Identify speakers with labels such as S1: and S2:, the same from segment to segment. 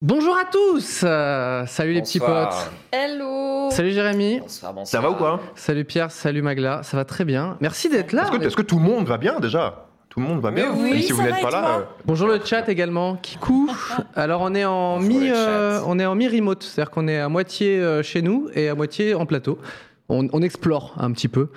S1: Bonjour à tous Euh, Salut les petits
S2: Bonsoir.
S1: potes
S3: Hello
S1: Salut Jérémy
S2: Bonsoir,
S4: Ça
S2: bonsoir.
S4: va ou quoi
S1: Salut Pierre, salut Magla, ça va très bien. Merci d'être là.
S4: Est-ce que, est-ce que tout le monde va bien déjà Tout le monde va bien
S2: Mais oui,
S4: Même si
S3: ça
S4: vous
S3: va,
S4: n'êtes pas
S3: et
S4: là.
S3: toi
S4: euh,
S1: Bonjour le chat également. Kikou. Alors on est en
S2: Bonjour
S1: mi
S2: le chat.
S1: euh, on est en mi remote, c'est-à-dire qu'on est à moitié euh, chez nous et à moitié en plateau. On, on explore un petit peu.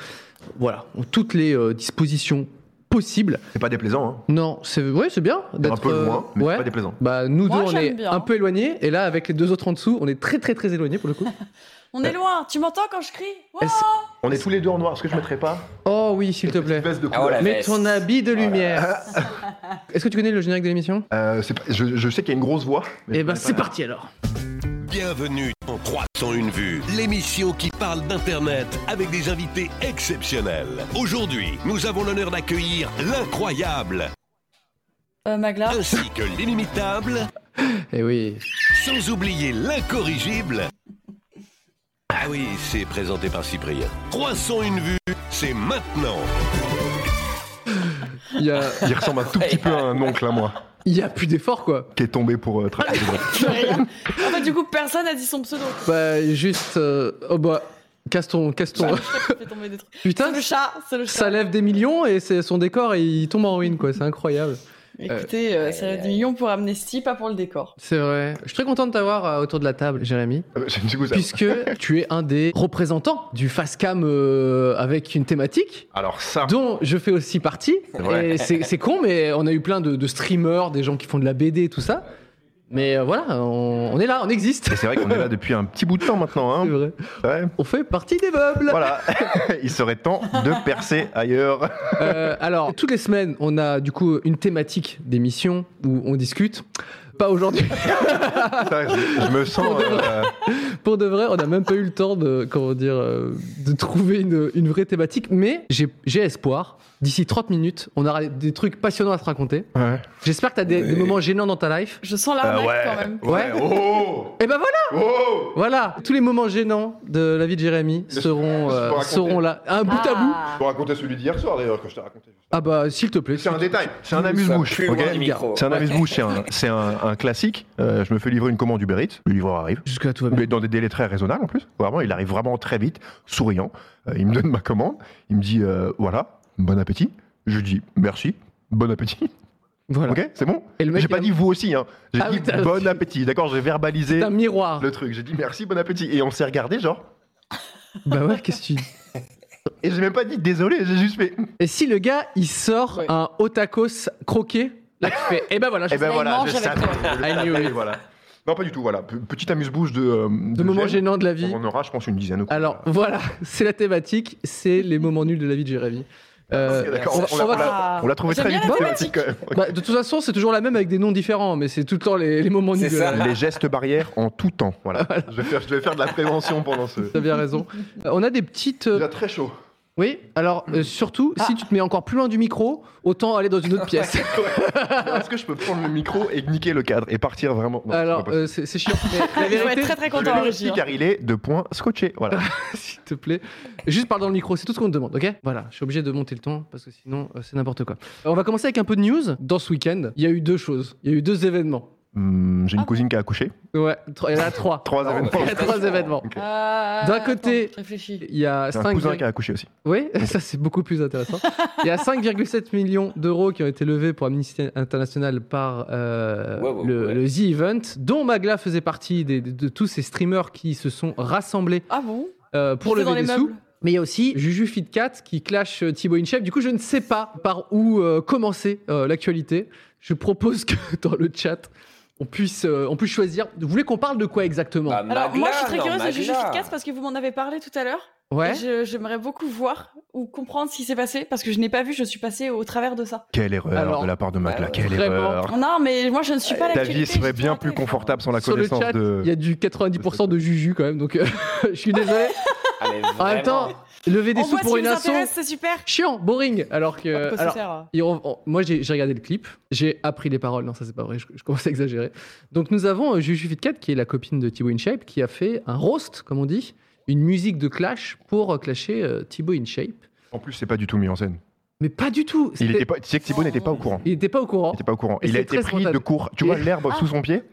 S1: Voilà, toutes les euh, dispositions possibles.
S4: C'est pas déplaisant. Hein.
S1: Non, c'est ouais, c'est bien
S4: C'est
S1: d'être
S4: un peu
S1: euh,
S4: loin, mais
S1: ouais.
S4: c'est pas déplaisant.
S1: Bah nous
S3: Moi,
S1: deux on
S3: j'aime
S1: est
S3: bien.
S1: un peu éloignés et là avec les deux autres en dessous, on est très très très éloignés pour le coup.
S3: On est loin, tu m'entends quand je crie Wow
S1: Est-ce-
S4: On est tous les deux en noir. Est-ce que je mettrais pas
S1: Oh oui, s'il te
S4: une
S1: plaît.
S4: espèce de
S2: Ah, voilà.
S4: couleur
S1: Mets
S2: veste.
S1: ton habit de
S2: Voilà.
S1: lumière. Est-ce que tu connais le générique de l'émission
S4: Euh, c'est pas- je, je sais qu'il y a une grosse voix. mais
S1: Eh
S4: je
S1: ben
S4: connais pas
S1: c'est
S4: la-
S1: parti alors.
S5: Bienvenue en 301 vues, l'émission qui parle d'Internet avec des invités exceptionnels. Aujourd'hui, nous avons l'honneur d'accueillir l'incroyable
S3: Euh, Magla
S5: ainsi que l'inimitable,
S1: Eh oui.
S5: sans oublier l'incorrigible. Ah oui, c'est présenté par Cyprien. 301 vues, c'est maintenant.
S1: Il y a
S4: Il ressemble un tout petit peu à un oncle à moi
S1: il y a plus d'effort quoi.
S4: qui est tombé pour euh, traquer les gens.
S3: En fait, du coup, personne n'a dit son pseudo.
S1: Bah juste euh, oh bah casse ton casse ton
S3: Ça fait tomber des trucs.
S1: putain
S3: C'est le chat, c'est le
S1: ça
S3: chat.
S1: lève des millions et c'est son décor et il tombe en ruine quoi c'est incroyable
S3: Écoutez, euh, ça a des millions pour Amnesty, pas pour le décor.
S1: c'est vrai je suis très content de t'avoir euh, autour de la table Jérémy
S4: Euh, du coup, ça-
S1: puisque tu es un des représentants du Fastcam euh, avec une thématique
S4: Alors ça,
S1: dont je fais aussi partie
S4: Ouais.
S1: et c'est c'est con mais on a eu plein de, de streamers des gens qui font de la BD tout ça mais euh, voilà on, on est là on existe
S4: Et c'est vrai qu'on est là depuis un petit bout de temps maintenant.
S1: C'est
S4: Hein.
S1: vrai.
S4: Ouais.
S1: on fait partie des meubles
S4: Voilà, il serait temps de percer ailleurs.
S1: Euh, alors, toutes les semaines, on a du coup une thématique d'émission où on discute. Pas aujourd'hui.
S4: Ça, je, je me sens. euh,
S1: Pour de vrai, on n'a même pas eu le temps de, comment dire, euh, de trouver une, une vraie thématique. Mais j'ai j'ai espoir. D'ici 30 minutes, on aura des trucs passionnants à te raconter.
S4: ouais.
S1: J'espère que tu as des, des moments gênants dans ta life.
S3: Je sens
S4: Ah
S3: l'arnaque
S4: ouais.
S3: quand même.
S4: Ouais. Oh.
S1: Et ben voilà,
S4: Oh.
S1: voilà, tous les moments gênants de la vie de Jérémy seront,
S4: Je peux
S1: euh,
S4: raconter.
S1: seront là, un bout à bout.
S4: Pour raconter celui d'hier soir d'ailleurs que je t'ai raconté.
S1: Ah bah s'il te plaît.
S4: C'est un détail, c'est un
S1: Ça
S4: amuse-bouche.
S2: Plus
S4: ok
S2: loin du micro.
S4: C'est un amuse-bouche, c'est un, c'est un- un classique. Euh, je me fais livrer une commande Uber Eats, le livreur arrive.
S1: Jusqu'à toi.
S4: Mais dans des délais très raisonnables en plus. Vraiment, il arrive vraiment très vite, souriant. Euh, il me donne ma commande, il me dit euh, voilà, bon appétit. Je dis merci, bon appétit.
S1: Voilà.
S4: Ok, c'est bon
S1: Et le mec,
S4: J'ai
S1: il
S4: pas
S1: a-
S4: dit vous aussi, hein. J'ai
S1: Ah
S4: dit
S1: oui, t'as-
S4: bon appétit. D'accord, j'ai verbalisé
S1: C'est un miroir.
S4: le truc. J'ai dit merci, bon appétit. Et on s'est regardé, genre.
S1: Bah ouais, qu'est-ce que tu dis
S4: Et j'ai même pas dit désolé, j'ai juste fait. eh
S1: Et si le gars, il sort
S3: Ouais.
S1: un otakos croqué, là tu fais, eh ben voilà, je
S4: Et ben
S3: il
S4: voilà,
S3: mange
S4: je
S3: avec
S4: savais.
S1: I knew
S4: Et
S1: it.
S4: voilà. Non, pas du tout, voilà. P- Petite amuse-bouche de. euh,
S1: De moments
S4: gêne.
S1: gênants de la vie.
S4: On en aura, je pense, une dizaine. au coup.
S1: Alors voilà, c'est la thématique, c'est les moments nuls de la vie de Jérémy. Euh,
S4: Ok, d'accord,
S1: on-
S4: on,
S1: on
S4: l'a-
S1: va-
S4: on l'a-
S3: Ah.
S4: on l'a trouvé
S3: J'aime
S4: très
S3: bien
S4: vite.
S3: la
S4: thématique, quand même.
S1: bah, de toute façon, c'est toujours la même avec des noms différents, mais c'est tout le temps les, les moments nuls
S2: C'est
S1: de la
S2: ça.
S1: vie.
S4: Les gestes barrières en tout temps. Voilà. je, vais faire, je vais faire de la prévention pendant ce.
S1: T'as bien raison. Euh, On a des petites. euh,
S4: Déjà très chaud.
S1: Oui, alors
S4: Hmm.
S1: euh, surtout,
S4: Ah.
S1: si tu te mets encore plus loin du micro, autant aller dans une autre pièce.
S4: Alors, Est-ce que je peux prendre le micro et niquer le cadre et partir vraiment Non,
S1: alors,
S4: c'est pas possible.
S1: euh, c'est c'est chiant. mais la
S3: Ils vont
S1: vérité,
S3: être très très
S4: Je
S3: contents,
S4: vais
S3: hein,
S4: vérifier
S3: Régis.
S4: car il est de points scotché. Voilà.
S1: S'il te plaît. Juste parle dans le micro, c'est tout ce qu'on te demande, ok Voilà, je suis obligé de monter le ton parce que sinon euh, c'est n'importe quoi. On va commencer avec un peu de news. Dans ce week-end, il y a eu deux choses. Il y a eu deux événements.
S4: Hum, J'ai une cousine qui a accouché.
S1: Ouais, tro- il y en a trois.
S4: Trois
S2: Non,
S4: événements.
S1: Il y a trois événements.
S4: Ok.
S3: Euh,
S1: D'un
S3: attends,
S1: côté-
S3: je réfléchis.
S1: Il y a
S4: J'ai un
S1: 5...
S4: cousin qui a accouché aussi.
S1: Oui, ça c'est beaucoup plus intéressant. Il y a 5,7 millions d'euros qui ont été levés pour Amnesty International par euh,
S2: Ouais, ouais,
S1: le,
S2: ouais.
S1: le The Event, dont Magla faisait partie des- de, de tous ces streamers qui se sont rassemblés
S3: Ah bon
S1: euh, pour
S3: C'était
S1: lever
S3: dans les
S1: des sous.
S3: meubles.
S1: Mais il y a aussi Juju Fitcat qui clash euh, Thibaut Inchep. Du coup, je ne sais pas par où euh, commencer euh, l'actualité. Je propose que dans le chat, on puisse, euh, on puisse choisir. Vous voulez qu'on parle de quoi exactement
S2: Bah,
S3: Alors, moi, je suis
S2: Magla,
S3: très
S2: non,
S3: curieuse de Juju
S2: Magla.
S3: Casse parce que vous m'en avez parlé tout à l'heure.
S1: Ouais.
S3: Et je- J'aimerais beaucoup voir ou comprendre ce qui s'est passé parce que je n'ai pas vu, je suis passée au travers de ça.
S4: Quelle erreur
S1: Alors, euh,
S4: de la part de Magla,
S2: ouais,
S4: quelle
S1: vraiment.
S4: erreur.
S3: Non, mais moi, je ne suis pas
S4: Euh, Ta
S3: l'actualité,
S4: vie serait
S3: j'ai tout
S4: bien
S3: raté.
S4: plus confortable sans la
S1: Sur le
S4: connaissance
S1: chat, il
S4: de.
S1: y a du 90% de Juju quand même, donc euh, je suis désolé.
S2: Ah, mais
S1: En même
S2: vraiment.
S1: temps, lever des
S3: On
S1: sous
S3: voit ce
S1: pour
S3: qui
S1: une
S3: nous
S1: asso,
S3: intéresse, Ah, bah, c'est super. euh.
S1: chiant, boring. Alors
S4: Euh,
S1: que, alors,
S3: Alors,
S1: Et on- on- moi, j'ai j'ai regardé le clip, j'ai appris les paroles. Non, ça, c'est pas vrai, je, je commence à exagérer. Donc, nous avons euh, Juju Fitcat, qui est la copine de Thibaut InShape, qui a fait un roast, comme on dit, une musique de clash pour euh, clasher euh, Thibaut InShape.
S4: En plus, c'est pas du tout mis en scène.
S1: Mais pas du tout.
S4: Il
S1: c'était-
S4: était pas... Tu sais que Thibaut n'était pas au courant.
S1: il était pas au courant.
S4: Il était pas au courant.
S1: Et
S4: Il a
S1: c'est
S4: été
S1: très
S4: pris
S1: scandaleux.
S4: de court. Tu
S1: Et- Ah.
S4: vois l'herbe sous son pied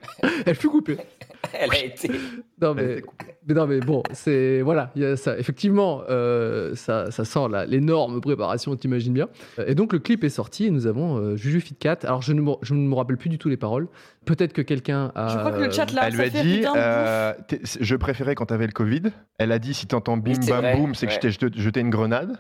S1: Elle fut coupée.
S2: Elle a été.
S4: Euh,
S1: Non,
S4: Elle a
S1: mais,
S4: été coupée.
S1: mais non, mais bon, c'est. Voilà, il y a ça. Effectivement, euh, ça, ça sent la- l'énorme préparation, t'imagines bien. Euh, Et donc, le clip est sorti et nous avons euh, Juju Fitcat. Alors, je ne, me- je ne me rappelle plus du tout les paroles. Peut-être que quelqu'un a.
S3: je crois que le chat là,
S4: euh, elle lui
S3: ça
S4: a
S3: fait
S4: dit
S3: putain de bouffe.
S4: euh, t'es- Je préférais quand t'avais le Covid. Elle a dit si t'entends bim
S2: Oui, c'est
S4: bam
S2: vrai,
S4: boum, c'est que je
S2: ouais.
S4: t'ai jeté- jeté une grenade.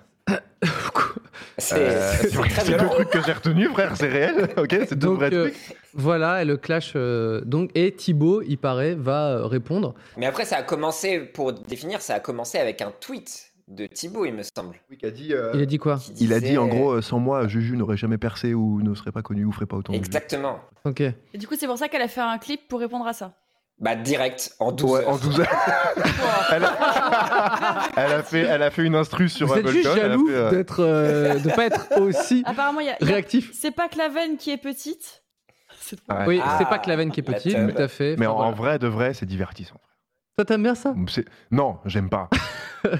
S2: C'est
S4: Euh,
S2: c'est très
S4: C'est le
S2: violent.
S4: truc que j'ai retenu, frère, c'est réel. Ok, c'est deux
S1: Donc,
S4: vrais
S1: euh,
S4: trucs.
S1: voilà, et le clash. euh, donc, et Thibaut, il paraît, va euh, répondre.
S2: Mais après, ça a commencé, pour définir, ça a commencé avec un tweet de Thibaut, il me semble.
S4: Il a dit, euh,
S1: Il a dit quoi
S2: qui
S4: il a dit en
S2: disait-
S4: gros, euh, sans moi, Juju n'aurait jamais percé ou ne serait pas connu ou ferait pas autant. de vues.
S2: Exactement.
S1: Ok.
S3: Et du coup, c'est pour ça qu'elle a fait un clip pour répondre à ça.
S2: Bah, direct, en 12
S4: Ouais,
S2: heures.
S4: en 12 heures. elle, a... elle a fait, elle a fait une instru sur
S1: Vous êtes
S4: Apple
S1: juste
S4: Code, elle a
S1: jaloux
S4: fait, euh,
S1: d'être, euh, de pas être aussi
S3: Apparemment, il y a- il y a-
S1: réactif.
S3: c'est pas que la veine qui est petite. C'est trop
S4: ouais.
S1: Oui,
S2: Ah,
S1: c'est pas que la veine qui est
S2: la
S1: petite,
S2: teub.
S1: tout à fait.
S4: Mais
S1: Enfin,
S4: en, en
S1: voilà.
S4: vrai, de vrai, c'est divertissant.
S1: Toi, t'aimes bien ça
S4: C'est- Non, j'aime pas.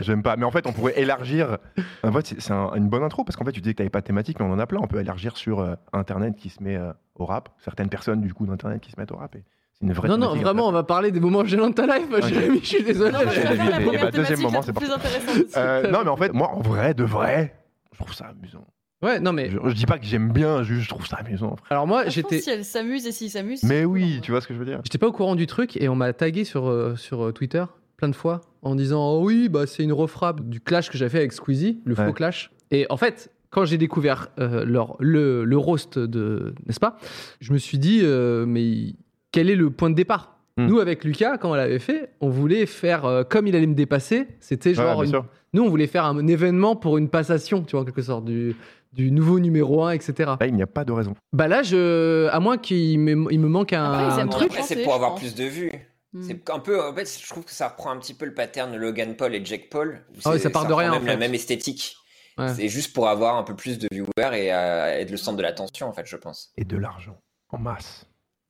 S4: j'aime pas. Mais en fait, on pourrait élargir. En fait, c'est- c'est un- une bonne intro parce qu'en fait, tu disais que t'avais pas de thématique, mais on en a plein. On peut élargir sur euh, Internet qui se met euh, au rap. Certaines personnes, du coup, d'Internet qui se mettent au rap. et C'est une vraie
S1: Non, non,
S4: thématique,
S1: vraiment, on va parler des moments gênants de ta life, Jérémy, je suis désolé.
S3: Non, mais je
S4: j'ai
S3: préfère
S4: la vie,
S3: la
S4: et- et
S3: première
S4: bah, deuxième
S3: thématique,
S4: moment,
S3: la
S4: c'est
S3: plus
S4: parti.
S3: intéressante.
S4: Euh, non, mais en fait, moi, en vrai, de vrai, je trouve ça amusant.
S1: Ouais, non, mais.
S4: Je, je dis pas que j'aime bien, juste je trouve ça amusant. frère.
S1: Alors, moi,
S3: J'étais.
S1: j'étais.
S3: Si elle s'amuse et s'il s'amuse.
S4: Mais oui, tu vois ce que je veux dire
S1: J'étais pas au courant du truc et on m'a tagué sur, euh, sur euh, Twitter plein de fois en disant Oh oui, bah, c'est une refrappe du clash que j'avais fait avec Squeezie, le faux
S4: Ouais.
S1: clash. Et en fait, quand j'ai découvert euh, leur, le, le roast de. N'est-ce pas Je me suis dit euh, Mais quel est le point de départ
S4: Hmm.
S1: Nous, avec Lucas, quand on l'avait fait, on voulait faire euh, comme il allait me dépasser. C'était
S4: Ouais,
S1: genre
S4: bien
S1: une
S4: sûr.
S1: Nous, on voulait faire un événement pour une passation, tu vois, en quelque sorte, du, du nouveau numéro 1, etc.
S4: Là, il n'y a pas de raison.
S1: Bah là, je, à moins qu'il me, il me manque un,
S3: Après, Ah, ils
S1: un
S3: aiment
S1: truc.
S2: Après, c'est
S3: Chanter,
S2: pour
S3: je
S2: avoir
S3: pense.
S2: plus de vues.
S3: Hmm.
S2: C'est un peu, en fait, je trouve que ça reprend un petit peu le pattern de Logan Paul et Jake Paul. où
S1: Ah oui,
S2: c'est-
S1: ça part de
S2: reprend
S1: rien,
S2: Même
S1: en
S2: la
S1: fait.
S2: même esthétique.
S1: Ouais.
S2: C'est juste pour avoir un peu plus de viewers et euh, être le centre de l'attention, en fait, je pense.
S4: Et de l'argent en masse.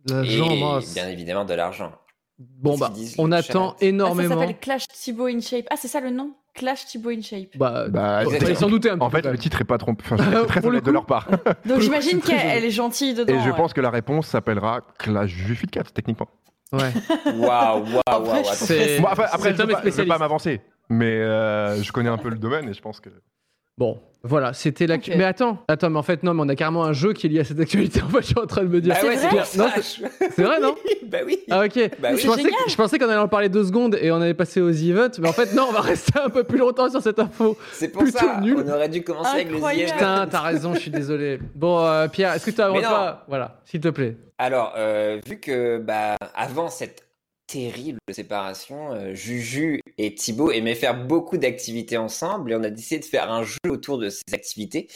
S1: La
S2: et
S1: jambe,
S4: ah,
S1: hein, c'est-
S2: bien évidemment de l'argent.
S1: Bon,
S2: qu'est-ce
S1: bah,
S2: qu'ils disent,
S1: on
S2: les
S1: attend
S2: chattes
S3: Ah, ça
S1: énormément.
S3: s'appelle Clash Thibaut in Shape. Ah, c'est ça le nom Clash Thibaut in Shape.
S1: Bah,
S4: Bah,
S1: on
S2: c'est-
S1: fallait s'en douter un petit
S4: En fait,
S1: peu,
S4: le
S1: quand
S4: titre est pas trompé. Enfin, c'est très
S1: Pour le
S4: honnête de
S1: coup.
S4: leur part.
S3: Donc j'imagine
S1: c'est très
S3: qu'elle
S1: joli.
S3: est gentille dedans.
S4: Et je
S3: ouais.
S4: pense que la réponse s'appellera Clash Jufit 4, techniquement.
S1: même. Ouais.
S2: Waouw, waouh, waouh.
S3: Après, je-
S2: attends.
S1: C'est-
S4: Bon, enfin, après,
S1: cet
S4: je
S1: homme
S4: ne
S1: est
S4: pas, je veux
S1: spécialiste.
S4: pas m'avancer, mais euh, je connais un peu le domaine et je pense que.
S1: Bon, voilà, c'était l'actu.
S3: Ok.
S1: Mais attends, attends, mais en fait, non, mais on a carrément un jeu qui est lié à cette actualité. En fait, je suis en train de me dire.
S2: Bah ouais, c'est
S1: clair.
S2: pour
S1: Non,
S2: ça.
S1: c'est- c'est vrai, non
S2: Bah oui.
S1: Ah, ok.
S2: Bah oui.
S1: je, pensais,
S3: Génial.
S1: je pensais qu'on allait en parler deux secondes et on avait passé aux E events, mais en fait, non, on va rester un peu plus longtemps sur cette info.
S2: C'est pour
S1: Plutôt
S2: ça.
S1: nul.
S2: On aurait dû commencer avec les
S3: Incroyable.
S2: IEF.
S1: Putain, t'as raison, je suis désolé. Bon, euh, Pierre, est-ce que tu as
S2: Mais non.
S1: pas Voilà, s'il te plaît.
S2: Alors, euh, vu que bah, avant cette terrible séparation, euh, Juju et Thibaut aimaient faire beaucoup d'activités ensemble et on a décidé de faire un jeu autour de ces activités.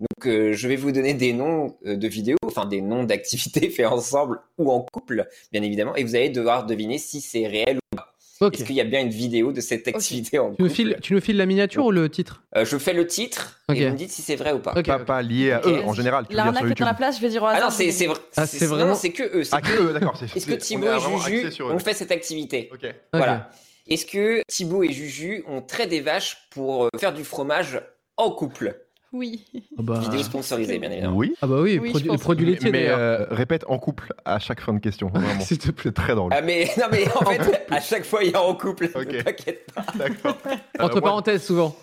S2: Donc, euh, je vais vous donner des noms euh, de vidéos, enfin des noms d'activités faites ensemble ou en couple, bien évidemment, et vous allez devoir deviner si c'est réel ou
S1: Ok.
S2: est-ce qu'il y a bien une vidéo de cette activité en
S1: Tu nous,
S2: couple.
S1: files, tu nous files la miniature ou le titre
S2: Euh, je fais le titre
S1: Ok.
S2: et vous me dites si c'est vrai ou pas.
S1: Ok.
S4: Pas, pas lié à
S2: Ok.
S4: eux en général. Tu veux dire sur
S3: L'arnaque est
S4: YouTube.
S3: dans la place, je vais dire au
S2: Ah
S3: hasard.
S2: non, c'est c'est vrai-
S1: Ah,
S2: c'est-
S1: c'est
S2: non,
S1: vraiment-
S2: c'est que eux. c'est
S4: Ah,
S2: que-
S4: que eux, d'accord. c'est-
S2: Est-ce que
S4: on est
S2: Thibaut
S4: vraiment
S2: et Juju
S4: axé sur eux.
S2: ont fait cette activité
S4: Ok.
S1: Ok.
S2: Voilà. Est-ce que Thibaut et Juju ont trait des vaches pour euh, faire du fromage en couple
S3: Oui.
S1: Ah bah...
S2: Vidéo sponsorisée, bien évidemment.
S4: Oui.
S1: Ah bah oui,
S3: Oui, je
S1: produit,
S3: pense.
S1: produit laitier
S4: mais
S1: d'ailleurs.
S4: euh, répète en couple à chaque fin de question. Vraiment.
S1: S'il te plaît.
S4: C'est très drôle.
S2: Ah mais non mais en fait à chaque fois il y a en couple. Ne
S4: Ok.
S2: T'inquiète pas.
S4: D'accord.
S1: Entre
S4: Euh, moi,
S1: parenthèses, souvent.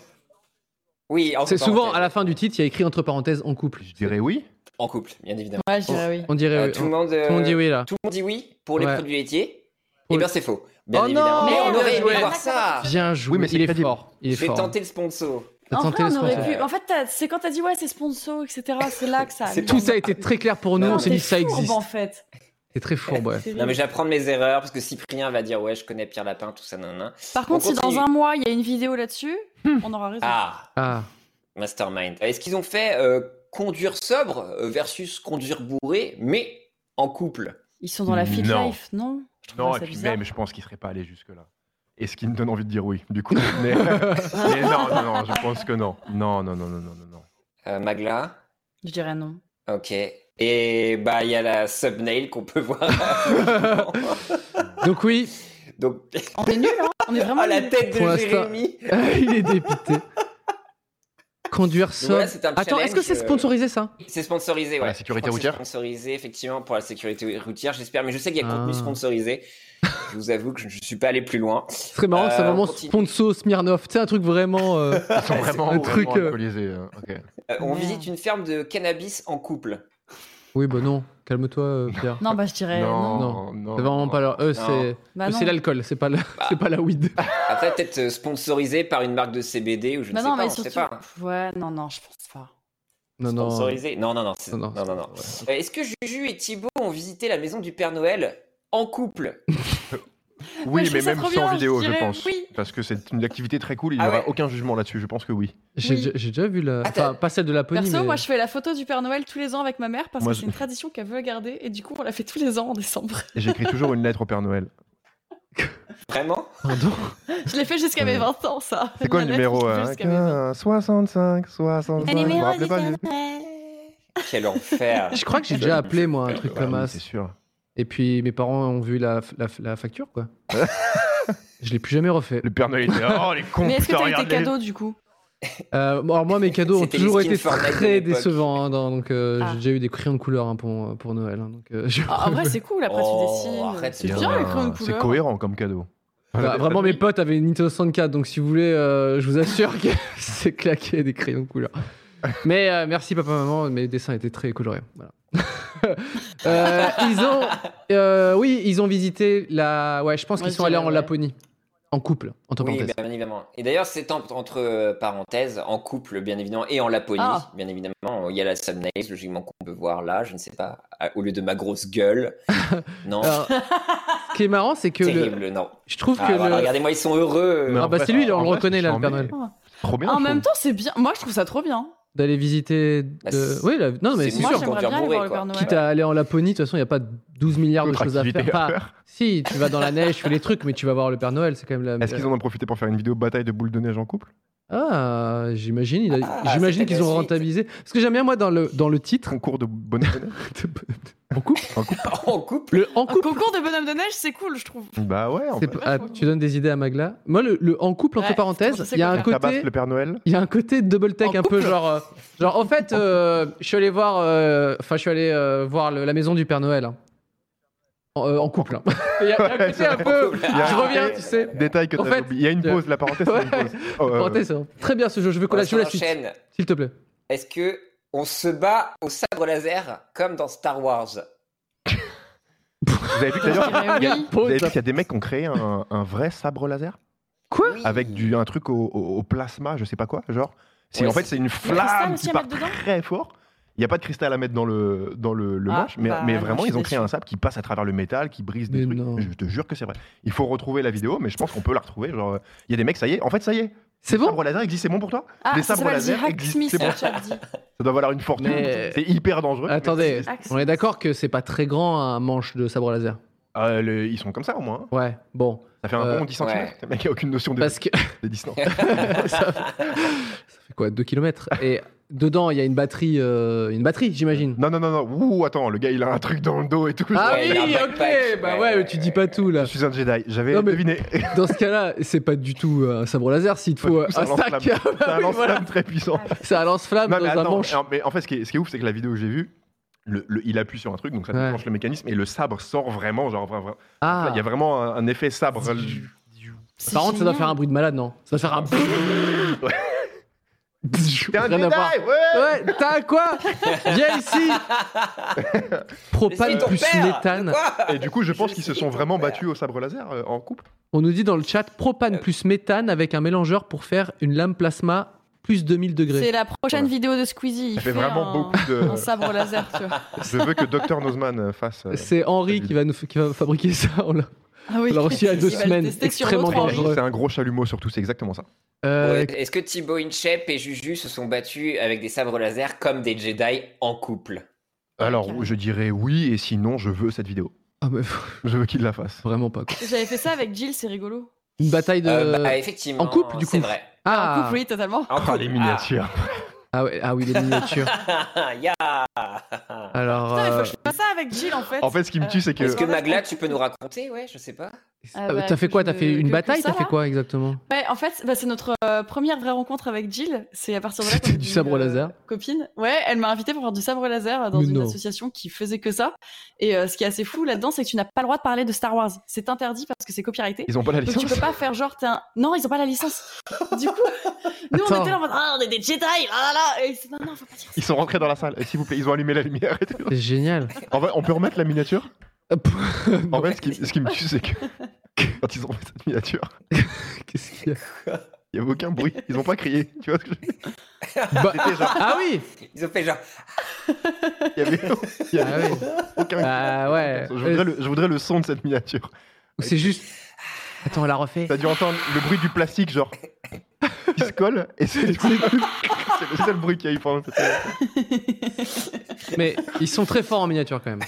S2: Oui, en
S1: C'est souvent
S2: parenthèse.
S1: à la fin du titre, il y a écrit entre parenthèses en couple.
S4: Je dirais oui.
S2: en couple, bien évidemment.
S3: Ouais, je dirais
S4: Oh,
S3: oui.
S1: On dirait.
S2: Euh, tout, le monde, euh,
S1: tout le monde dit oui là.
S2: tout le monde dit oui pour
S1: Ouais.
S2: les produits laitiers.
S1: Pour
S2: Eh
S1: le-
S2: bien c'est faux. Bien
S1: Oh
S2: évidemment.
S1: non
S2: mais on
S3: Merde,
S2: aurait aimé
S1: ouais.
S2: voir ça.
S1: Bien joué.
S4: Oui, mais c'est
S1: il est
S4: crédible.
S1: fort. Il est
S2: Je vais
S1: fort.
S2: tenter le sponsor.
S1: T'as
S3: En
S1: tenté
S3: vrai, on
S1: l'espoir.
S3: aurait pu. En fait, t'as- c'est quand t'as dit ouais, c'est sponsor, etc. C'est là que ça. a mis
S1: Tout
S3: en-
S1: ça a été très clair pour nous.
S3: Non,
S1: on s'est
S3: t'es
S1: dit ça
S3: fourbe,
S1: existe.
S3: en fait.
S1: C'est très fourbe, ouais.
S3: C'est
S2: Non, mais
S3: terrible.
S2: j'apprends de mes erreurs parce que Cyprien va dire ouais, je connais Pierre Lapin, tout ça, nanana.
S3: Par contre, si dans
S2: continue.
S3: un mois il y a une vidéo là-dessus, on aura raison.
S2: Ah,
S1: Ah,
S2: mastermind. Est-ce qu'ils ont fait euh, conduire sobre euh, versus conduire bourré, mais en couple
S3: Ils sont dans la fit
S4: Non.
S3: life, non Je trouve
S4: Non,
S3: ça
S4: et puis
S3: bizarre.
S4: même, je pense qu'il serait pas allé jusque-là. Et ce qui me donne envie de dire oui, du coup. Mais, mais non, non, non, je pense que non. Non, non, non, non, non, non, non.
S2: Euh, Magla
S3: Je dirais non.
S2: Ok. Et bah, il y a la subnail qu'on peut voir.
S1: donc oui,
S2: Donc,
S3: On est nuls, hein On est vraiment
S2: à Oh, la
S3: nuls.
S2: tête de
S1: Ah, Pour l'instant.
S2: Jérémy. Donc
S1: il est dépité. Conduire sobre.
S2: voilà, c'est un
S1: Attends, est-ce que c'est
S2: challenge, euh,
S1: sponsorisé ça
S2: C'est sponsorisé, ouais.
S4: Pour la sécurité
S2: Je crois que c'est
S4: routière
S2: Sponsorisé, effectivement, pour la sécurité routière, j'espère. Mais je sais qu'il y a
S1: Ah.
S2: contenu sponsorisé. Je vous avoue que je ne suis pas allé plus loin.
S1: C'est très marrant, c'est
S2: Euh,
S1: vraiment
S2: continue.
S1: Sponso Smirnov. Tu sais, un truc vraiment. euh,
S4: Ils sont vraiment,
S1: Un
S4: vraiment
S1: truc, euh,
S4: alcoolisés, euh, ok.
S2: Euh, on
S3: Merde.
S2: visite une ferme de cannabis en couple.
S1: Oui, bah non, calme-toi, euh, Pierre.
S3: Non, bah je dirais non.
S4: Non,
S1: non.
S4: non,
S1: C'est vraiment pas leur. Eux, c'est
S3: Bah
S1: eux,
S3: non.
S1: c'est l'alcool, c'est pas, la...
S2: Bah.
S1: c'est pas la weed.
S2: Après, peut-être euh, sponsorisé par une marque de CBD ou je ne
S3: Bah
S2: sais
S3: non,
S2: pas, on
S3: mais
S2: sait pas. hein.
S3: surtout. Ouais, non, non, je pense pas.
S1: Non, non.
S2: Sponsorisé Non, non, non. c'est-
S1: Non, non,
S2: Non, non, non. Euh, Est-ce que Juju et Thibaut ont visité la maison du Père Noël en couple
S3: Ouais,
S4: Oui,
S3: je trouve
S4: mais
S3: ça
S4: même
S3: trop
S4: sans
S3: bien, je
S4: vidéo, je
S3: dirais
S4: pense.
S3: oui.
S4: Parce que c'est une activité très cool, il n'y
S2: Ah
S4: aura
S2: ouais.
S4: aucun jugement là-dessus, je pense que oui.
S1: J'ai
S3: Oui. Ah,
S1: j'ai- j'ai déjà vu la.
S2: Attends.
S1: Enfin, pas celle de la Pony.
S3: Perso,
S1: mais-
S3: moi je fais la photo du Père Noël tous les ans avec ma mère parce
S4: Moi,
S3: que c'est
S4: je-
S3: une tradition qu'elle veut garder et du coup on la fait tous les ans en décembre.
S4: Et J'écris toujours une lettre au Père Noël.
S2: Vraiment
S1: Pardon.
S3: Je l'ai fait jusqu'à mes 20 ans, ça.
S4: C'est quoi
S3: Ma
S4: le
S3: lettre,
S4: numéro
S3: je l'ai fait
S4: euh,
S3: jusqu'à mes 20 ans.
S4: 15, 65, 65. vous vous rappelez pas, les-
S2: Quel enfer
S1: Je crois que j'ai déjà appelé, moi, un truc
S4: Ah oui,
S1: comme ça.
S4: C'est sûr.
S1: Et puis mes parents ont vu la, la, la facture, quoi. je l'ai plus jamais refait.
S4: Le Père Noël était. Oh, les cons,
S3: Mais est-ce que
S4: putain,
S3: t'as eu tes
S4: regarde les-
S3: cadeaux du coup
S1: Euh, bon, alors moi, mes cadeaux ont
S2: C'était
S1: toujours
S2: les skins
S1: été
S2: Fortnite de
S1: très
S2: l'époque.
S1: décevants. hein, dans- donc euh,
S3: Ah.
S1: j'ai déjà eu des crayons de couleur hein, pour, pour Noël. hein, donc, euh, je-
S3: Ah, En vrai, c'est cool, après
S2: Oh,
S3: tu dessines.
S2: arrête,
S3: c'est
S4: Il y en
S3: bien
S4: a
S3: le
S4: un-
S3: crayon de
S4: C'est
S3: couleur.
S4: cohérent comme cadeau.
S1: Bah, vraiment, mes potes avaient une Nintendo 64, donc si vous voulez, euh, je vous assure que c'est claqué des crayons de couleur. Mais euh, merci papa maman, mes dessins étaient très colorés. voilà. Euh, ils ont, euh, oui, ils ont visité la. Ouais, je pense
S3: Moi,
S1: qu'ils
S3: je
S1: sont allés
S3: dirais,
S1: en
S3: ouais.
S1: Laponie, en couple, entre
S2: Oui,
S1: parenthèses.
S2: bien évidemment. Et d'ailleurs, c'est en- entre euh, parenthèses, en couple, bien évidemment, et en Laponie,
S3: Ah.
S2: bien évidemment. Il y a la thumbnail, logiquement, qu'on peut voir là, je ne sais pas, à- au lieu de ma grosse gueule. non,
S1: Alors, ce qui est marrant, c'est que le-
S2: terrible, non.
S1: je trouve
S2: Ah,
S1: que
S2: voilà,
S1: le-
S2: Regardez-moi, ils sont heureux.
S4: Mais
S1: Ah
S4: en
S1: bah
S4: fait,
S1: c'est lui, on
S4: en
S1: le
S4: vrai,
S1: reconnaît
S4: c'est
S1: là, le
S4: charmé.
S1: Père Noël.
S4: Trop bien.
S3: En
S4: je
S3: même
S4: trouve.
S3: temps, c'est bien. Moi, je trouve ça trop bien.
S1: D'aller visiter.
S2: Bah,
S1: de-
S2: c'est-
S1: Oui, la- non, mais
S2: c'est
S1: c'est
S2: moi,
S1: sûr.
S2: j'aime
S3: j'aimerais
S2: conduire
S3: bien aller
S2: bourré,
S3: voir le
S2: quoi.
S3: Père Noël.
S1: Quitte à aller en Laponie, de toute façon, il n'y a pas 12 milliards de
S4: D'autres
S1: choses à
S4: activités
S1: faire.
S4: à
S1: Pas-
S4: faire.
S1: Si, tu vas dans la neige, tu fais les trucs, mais tu vas voir le Père Noël, c'est quand même la.
S4: Est-ce qu'ils en ont profité pour faire une vidéo bataille de boules de neige en couple
S1: Ah, j'imagine, il a-
S2: Ah,
S1: j'imagine
S2: c'était
S1: qu'ils ont
S2: la suite.
S1: rentabilisé. Ce que j'aime bien, moi, dans le, dans le titre.
S4: Concours de bonnes de neige
S1: En couple
S4: en couple
S2: en couple.
S1: Le en
S3: Un
S1: couple
S3: concours de bonhomme de neige, c'est cool, je trouve.
S4: Bah ouais, en
S1: c'est
S4: fait.
S1: pas- ah, Tu donnes des idées à Magla. Moi, le, le en couple, entre
S3: Ouais, je
S1: parenthèses,
S3: sais
S1: il y a
S3: quoi
S1: un
S3: faire.
S1: côté.
S4: Tabasse le Père Noël.
S1: Il y a un côté double tech
S3: En
S1: un peu
S3: couple.
S1: genre. euh, genre, en fait, euh, je suis allé voir. euh, Enfin, je suis allé euh, voir le- la maison du Père Noël. hein. En, euh, en couple. hein. Il y a, il y a un côté un peu.
S2: couple.
S4: Il y a
S1: Je
S4: un
S1: reviens,
S4: côté-
S1: tu sais.
S4: Détail que
S1: En
S4: t'avais
S1: fait-
S4: oublié. Il y a une
S1: Ouais.
S4: pause, la parenthèse. c'est une pause. Oh, euh,
S1: Parenthèse, hein. Très bien ce jeu, je veux qu'on la, je veux
S2: On
S1: la suite.
S2: enchaîne.
S1: S'il te plaît.
S2: Est-ce que on se bat au sabre laser comme dans Star Wars
S4: oh. Vous avez vu tout à l'heure
S3: dirais
S4: il y a-
S3: oui.
S4: vous avez vu qu'il y a des mecs qui ont créé un, un vrai sabre laser
S1: Quoi
S2: Oui.
S4: avec du, un truc au, au- au plasma, je sais pas quoi, genre. C'est
S2: Ouais,
S4: en fait c'est une
S3: Il y a cristal
S4: flamme
S3: aussi
S4: qui
S3: à
S4: part
S3: mettre dedans
S4: très fort. Il n'y a pas de cristal à mettre dans le dans le, le
S3: Ah,
S4: manche, mais,
S3: bah
S4: mais
S3: non,
S4: vraiment
S3: je suis
S4: ils ont créé
S3: déçue.
S4: un sabre qui passe à travers le métal, qui brise des
S1: Mais
S4: trucs.
S1: non.
S4: Je te jure que c'est vrai. Il faut retrouver la vidéo, mais je pense qu'on peut la retrouver. Genre euh, il y a des mecs, ça y est, en fait ça y est.
S1: C'est
S4: Le
S1: bon
S4: sabre laser existe, c'est bon pour toi.
S3: Ah,
S4: Les
S3: ça
S4: sabres
S3: s'appelle
S4: laser
S3: The Hack
S4: existent,
S3: Smith,
S4: c'est bon.
S3: tu as dit.
S4: Ça doit valoir une fortune.
S1: Mais-
S4: C'est hyper dangereux.
S1: Attendez,
S3: Hack Smith.
S1: on est d'accord que c'est pas très grand un manche de sabre laser.
S4: Euh, le- ils sont comme ça au moins. hein.
S1: Ouais, bon.
S4: Ça fait un
S1: Euh,
S4: bon 10 cm. Le mec a aucune notion de-
S1: Parce que.
S4: des distances.
S1: ça, fait, ça fait quoi 2 km Et dedans, il y a une batterie, euh, une batterie, j'imagine.
S4: Non, non, non, non. Ouh, attends, le gars, il a un truc dans le dos et tout.
S1: Ah oui,
S2: Ouais, il a un
S1: ok,
S2: backpack,
S1: bah
S2: ouais,
S1: ouais,
S2: ouais,
S1: tu dis
S2: ouais,
S1: pas tout là.
S4: Je suis un Jedi. J'avais
S1: Non, mais-
S4: deviné.
S1: Dans ce cas-là, c'est pas du tout un sabre laser, s'il te faut
S4: Tout ça,
S1: un
S4: lance-flamme.
S1: sac.
S4: C'est
S1: Bah
S4: un
S1: oui,
S4: lance-flamme
S1: voilà.
S4: très puissant.
S1: C'est un lance-flamme
S4: Non,
S1: dans
S4: mais
S1: un
S4: attends.
S1: manche.
S4: alors, mais en fait, ce qui est, ce qui est ouf, c'est que la vidéo que j'ai vue, le, le- il appuie sur un truc, donc ça
S1: Ouais.
S4: déclenche le mécanisme, et le sabre sort vraiment. Genre, vra- vra-
S1: Ah,
S4: Il y a vraiment un, un effet sabre.
S3: C'est
S1: par contre, ça doit
S3: génial.
S1: faire un bruit de malade, non Ça doit faire un.
S4: T'es un
S1: Rien
S4: Jedi
S1: à voir.
S4: Ouais
S1: Ouais, t'as quoi Viens ici
S2: Mais
S1: Propane
S2: c'est ton
S1: plus
S2: père
S1: méthane.
S2: Quoi
S4: Et du coup, je pense
S2: Je
S4: qu'ils se
S2: sais
S4: sont
S2: ton
S4: vraiment
S2: père.
S4: battus au sabre laser euh, en couple.
S3: Euh.
S1: On nous dit dans le chat propane plus méthane avec un mélangeur pour faire une lame plasma plus 2000
S3: C'est
S1: degrés.
S3: la prochaine
S4: Voilà.
S3: vidéo de Squeezie. Il
S4: Ça fait
S3: fait,
S4: vraiment
S3: un,
S4: beaucoup de-
S3: un sabre laser, tu vois.
S4: Je veux que Dr Nozman fasse. euh,
S1: C'est Henri qui va nous qui va fabriquer ça. on l'a-
S3: Ah oui.
S1: on l'a reçu il y a deux
S3: Il va le
S1: semaines.
S3: tester sur
S1: Extrêmement
S3: l'autre Henri.
S1: dangereux.
S4: C'est un gros chalumeau surtout, c'est exactement ça.
S1: Euh,
S2: Ouais, Est-ce que Thibaut Inchep et Juju se sont battus avec des sabres laser comme des Jedi en couple
S4: Alors je dirais oui, et sinon je veux cette vidéo.
S1: ah, mais
S4: Je veux qu'il la fasse.
S1: vraiment pas. quoi.
S3: J'avais fait ça avec Jill, c'est rigolo.
S1: Une bataille de.
S2: Euh, bah, Effectivement.
S1: en couple, du
S2: C'est
S1: coup.
S2: vrai.
S3: En
S1: ah,
S3: couple, oui, totalement.
S2: En
S4: Ah,
S2: couple,
S4: les miniatures.
S1: ah, ouais, ah oui, les miniatures.
S2: Ah, ya.
S1: Alors.
S3: Putain, il faut
S1: euh,
S3: que je fasse ça avec Jill, en fait. euh,
S4: En fait, ce qui me tue, c'est que.
S2: Ah. Est-ce que Magla, tu peux nous raconter Ouais, je sais pas.
S3: Ah
S1: euh,
S3: bah,
S1: t'as fait
S3: que
S1: quoi
S3: je-
S1: T'as fait
S3: que-
S1: une
S3: que
S1: bataille
S3: ça,
S1: T'as fait
S3: là
S1: quoi exactement
S3: Ouais, en fait, bah, c'est notre euh, première vraie rencontre avec Jill. C'est à partir de là.
S1: C'était
S3: qu'on
S1: du
S3: est devenus,
S1: sabre
S3: euh,
S1: laser.
S3: Copine. Ouais, elle m'a invité pour faire du sabre laser dans
S1: Mais
S3: une
S1: non.
S3: association qui faisait que ça. Et euh, ce qui est assez fou là-dedans, c'est que tu n'as pas le droit de parler de Star Wars. C'est interdit parce que c'est copyrighté.
S4: Ils ont pas la
S3: Donc tu
S4: licence
S3: peux pas faire genre t'es un... non ils ont pas la licence. Du coup nous on
S1: Attends.
S3: était là en mode ah on est des Jedi ah là là et c'est- non non faut pas dire ça.
S4: Ils sont rentrés dans la salle. Et S'il vous plaît, ils ont allumé la lumière. et tout.
S1: C'est génial.
S4: En vrai, on peut remettre la miniature
S1: Hop.
S4: En fait, ce qui, ce qui me tue, c'est que quand ils ont fait cette miniature,
S1: Qu'est-ce qu'il y a
S4: il n'y avait aucun bruit. Ils ont pas crié. Tu vois ce que je veux dire
S1: Bah- Ah oui
S2: Ils ont fait genre.
S4: Il y avait, il y
S1: Ah
S4: avait
S1: oui.
S4: aucun
S1: Ah ouais.
S4: Je voudrais, le, je voudrais le son de cette miniature.
S1: Ou C'est juste. Attends, on la refait.
S4: T'as dû entendre le bruit du plastique, genre. Il se colle et c'est du coup, c'est le seul bruit qu'il y a eu pendant cette miniature.
S1: Mais ils sont très forts en miniature quand même.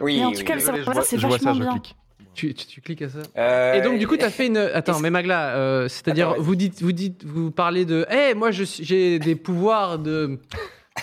S2: Oui,
S3: Mais en
S2: oui,
S3: tout cas,
S2: oui.
S3: le sabre
S4: je
S3: laser,
S4: vois,
S3: c'est
S4: je vois ça,
S3: vachement
S4: je
S3: bien.
S4: clique.
S1: Tu, tu- tu cliques à ça.
S2: Euh,
S1: Et donc, du coup, t'as fait une. Attends,
S2: est-ce-
S1: mais Magla, euh, c'est-à-dire,
S2: Attends, ouais.
S1: vous dites, vous dites, vous parlez de. Eh, moi, je suis- j'ai des pouvoirs de.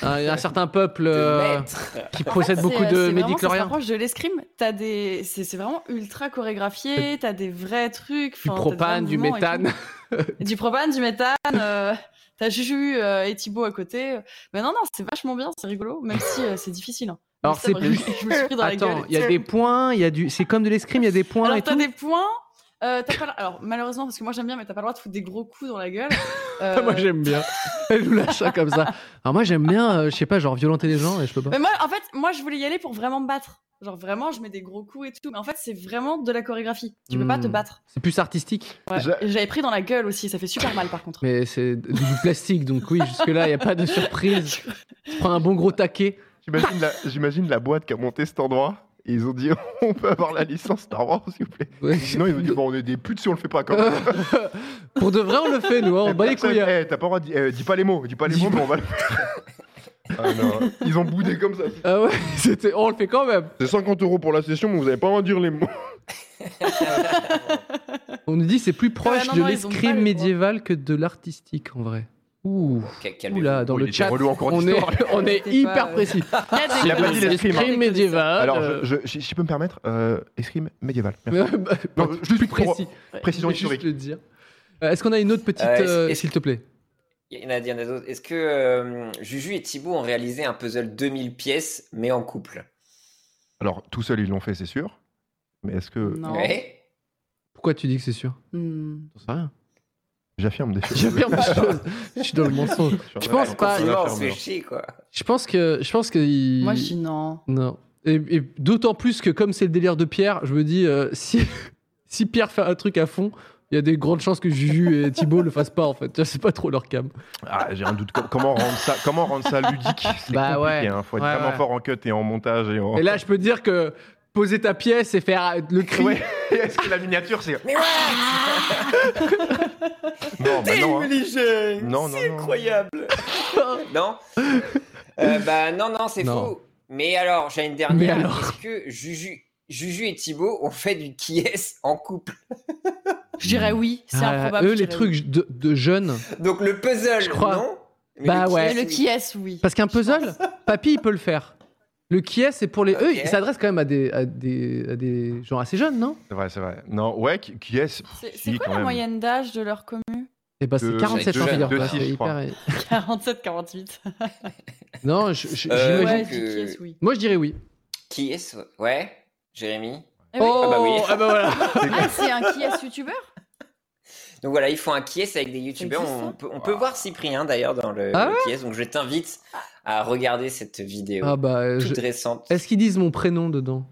S1: Un, un certain peuple
S2: de
S1: euh,
S2: maître.
S1: qui possède
S3: C'est,
S1: beaucoup
S3: euh, c'est
S1: de
S3: vraiment- Ça se
S1: médicloriens.
S3: rapproche de l'escrime. T'as des, c'est, c'est vraiment ultra chorégraphié. T'as des vrais trucs.
S1: Du
S3: enfin, t'as des vrais
S1: propane, du
S3: mouvements et
S1: méthane.
S3: tout. Du propane, du méthane. euh, t'as Juju euh, et Thibaut à côté. Mais non, non, c'est vachement bien, c'est rigolo, même si euh, c'est difficile. hein. Le
S1: Alors, c'est
S3: sabre,
S1: plus.
S3: Je, je me suis pris dans la
S1: Attends,
S3: gueule.
S1: il y a des points, il y a du. C'est comme de l'escrime, il y a des points
S3: Alors
S1: et
S3: t'as
S1: tout.
S3: des points. euh, t'as pas le- Alors malheureusement parce que moi j'aime bien mais t'as pas le droit de foutre des gros coups dans la gueule. Euh,
S1: Ah, Moi, j'aime bien. Elle nous lâche ça comme ça. Alors, moi, j'aime bien, euh, je sais pas, genre violenter les gens et je peux pas.
S3: Mais moi, en fait, moi, je voulais y aller pour vraiment me battre. Genre vraiment, je mets des gros coups et tout. Mais en fait, c'est vraiment de la chorégraphie. Tu peux
S1: Hmm.
S3: pas te battre.
S1: C'est plus artistique.
S3: Ouais.
S4: Je-
S3: Et J'avais pris dans la gueule aussi. Ça fait super mal par contre.
S1: Mais c'est du plastique, donc oui, jusque-là, il n'y a pas de surprise. Tu prends un bon gros taquet.
S4: J'imagine la, j'imagine la boîte qui a monté cet endroit. Et ils ont dit, on peut avoir la licence Star Wars, s'il vous plaît. Sinon, ils ont dit, bon, on est des putes si on le fait pas, quand même.
S1: Pour de vrai, on le fait, nous, hein, on bat les couilles.
S4: Eh, t'as pas le droit de dire- eh, dis pas les mots, dis pas les
S1: Dis
S4: mots,
S1: pas-
S4: mais on va le faire. Ah non, Ils ont boudé comme ça.
S1: Ah ouais, c'était... on le fait quand même.
S4: C'est 50 euros pour la session, mais vous avez pas le droit de dire les mots.
S1: On nous dit c'est plus proche
S3: Ouais, Ah non,
S1: de
S3: non, ils ont pas
S1: l'escrime
S3: les
S1: médiéval que de l'artistique, en vrai. Ouh,
S2: Ca- calmez-vous.
S1: là, dans
S4: Oh, il
S1: le
S4: était
S1: chat,
S4: relou en cours
S1: on est,
S4: d'histoire.
S1: on est
S3: C'était
S1: hyper
S3: pas, euh,
S1: précis.
S3: Il y a des-
S4: Il a pas dit
S3: des-
S4: l'escrime, hein.
S3: des-
S1: L'escrime médiéval.
S4: Alors,
S1: euh,
S4: je, je- si je peux me permettre, euh, escrime médiéval. Merci.
S1: bah,
S4: Non,
S1: bah,
S4: juste
S1: plus
S4: pour-
S1: précis.
S4: précision
S1: Je vais juste
S4: historique.
S1: le dire. Euh, Est-ce qu'on a une autre petite,
S2: Euh, est-ce-
S1: euh,
S2: est-ce-
S1: s'il te plaît
S2: Il y en a, il y en a d'autres. Est-ce que euh, Juju et Thibaut ont réalisé un puzzle 2000 pièces, mais en couple
S4: Alors, tout seul, ils l'ont fait, c'est sûr. Mais est-ce que.
S3: Non.
S2: Ouais.
S1: Pourquoi tu dis que c'est sûr
S3: Hmm.
S1: J'en sais rien.
S4: J'affirme des choses.
S1: J'affirme des choses. Je suis dans le mensonge. Je pense
S4: Ouais,
S1: pas.
S4: on
S2: Sinon, on
S4: affirme,
S2: se fait
S4: alors.
S2: chier, quoi.
S1: Je pense que. Je pense que il-
S3: Moi, je dis non.
S1: Non. Et, et d'autant plus que comme c'est le délire de Pierre, je me dis euh, si si Pierre fait un truc à fond, il y a des grandes chances que Juju et Thibaut le fassent pas en fait. Tu vois, C'est pas trop leur cam.
S4: Ah, j'ai un doute. Com- Comment rendre ça, comment rendre ça ludique C'est
S1: Bah
S4: compliqué.
S1: ouais.
S4: hein. Faut être
S1: Ouais,
S4: vraiment
S1: ouais.
S4: fort en cut et en montage. Et, en...
S1: Et là, je peux te dire que poser ta pièce et faire euh, le cri.
S4: Ouais. est-ce que la miniature, c'est.
S2: Mais ouais
S4: Non, bah non. hein.
S2: Obligé
S4: Non, non,
S2: C'est
S4: non.
S2: incroyable Non Euh, Bah non, non, c'est
S1: Non.
S2: faux. Mais alors, j'ai une
S1: Mais
S2: dernière.
S1: alors
S2: Est-ce que Juju, Juju et Thibaut ont fait du qui est en couple
S3: Je dirais oui, c'est
S1: Ah,
S3: improbable.
S1: eux,
S3: je
S1: les
S3: dirais
S1: trucs de, de jeunes.
S2: Donc le puzzle,
S1: Je crois.
S2: non Mais
S1: Bah
S3: oui.
S1: ouais.
S3: Mais le
S2: oui.
S3: qui est oui.
S1: Parce qu'un puzzle, papy, il peut le faire. Le qui est, c'est pour les. Eux,
S2: Ok.
S1: ils s'adressent quand même à des, à des, à des gens assez jeunes, non
S4: C'est vrai, c'est vrai. Non, ouais, qui, qui est
S3: C'est
S4: Si,
S3: c'est quoi
S4: quand
S3: la
S4: même.
S3: moyenne d'âge de leur commu
S1: Eh ben, c'est
S4: Euh, Deux-
S1: 47 ans,
S2: deux-
S1: figure-toi,
S4: deux- six,
S1: c'est
S4: je crois.
S1: hyper-
S3: 47, 48.
S1: Non, je- je-
S2: Euh,
S1: j'imagine-
S3: Ouais,
S2: donc,
S3: je dis qui
S2: euh,
S3: est oui.
S1: Moi, je dirais oui.
S2: Qui est Ouais, Jérémy
S3: Ah oui.
S1: Oh,
S2: Ah bah oui.
S1: ah bah voilà.
S3: Ah, c'est un qui est youtubeur
S2: Donc voilà, ils font un qui est avec des youtubeurs.
S3: existe,
S2: On,
S3: ça
S2: peut- on peut voir Cyprien d'ailleurs dans le,
S1: Ah
S2: le qui est. Donc je t'invite à regarder cette vidéo
S1: Ah bah, je-
S2: toute récente.
S1: Est-ce qu'ils disent mon prénom dedans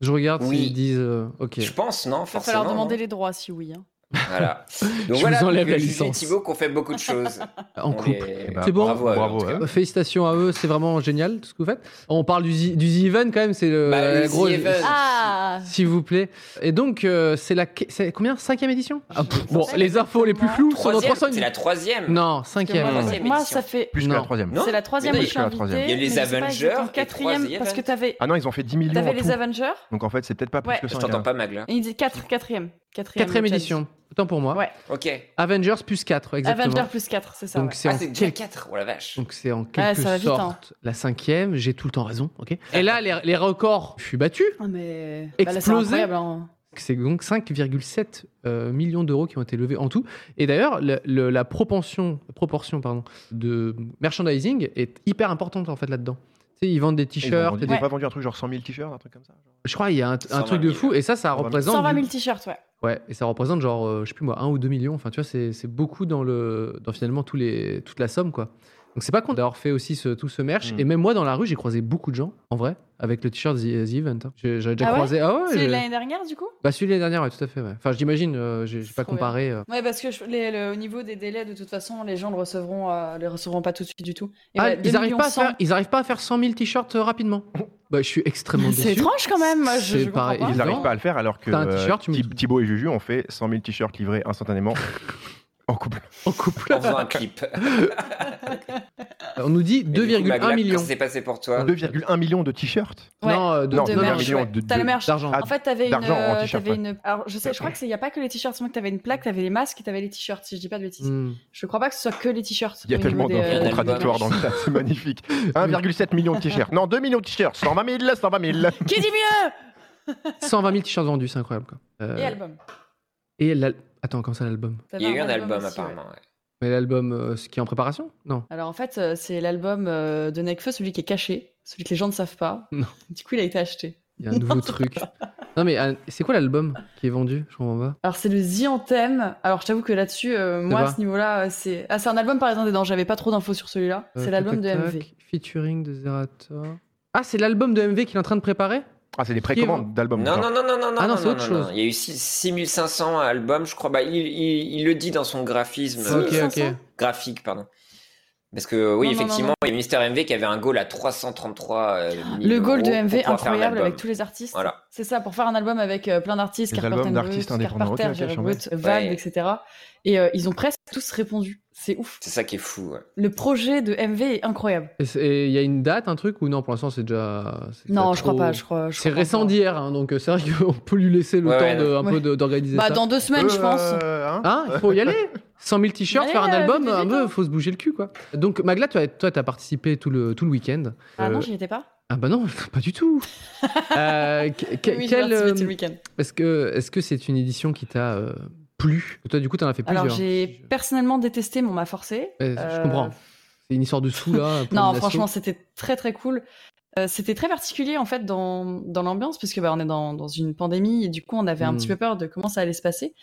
S1: Je regarde
S2: Oui.
S1: s'ils disent. euh, ok.
S2: Je pense, non
S3: Il va
S2: Forcément.
S3: falloir demander
S2: non
S3: les droits si oui. hein.
S2: Voilà. Donc
S1: Je
S2: voilà,
S1: vous enlève
S2: donc,
S1: la
S2: Juju
S1: licence.
S2: et Thibaut qu'on fait beaucoup de choses.
S1: En
S2: On
S1: couple.
S2: les-
S4: Eh ben,
S1: C'est bon
S2: Bravo. à eux, en
S4: Bravo,
S2: tout cas.
S4: ouais.
S1: Bah, Félicitations à eux, c'est vraiment génial tout ce que vous faites. On parle du, Z- du The Event quand même, c'est le
S2: Bah, le
S1: la grosse-
S2: The Event.
S3: Ah
S1: S'il vous plaît. Et donc, euh, c'est la. qu- C'est combien Cinquième édition Ah, pff, Bon, les infos les plus floues sont dans
S2: Troisième,
S1: 300.
S2: C'est la troisième.
S1: Non,
S3: Parce que
S1: cinquième.
S3: moi,
S2: Troisième
S3: moi,
S2: édition.
S3: ça fait.
S1: Non.
S4: Plus que la troisième.
S2: Non
S3: C'est la troisième
S2: Mais
S3: que
S2: non,
S3: je suis
S4: il y a la
S3: invitée.
S4: troisième.
S2: Il y a les
S3: mais je sais pas,
S2: Avengers,
S3: j'étais en
S2: les
S3: quatrième
S2: trois
S3: parce que
S2: Event.
S3: t'avais
S4: Ah non, ils ont fait 10 millions. en
S3: t'avais les
S4: tout.
S3: Avengers.
S4: Donc en fait, c'est peut-être pas plus
S3: Ouais.
S4: que
S2: Je
S4: ça.
S2: t'entends
S4: gars.
S2: pas, Magla.
S3: Il dit 4 quatrième. Quatrième,
S1: Quatrième
S3: le chat.
S1: édition. Autant pour moi.
S3: Ouais,
S2: Ok.
S1: Avengers plus 4, exactement.
S3: Avengers plus 4, c'est ça.
S1: Donc,
S3: ouais.
S1: c'est
S2: Ah,
S1: en
S2: c'est déjà
S1: quel-
S2: 4. Oh la vache.
S1: Donc c'est en
S3: ça
S1: quelque
S3: va vite, hein.
S1: sorte la cinquième, j'ai tout le temps raison, ok Et là, les, les records, je suis battu.
S3: Ah, mais. Bah, là, c'est
S1: Explosé.
S3: incroyable, hein.
S1: C'est donc 5,7 euh, millions d'euros qui ont été levés en tout. Et d'ailleurs, le- le- la propension, proportion pardon, de merchandising est hyper importante en fait là-dedans. Tu sais, ils vendent des
S4: Ils ont
S1: t-shirts.
S4: vendu-
S1: et
S4: Ils
S1: des-
S4: ont pas vendu un truc genre 100 000 t-shirts, un truc comme ça. genre.
S1: Je crois qu'il y a un, un
S2: 120
S1: truc
S2: 000.
S1: de fou. Et ça, ça
S4: 120 000.
S1: représente.
S3: 120
S1: du-
S3: 000 t-shirts, ouais.
S1: Ouais, et ça représente genre, euh, je sais plus moi, 1 ou 2 millions. Enfin, tu vois, c'est c'est beaucoup dans, le, dans finalement tous les, toute la somme, quoi. Donc, c'est pas con d'avoir fait aussi ce- tout ce merch.
S4: Mm.
S1: Et même moi, dans la rue, j'ai croisé beaucoup de gens, en vrai, avec le t-shirt The, The Event. hein. J'ai- J'avais déjà
S3: Ah ouais
S1: croisé. ah ouais
S3: C'est
S1: j'ai-
S3: l'année dernière, du coup
S1: Bah, celui de l'année dernière, ouais, tout à fait. ouais. Enfin, j'imagine, euh, j'ai j'ai
S3: C'est
S1: pas
S3: trop bien.
S1: comparé. euh.
S3: Ouais, parce que je- les- le- au niveau des délais, de toute façon, les gens le recevront, euh, les recevront pas tout de suite du tout. Et bah,
S1: Ah,
S3: ouais, 2
S1: ils, arrivent pas à
S3: 100
S1: faire, ils arrivent pas à faire 100 000 t-shirts euh, rapidement. Bah, je suis extrêmement déçu.
S3: C'est étrange quand même. moi, Je,
S1: C'est
S3: je comprends
S1: pareil,
S3: pas.
S4: Ils
S1: Ah Non.
S4: n'arrivent pas à le faire alors que
S1: T'as un
S4: euh,
S1: t-shirt, tu me-
S4: Thib- Thibaut et Juju ont fait 100 000 t-shirts livrés instantanément en couple.
S1: En couple.
S2: En faisant un clip.
S1: On nous dit
S2: Et du coup, Magla,
S1: 2,1 millions
S2: Qu'est-ce qui s'est passé pour toi
S4: 2,1 millions de t-shirts
S3: Ouais,
S1: Non, euh, de-
S4: Non,
S3: de
S1: non,
S3: merch,
S1: non,
S4: millions
S3: ouais.
S4: de- de-
S3: T'as le merch.
S1: d'argent.
S3: En fait, t'avais une,
S4: d'argent en
S3: euh,
S4: t-shirt,
S3: t'avais
S4: ouais.
S3: une. Alors, je sais, je crois que c'est, y a pas que les t-shirts. Moi, que t'avais une plaque, t'avais les masques, et t'avais les t-shirts. Si je dis pas de bêtises.
S1: Hmm.
S3: Je crois pas que ce soit que les t-shirts.
S4: Il y a
S3: au
S4: tellement
S3: niveau des,
S4: d'infos
S3: euh,
S4: contradictoires dans le tas, c'est magnifique. 1,7 million de t-shirts. Non, 2 millions de t-shirts. 120 000, 120 000.
S3: Qui dit mieux
S1: 120 000 t-shirts vendus, c'est incroyable. Quoi. Euh,
S3: Et album.
S1: et l'al- Attends, comment ça l'album
S3: T'avais
S2: Il y a eu un album
S3: aussi, ouais.
S2: apparemment. ouais.
S1: Mais l'album euh, ce qui est en préparation Non.
S3: Alors en fait, euh, c'est l'album euh, de Nekfeu, celui qui est caché, celui que les gens ne savent pas.
S1: Non.
S3: Du coup, il a été acheté.
S1: Il y a un nouveau truc. Non, mais euh, c'est quoi l'album qui est vendu Je comprends pas.
S3: Alors c'est le The Anthem. Alors je t'avoue que là-dessus, euh, moi à
S1: pas.
S3: ce niveau-là, euh, c'est ah, c'est un album par exemple des dents. J'avais pas trop d'infos sur celui-là.
S1: Euh,
S3: c'est l'album de
S1: tac, tac,
S3: MV.
S1: tac, Featuring de Zerator. Ah, c'est l'album de MV qu'il est en train de préparer
S4: Ah, c'est des précommandes d'albums.
S2: Non,
S4: genre.
S2: non, non, non, non, non,
S1: Ah non,
S2: non,
S1: c'est
S2: non,
S1: autre
S2: non.
S1: chose.
S2: Il y a eu six- 6500 albums, je crois. Bah, il, il, il le dit dans son graphisme.
S3: Six mille
S1: Ok,
S2: euh,
S3: cinq cents
S1: ok.
S2: graphique, pardon. Parce que oui,
S3: Non, non,
S2: effectivement, il y a Mister MV qui avait un goal à 333 euh, 000
S3: Le goal de
S2: euros pour
S3: MV
S2: pouvoir faire un
S3: incroyable
S2: album.
S3: avec tous les artistes.
S2: Voilà.
S3: C'est ça, pour faire un album avec euh, plein d'artistes,
S4: Des
S3: Carpenter
S4: albums
S3: Brut,
S4: d'artistes indépendants,
S3: Carpenter,
S4: ok, ok,
S3: Jerry
S4: je comprends.
S3: Brut, Vald,
S2: Ouais.
S3: etc. Et euh, ils ont presque tous répondu. C'est ouf.
S2: C'est ça qui est fou. ouais.
S3: Le projet de MV est incroyable.
S1: Et c'est- Et il y a une date, un truc ou non Pour l'instant, c'est déjà. c'est déjà
S3: Non, je crois
S1: trop-
S3: pas. Je crois. je
S1: C'est
S3: crois
S1: récent
S3: pas.
S1: d'hier, hein, donc euh, c'est vrai qu'on peut lui laisser le
S2: Ouais,
S1: temps
S2: ouais,
S1: de, un
S3: ouais.
S1: peu de- d'organiser
S3: Bah
S1: ça.
S3: dans deux semaines, je
S4: Euh,
S3: pense.
S4: hein
S1: Hein, il faut y aller 100 000 t-shirts,
S3: Allez,
S1: faire un
S3: euh,
S1: album,
S3: faites-les
S1: un peu,
S3: vite, hein.
S1: faut se bouger le cul, quoi. Donc, Magla, toi, toi, t'as participé tout le, tout le week-end.
S3: Ah
S1: Euh,
S3: non, j'y étais pas.
S1: ah bah non, pas du tout. Euh, que- que-
S3: Oui, j'ai
S1: quel,
S3: participé
S1: euh,
S3: tout le week-end.
S1: Est-ce que est-ce que c'est une édition qui t'a euh, plu Toi, du coup, t'en as fait plusieurs.
S3: Alors j'ai
S1: Je-
S3: personnellement détesté, mais on m'a forcé.
S1: Ouais, Je
S3: Euh,
S1: comprends. C'est une histoire de sous là. pour
S3: Non,
S1: une asso.
S3: franchement, c'était très très cool. Euh, c'était très particulier en fait dans, dans l'ambiance, parce que bah, on est dans, dans une pandémie et du coup on avait un
S1: Mm.
S3: petit peu peur de comment ça allait se passer.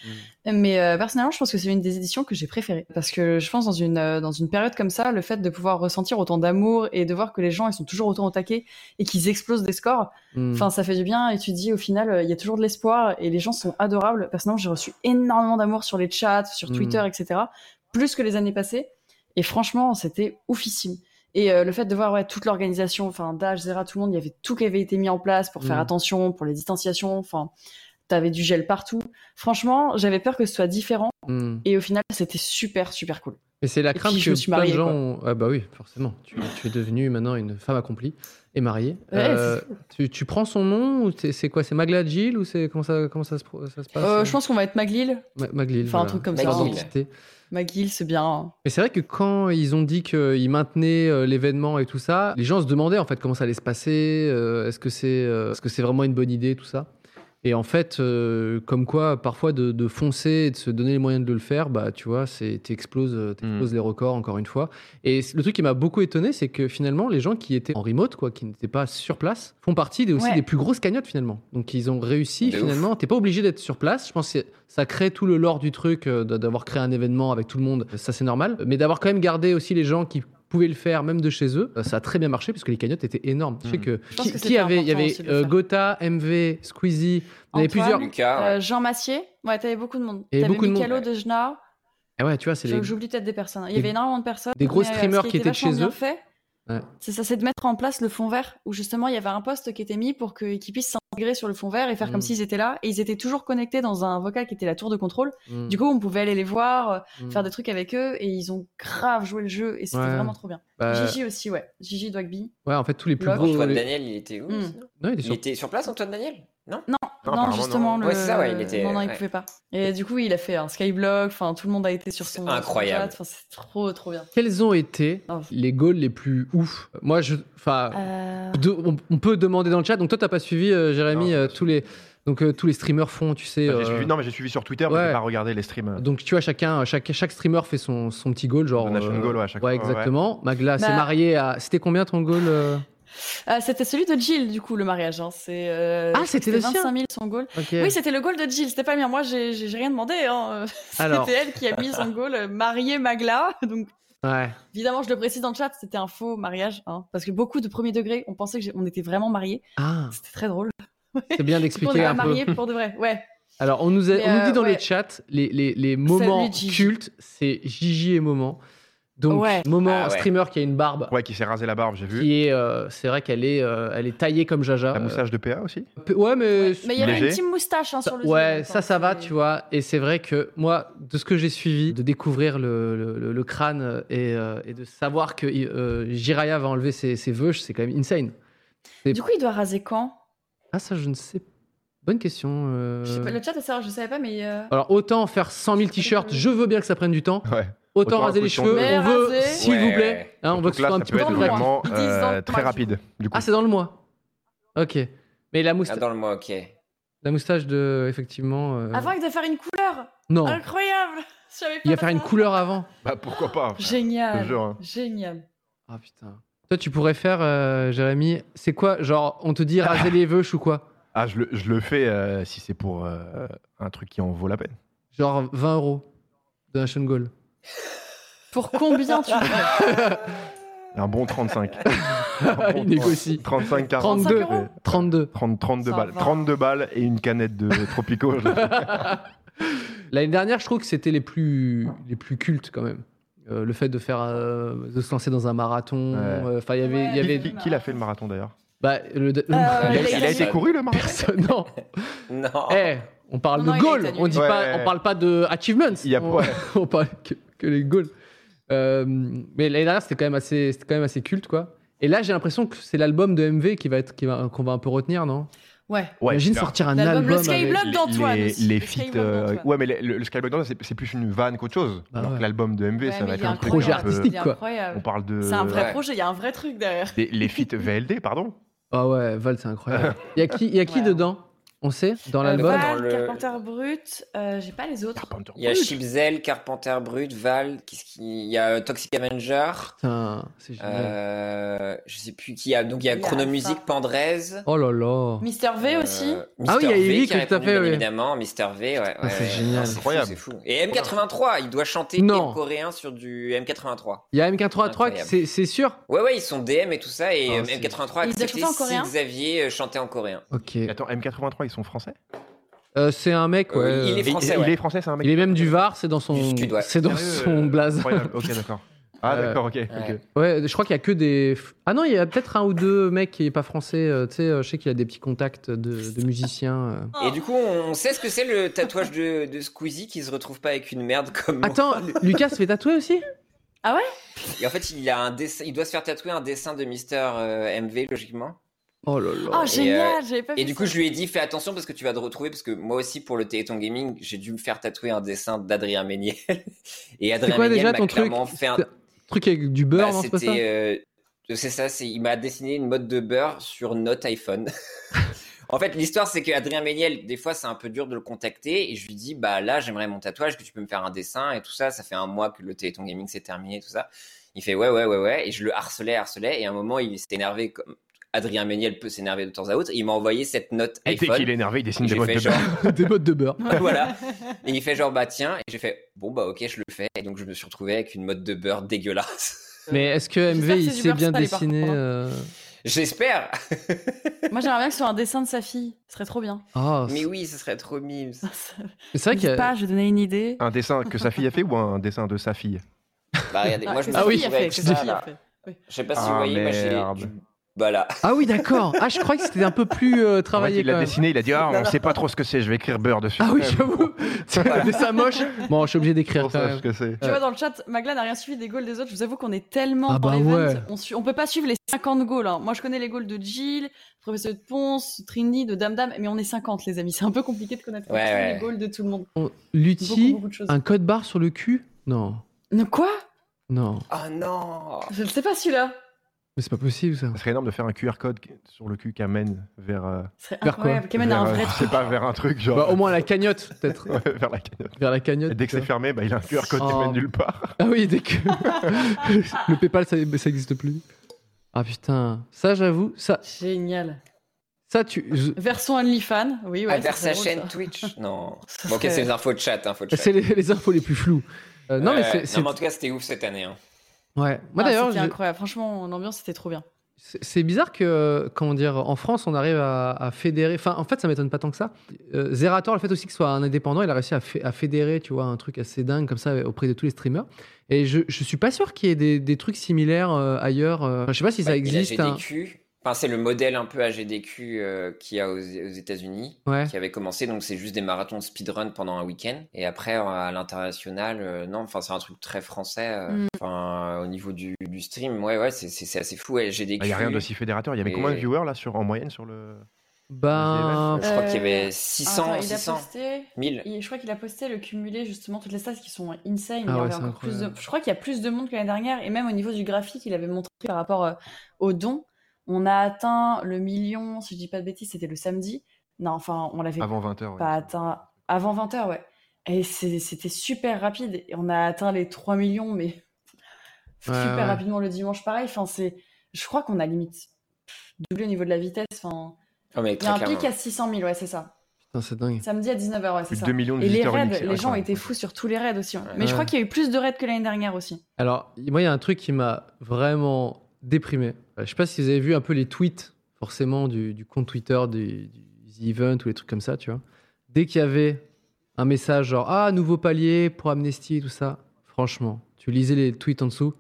S3: Mais euh, personnellement, je pense que c'est une des éditions que j'ai préférées. Parce que je pense dans une, euh, dans une période comme ça, le fait de pouvoir ressentir autant d'amour et de voir que les gens ils sont toujours autant au taquet et qu'ils explosent des scores,
S1: Mm.
S3: Enfin, ça fait du bien et tu te dis au final, euh, il y a toujours de l'espoir et les gens sont adorables. Personnellement, j'ai reçu énormément d'amour sur les chats, sur
S1: Mm.
S3: Twitter, etc. Plus que les années passées. Et franchement, c'était oufissime. Et euh, le fait de voir ouais, toute l'organisation, enfin, Dash, Zera, tout le monde, il y avait tout qui avait été mis en place pour faire
S1: Mm.
S3: attention, pour les distanciations, enfin, t'avais du gel partout. Franchement, j'avais peur que ce soit différent
S1: Mm.
S3: et au final, c'était super, super cool.
S1: Mais c'est la
S3: puis,
S1: crainte
S3: je
S1: que
S3: me suis
S1: plein de
S3: mariée,
S1: gens.
S3: quoi.
S1: ont- Ah bah oui, forcément. Tu, tu es devenue maintenant une femme accomplie et mariée.
S3: Ouais,
S1: Euh, tu, tu prends son nom ou t'es- c'est quoi C'est Magla Jill ou c'est comment ça comment ça se pro- ça se passe
S3: Euh, je pense qu'on va être Maglil.
S1: Ma- Maglil.
S3: Enfin, un truc comme
S2: ça,
S1: Sans
S2: hein.
S1: identité.
S3: Maglil, c'est bien. hein.
S1: Mais c'est vrai que quand ils ont dit qu'ils maintenaient euh, l'événement et tout ça, les gens se demandaient en fait comment ça allait se passer, euh, est-ce que c'est est -ce c'est vraiment une bonne idée, tout ça. Et en fait, euh, comme quoi, parfois de, de foncer et de se donner les moyens de le faire, bah tu vois, c'est t'exploses euh, t'exploses les records encore une fois. Et c- le truc qui m'a beaucoup étonné, c'est que finalement, les gens qui étaient en remote, quoi, qui n'étaient pas sur place, font partie des, aussi
S3: Ouais.
S1: des plus grosses cagnottes finalement. Donc ils ont réussi
S2: De ouf.
S1: finalement. T'es pas obligé d'être sur place. Je pense que ça crée tout le lore du truc euh, d'avoir créé un événement avec tout le monde. Ça c'est normal. Mais d'avoir quand même gardé aussi les gens qui pouvaient le faire même de chez eux. Euh, Ça a très bien marché parce que les cagnottes étaient énormes. Je sais
S4: Mhm.
S1: que
S3: Je pense
S1: qui,
S3: que
S1: qui
S3: c'était
S1: avait, il y
S3: important
S1: avait
S3: aussi de le
S1: euh,
S3: faire.
S1: Gotha, MV, Squeezie, il y en avait
S3: Antoine.
S1: plusieurs.
S2: Lucas,
S3: Euh, Jean Massier, ouais, t'avais beaucoup de monde.
S1: Il y avait
S3: T'avais
S1: Ah beaucoup de monde.
S3: Micalo, Dejna,
S1: Et Eh ouais, tu vois, c'est les.
S3: je- j'oublie peut-être des personnes. hein. Il y
S1: des-
S3: avait énormément de personnes.
S1: des gros
S3: mais, euh, ce
S1: streamers qui
S3: était
S1: étaient de
S3: vachement
S1: chez
S3: bien
S1: eux.
S3: fait,
S1: Ouais.
S3: C'est ça, c'est de mettre en place le fond vert, où justement il y avait un poste qui était mis pour que- qu'ils puissent s'intégrer sur le fond vert et faire
S1: Mm.
S3: comme s'ils étaient là. Et ils étaient toujours connectés dans un vocal qui était la tour de contrôle.
S1: Mm,
S3: Du coup, on pouvait aller les voir, euh,
S1: mm.
S3: faire des trucs avec eux, et ils ont grave joué le jeu, et c'était
S1: Ouais.
S3: vraiment trop bien.
S1: Bah,
S3: Gigi aussi, ouais. Gigi Dwagby.
S1: ouais, en fait, tous les plus
S3: Log.
S1: gros.
S2: Antoine
S1: les-
S2: Daniel, il était où
S3: Hmm.
S2: sinon
S1: Non, il est
S2: Il
S1: sur-
S2: était sur place, Antoine Daniel Non
S3: Non,
S4: Non,
S3: non,
S4: apparemment,
S3: justement,
S4: non.
S3: le...
S2: Ouais, c'est ça, ouais, il était-
S3: non, non, il
S2: ouais.
S3: pouvait pas. Et du coup, il a fait un skyblock, enfin, tout le monde a été sur son...
S2: C'est incroyable.
S3: son chat, enfin, c'est trop, trop bien.
S1: Quels ont été
S3: Oh.
S1: les goals les plus ouf Moi, je. Enfin.
S3: Euh.
S1: de- on, on peut demander dans le chat. Donc toi, t'as pas suivi, euh, Jérémy,
S4: Non,
S1: euh, tous les donc euh, tous les streamers font, tu sais.
S4: Enfin, Bah, j'ai
S1: euh,
S4: suivi- non, mais j'ai suivi sur Twitter, mais
S1: ouais.
S4: j'ai pas regardé les streams.
S1: Donc tu vois, chacun, chaque, chaque streamer fait son, son petit goal, genre. euh,
S4: Donation goal, ouais, à chaque fois, ouais.
S1: exactement. Magla s'est
S3: Bah-
S1: mariée à. C'était combien ton goal euh
S3: Ah, c'était celui de Jill, du coup, le mariage. Hein. C'est, euh,
S1: Ah, c'était le sien
S3: 25 000 son goal.
S1: Ok.
S3: Oui, c'était le goal de Jill, c'était pas le mien. Moi, j'ai, j'ai j'ai rien demandé. Hein. C'était
S1: Alors.
S3: elle qui a mis son goal, euh, marier Magla. Donc,
S1: Ouais.
S3: évidemment, je le précise dans le chat, c'était un faux mariage. Hein, parce que beaucoup de premier degré, on pensait qu'on était vraiment mariés.
S1: Ah,
S3: C'était très drôle.
S1: c'est bien
S3: on est
S1: d'expliquer
S3: pas
S1: un peu.
S3: mariés pour de vrai. Ouais.
S1: Alors on nous, a-
S3: Mais,
S1: on nous dit
S3: euh,
S1: dans le
S3: ouais.
S1: chat les, les, les moments
S3: Gigi.
S1: cultes, c'est Gigi et moment. Donc
S3: Ouais.
S1: moment
S2: Ah ouais.
S1: streamer qui a une barbe.
S4: Ouais, qui s'est rasé la barbe, j'ai vu.
S1: Qui est, euh, c'est vrai qu'elle est, euh, elle est taillée comme Jaja.
S4: La moustache de PA aussi.
S1: Euh, p- ouais, mais,
S3: Ouais. Mais il y avait
S4: Léger.
S3: une petite moustache hein, sur le
S1: ouais,
S3: Zoom,
S1: ça,
S3: attends,
S1: ça va,
S3: c'est-
S1: tu vois. Et c'est vrai que moi, de ce que j'ai suivi, de découvrir le, le- le- le crâne et, euh, et de savoir que euh, Jiraya va enlever ses, ses vœux, c'est quand même insane.
S3: Du coup, il doit raser quand
S1: Ah, ça, je ne sais. Bonne question. euh.
S3: Je sais pas, Le chat, ça, je savais pas, mais. euh,
S1: Alors, autant faire 100 000 t-shirts, je veux bien que ça prenne du temps.
S4: Ouais.
S1: Autant,
S4: Autant
S1: raser les
S4: coton.
S1: cheveux,
S3: Mais
S1: on veut,
S3: raser.
S1: s'il
S2: Ouais,
S1: vous plaît.
S2: ouais.
S1: Hein, on veut que ce
S4: là,
S1: soit un
S4: ça
S1: petit
S4: peut
S1: peu
S4: être
S3: dans le
S1: plus-
S3: mois.
S4: vraiment
S3: Ils disent dans le
S4: euh, très
S3: mois, du
S4: rapide. Du coup,
S1: Ah, c'est dans le mois. Ok. Mais la, mousta-
S2: Ah, dans le mois, ok.
S1: la moustache de. Effectivement. euh,
S3: Avant, il doit faire une couleur
S1: Non.
S3: Incroyable Je savais pas
S1: Oh. Il va faire une
S3: ça.
S1: couleur avant.
S4: bah, pourquoi pas frère. Je te
S3: Génial
S4: jure, hein.
S3: Génial
S1: Ah putain. Toi, tu pourrais faire, euh, Jérémy, c'est quoi Genre, on te dit raser les veuches ou quoi
S4: Ah, je le, je le fais euh, si c'est pour euh, un truc qui en vaut la peine.
S1: Genre 20 euros de Nation Goal.
S3: Pour combien tu fais
S4: Un bon 35. Un bon
S1: Il négocie.
S4: 35, 40.
S1: 32.
S3: 35 euros
S1: 32.
S4: 30, 32
S3: Ça
S4: balles.
S3: va.
S4: 32 balles et une canette de Tropico. je le fais.
S1: L'année dernière, je trouve que c'était les plus, les plus cultes quand même. Euh, le fait de faire euh, de se lancer dans un marathon. euh,
S4: Ouais.
S1: Enfin, il y avait. il y
S3: Ouais.
S1: avait
S4: qui, qui l'a fait le marathon d'ailleurs
S1: bah, le, le-
S3: Euh,
S4: il, a,
S3: il a
S4: il a
S3: été-
S4: été couru le marathon
S1: personne. Non.
S2: Non.
S1: Eh, on parle
S3: Oh. Non,
S1: de
S3: non, il a
S1: goal.
S3: été
S1: On dit
S4: annulé.
S1: pas,
S4: Ouais.
S1: on parle pas de achievements.
S4: Il y a
S1: on,
S4: pas-
S1: on parle que, que les goals. Euh, mais l'année dernière, c'était quand même assez, c'était quand même assez culte, quoi. Et là, j'ai l'impression que c'est l'album de MV qui va être, qui va, qu'on va un peu retenir, non
S3: Ouais.
S4: Ouais,
S1: Imagine
S4: putain.
S1: sortir un
S3: L'album,
S1: album.
S3: le Skyblock
S1: avec-
S3: Bloc d'Antoine
S4: les,
S3: aussi.
S4: les
S3: Le
S4: feats,
S3: Skyblock
S4: euh,
S3: d'Antoine.
S4: ouais mais le, le- le Skyblock d'Antoine c'est c'est plus une vanne qu'autre chose
S1: Bah
S4: alors
S1: ouais.
S4: que l'album de MV
S3: Ouais,
S4: ça
S3: mais
S4: va
S3: il
S4: être
S3: est
S4: un truc
S1: projet
S4: un peu-
S1: artistique,
S3: Il est
S1: quoi.
S4: on
S3: incroyable.
S4: parle de
S3: C'est un vrai
S2: Ouais.
S3: projet, il y a un vrai truc derrière.
S4: des- les feats VLD pardon
S1: Ah ouais, Val, c'est incroyable. Il y a qui, il y a qui
S3: Ouais.
S1: dedans On sait
S3: Euh,
S1: dans l'album.
S2: Val. Euh, Dans le-
S3: Carpenter Brut, euh, j'ai pas les autres.
S4: Carpenter
S2: Il y a
S4: Brut.
S2: Chipzel, Carpenter Brut, Val, qu'est-ce qu'il il y a euh, Toxic Avenger,
S1: Putain, c'est génial.
S2: euh, je sais plus qui il y a. Donc il y a
S3: Il y a
S2: Chronomusique,
S3: Alpha.
S2: Pandrez.
S1: Oh là là.
S3: Mister V
S2: Euh,
S3: aussi.
S1: Ah oui, il y a Eric,
S2: qui a
S1: tout à
S2: répondu,
S1: fait,
S2: bien
S1: oui.
S2: évidemment, Mister V, ouais. ouais,
S1: c'est
S2: ouais.
S1: génial.
S2: Non, c'est fou,
S4: Incroyable.
S2: c'est fou. Et M83, il doit chanter
S1: Non.
S2: hymne coréen sur du M83.
S1: Il y a MK3
S2: Incroyable.
S1: c'est c'est sûr
S2: Ouais, ouais, ils sont DM et tout ça, et
S4: Ah,
S2: euh,
S4: c'est-
S2: M83 a
S3: Ils doivent
S2: accepté
S3: chanter en
S2: si
S3: coréen
S2: Xavier euh, chantait en coréen.
S1: Ok.
S4: attends M83 ils sont français
S1: Euh, c'est un mec, ouais.
S2: Euh, il est
S1: euh,
S2: français,
S4: il, il
S2: ouais.
S4: est français c'est un mec
S1: il est même du Var, c'est dans son,
S2: Du Sud, ouais.
S1: c'est dans
S4: Sérieux,
S1: son
S4: euh,
S1: blaze.
S4: incroyable. ok d'accord ah
S1: Euh,
S4: d'accord ok, ok.
S2: ouais.
S1: Ouais, je crois qu'il y a que des. Ah non, il y a peut-être un ou deux mecs qui est pas français. euh, tu sais, euh, je sais qu'il a des petits contacts de, de musiciens. euh.
S2: Et du coup, on sait ce que c'est le tatouage de, de Squeezie qui se retrouve pas avec une merde comme. moi.
S1: Attends, Lu- Lucas se fait tatouer aussi
S2: Et en fait, il a un dessin, il doit se faire tatouer un dessin de Mister MV logiquement.
S1: Oh là là.
S3: Oh, génial, j'avais pas vu
S2: euh, Et du
S3: ça.
S2: coup, je lui ai dit fais attention parce que tu vas te retrouver parce que moi aussi pour le Téléthon Gaming, j'ai dû me faire tatouer un dessin d'Adrien Méniel. Et Adrien
S1: quoi
S2: Méniel
S1: déjà
S2: m'a
S1: ton truc
S2: clairement fait un
S1: C'était Truc avec du beurre,
S2: Bah,
S1: non, c'est pas ça
S2: c'était, euh, c'est ça, c'est, il m'a dessiné une mode de beurre sur Note iPhone. en fait, l'histoire, c'est qu'Adrien Méniel, des fois, c'est un peu dur de le contacter et je lui dis, bah là, j'aimerais mon tatouage, que tu peux me faire un dessin et tout ça. Ça fait un mois que le Téléthon Gaming s'est terminé, tout ça. Il fait, ouais, ouais, ouais, ouais. Et je le harcelais, harcelais. Et à un moment, il s'est énervé comme Adrien Méniel peut s'énerver de temps à autre. Et il m'a envoyé cette note
S4: Et dès
S2: iPhone.
S4: qu'il est énervé il dessine
S2: Et
S4: des
S2: j'ai
S4: modes
S2: fait
S4: de
S2: genre,
S1: Des bottes de beurre.
S2: voilà. Et il fait genre, bah tiens. Et j'ai fait, bon, bah ok, je le fais. Et donc, je me suis retrouvé avec une mode de beurre dégueulasse.
S1: Mais est-ce que MV
S3: J'espère que
S1: il
S3: c'est du
S1: sait
S3: beurre
S1: bien
S3: salé, par
S1: dessiner
S3: contre, hein.
S1: euh,
S2: J'espère.
S3: Moi, j'aimerais bien que ce soit un dessin de sa fille. Ce serait trop bien.
S1: Ah,
S2: Mais oui, ce serait trop mimes.
S1: c'est vrai
S3: Dis
S1: qu'il y a-
S3: pas, je vais donner une idée.
S4: Un dessin que sa fille a fait ou un dessin de sa fille
S2: Bah regardez, moi je me
S1: Ah oui,
S2: suis retrouvé avec
S3: c'est ça.
S2: ça. là. Je sais pas si
S4: Ah,
S2: vous voyez, moi j'ai
S4: merde.
S2: du- Voilà.
S1: Ah oui, d'accord. Ah, je croyais que c'était un peu plus euh,
S4: En fait,
S1: travaillé
S4: il
S1: quand
S4: l'a
S1: même.
S4: dessiné, il a dit Ah, on sait pas trop ce que c'est, je vais écrire beurre dessus.
S1: Ah oui,
S4: Ouais,
S1: j'avoue. C'est un dessin moche. Bon, je suis obligé d'écrire
S4: Pour
S1: quand
S4: savoir
S1: même.
S4: ce que c'est.
S3: Tu vois, dans le chat, Magla n'a rien suivi des goals des autres. Je vous avoue qu'on est tellement
S1: Euh. Ah
S3: dans
S1: bah
S3: l'event,
S1: ouais.
S3: on, suit- on peut pas suivre les 50 goals. hein. Moi, je connais les goals de Jill, Professeur de Ponce, Trini, de Dame Dame, mais on est 50, les amis. C'est un peu compliqué de connaître
S2: Ouais,
S3: tous
S2: ouais.
S3: les goals de tout le monde.
S1: On-
S3: Beaucoup,
S1: Lutti,
S3: beaucoup de choses.
S1: un code barre sur le cul Non,
S3: Ne Quoi
S1: non.
S2: Oh non
S3: Je ne sais pas celui-là.
S1: Mais c'est pas possible ça.
S4: Ça serait énorme de faire un QR code qui- sur le cul qui amène vers. euh,
S3: C'est
S1: Vers
S3: incroyable. Kamen a
S4: vers,
S3: un
S4: euh,
S3: vrai
S4: je sais
S3: truc.
S4: pas, vers un truc genre.
S1: Bah, au moins la cagnotte, peut-être.
S4: Ouais, vers la cagnotte.
S1: Vers la
S4: Et
S1: cagnotte.
S4: dès que c'est fermé, bah, il a un QR code qui
S1: Oh.
S4: mène nulle part.
S1: Ah oui, dès que. le PayPal, ça ça existe plus. Ah putain. Ça, j'avoue, ça,
S3: Génial.
S1: ça tu. je-
S3: Version OnlyFan. Oui, ouais.
S2: Ah, Vers
S3: c'est
S2: sa
S3: drôle,
S2: chaîne
S3: ça.
S2: Twitch Non.
S3: Ça
S2: Bon, ok,
S3: serait-
S2: c'est des infos de chat. Infos de chat.
S1: C'est les, les infos les plus floues. Euh, non, mais
S2: Ouais,
S1: c'est- c'est.
S2: en tout cas, c'était ouf cette année. hein.
S1: Ouais. Moi
S3: Ah,
S1: d'ailleurs,
S3: c'était
S1: je-
S3: incroyable. Franchement, l'ambiance c'était trop bien.
S1: C'est c'est bizarre que, comment dire, en France, on arrive à, à fédérer. Enfin, en fait, ça m'étonne pas tant que ça. Euh, Zerator, le fait aussi qu'il soit un indépendant, il a réussi à, fé- à fédérer, tu vois, un truc assez dingue comme ça euh, auprès de tous les streamers. Et je, je suis pas sûr qu'il y ait des, des trucs similaires euh, ailleurs. euh. Enfin, je sais pas si ça
S2: Ouais, il a
S1: existe. hein.
S2: GDQ. Enfin, c'est le modèle un peu AGDQ euh, qu'il y a aux, aux États-Unis.
S1: Ouais.
S2: Qui avait commencé, donc c'est juste des marathons de speedrun pendant un week-end. Et après, euh, à l'international, euh, non, enfin, c'est un truc très français. euh,
S3: Mm.
S2: Enfin, au niveau du, du stream, ouais, ouais, c'est- c'est c'est assez fou. ouais,
S4: Il
S1: Bah,
S2: GDQ.
S4: n'y a rien d'aussi fédérateur. Il y avait
S2: Et-
S4: combien de viewers là, sur, en moyenne sur le.
S1: Ben,
S2: Je crois qu'il y
S3: Euh,
S2: avait 600,
S3: Attends, il a
S2: 600,
S3: posté-
S2: 1000.
S3: Et je crois qu'il a posté le cumulé justement toutes les stats qui sont insane.
S1: Ah
S3: il y
S1: ouais,
S3: avait
S1: c'est
S3: encore plus de...
S1: incroyable.
S3: Je crois qu'il y a plus de monde que l'année dernière et même au niveau du graphique, il avait montré par rapport euh, aux dons, on a atteint le million, si je dis pas de bêtises, c'était le samedi. Non, enfin, on l'avait
S4: Avant 20h.
S3: pas atteint avant 20h, ouais. Et c'est- c'était super rapide. Et on a atteint les 3 millions, mais super
S1: ouais.
S3: rapidement le dimanche, pareil. Enfin, c'est... Je crois qu'on a limite pff, doublé au niveau de la vitesse. Enfin,
S2: Oh, mais
S3: il y a
S2: très
S3: un pic
S2: clairement.
S3: à 600 000, ouais, c'est ça.
S1: putain, c'est dingue.
S3: Samedi à 19h, ouais, c'est
S4: Plus de
S3: ça.
S4: 2 millions
S3: Et
S4: de
S3: les
S4: Mmh. visiteurs
S3: raids,
S4: initiaux.
S3: les gens
S4: Incroyable.
S3: étaient fous sur tous les raids aussi. hein. Mais
S1: Ouais.
S3: je crois qu'il y a eu plus de raids que l'année dernière aussi.
S1: Alors, moi, il y a un truc qui m'a vraiment déprimé. Euh, Je sais pas si vous avez vu un peu les tweets, forcément, du, du compte Twitter, du, du event ou les trucs comme ça, tu vois. Dès qu'il y avait un message genre Ah, nouveau palier pour Amnesty, tout ça, franchement, tu lisais les tweets en dessous.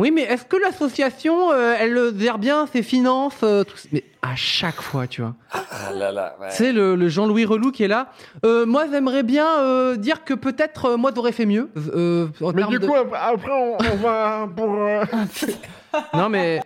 S1: Oui, mais est-ce que l'association, euh, elle gère bien ses finances euh, tout ça Mais à chaque fois, tu vois.
S2: Ah là là, ouais.
S1: C'est le, le Jean-Louis Relou qui est là. Euh, moi, j'aimerais bien euh, dire que peut-être euh, moi, j'aurais fait mieux. euh, en
S4: Mais
S1: termes
S4: du
S1: de-
S4: coup, ap- après, on, on va pour. euh,
S1: Non, mais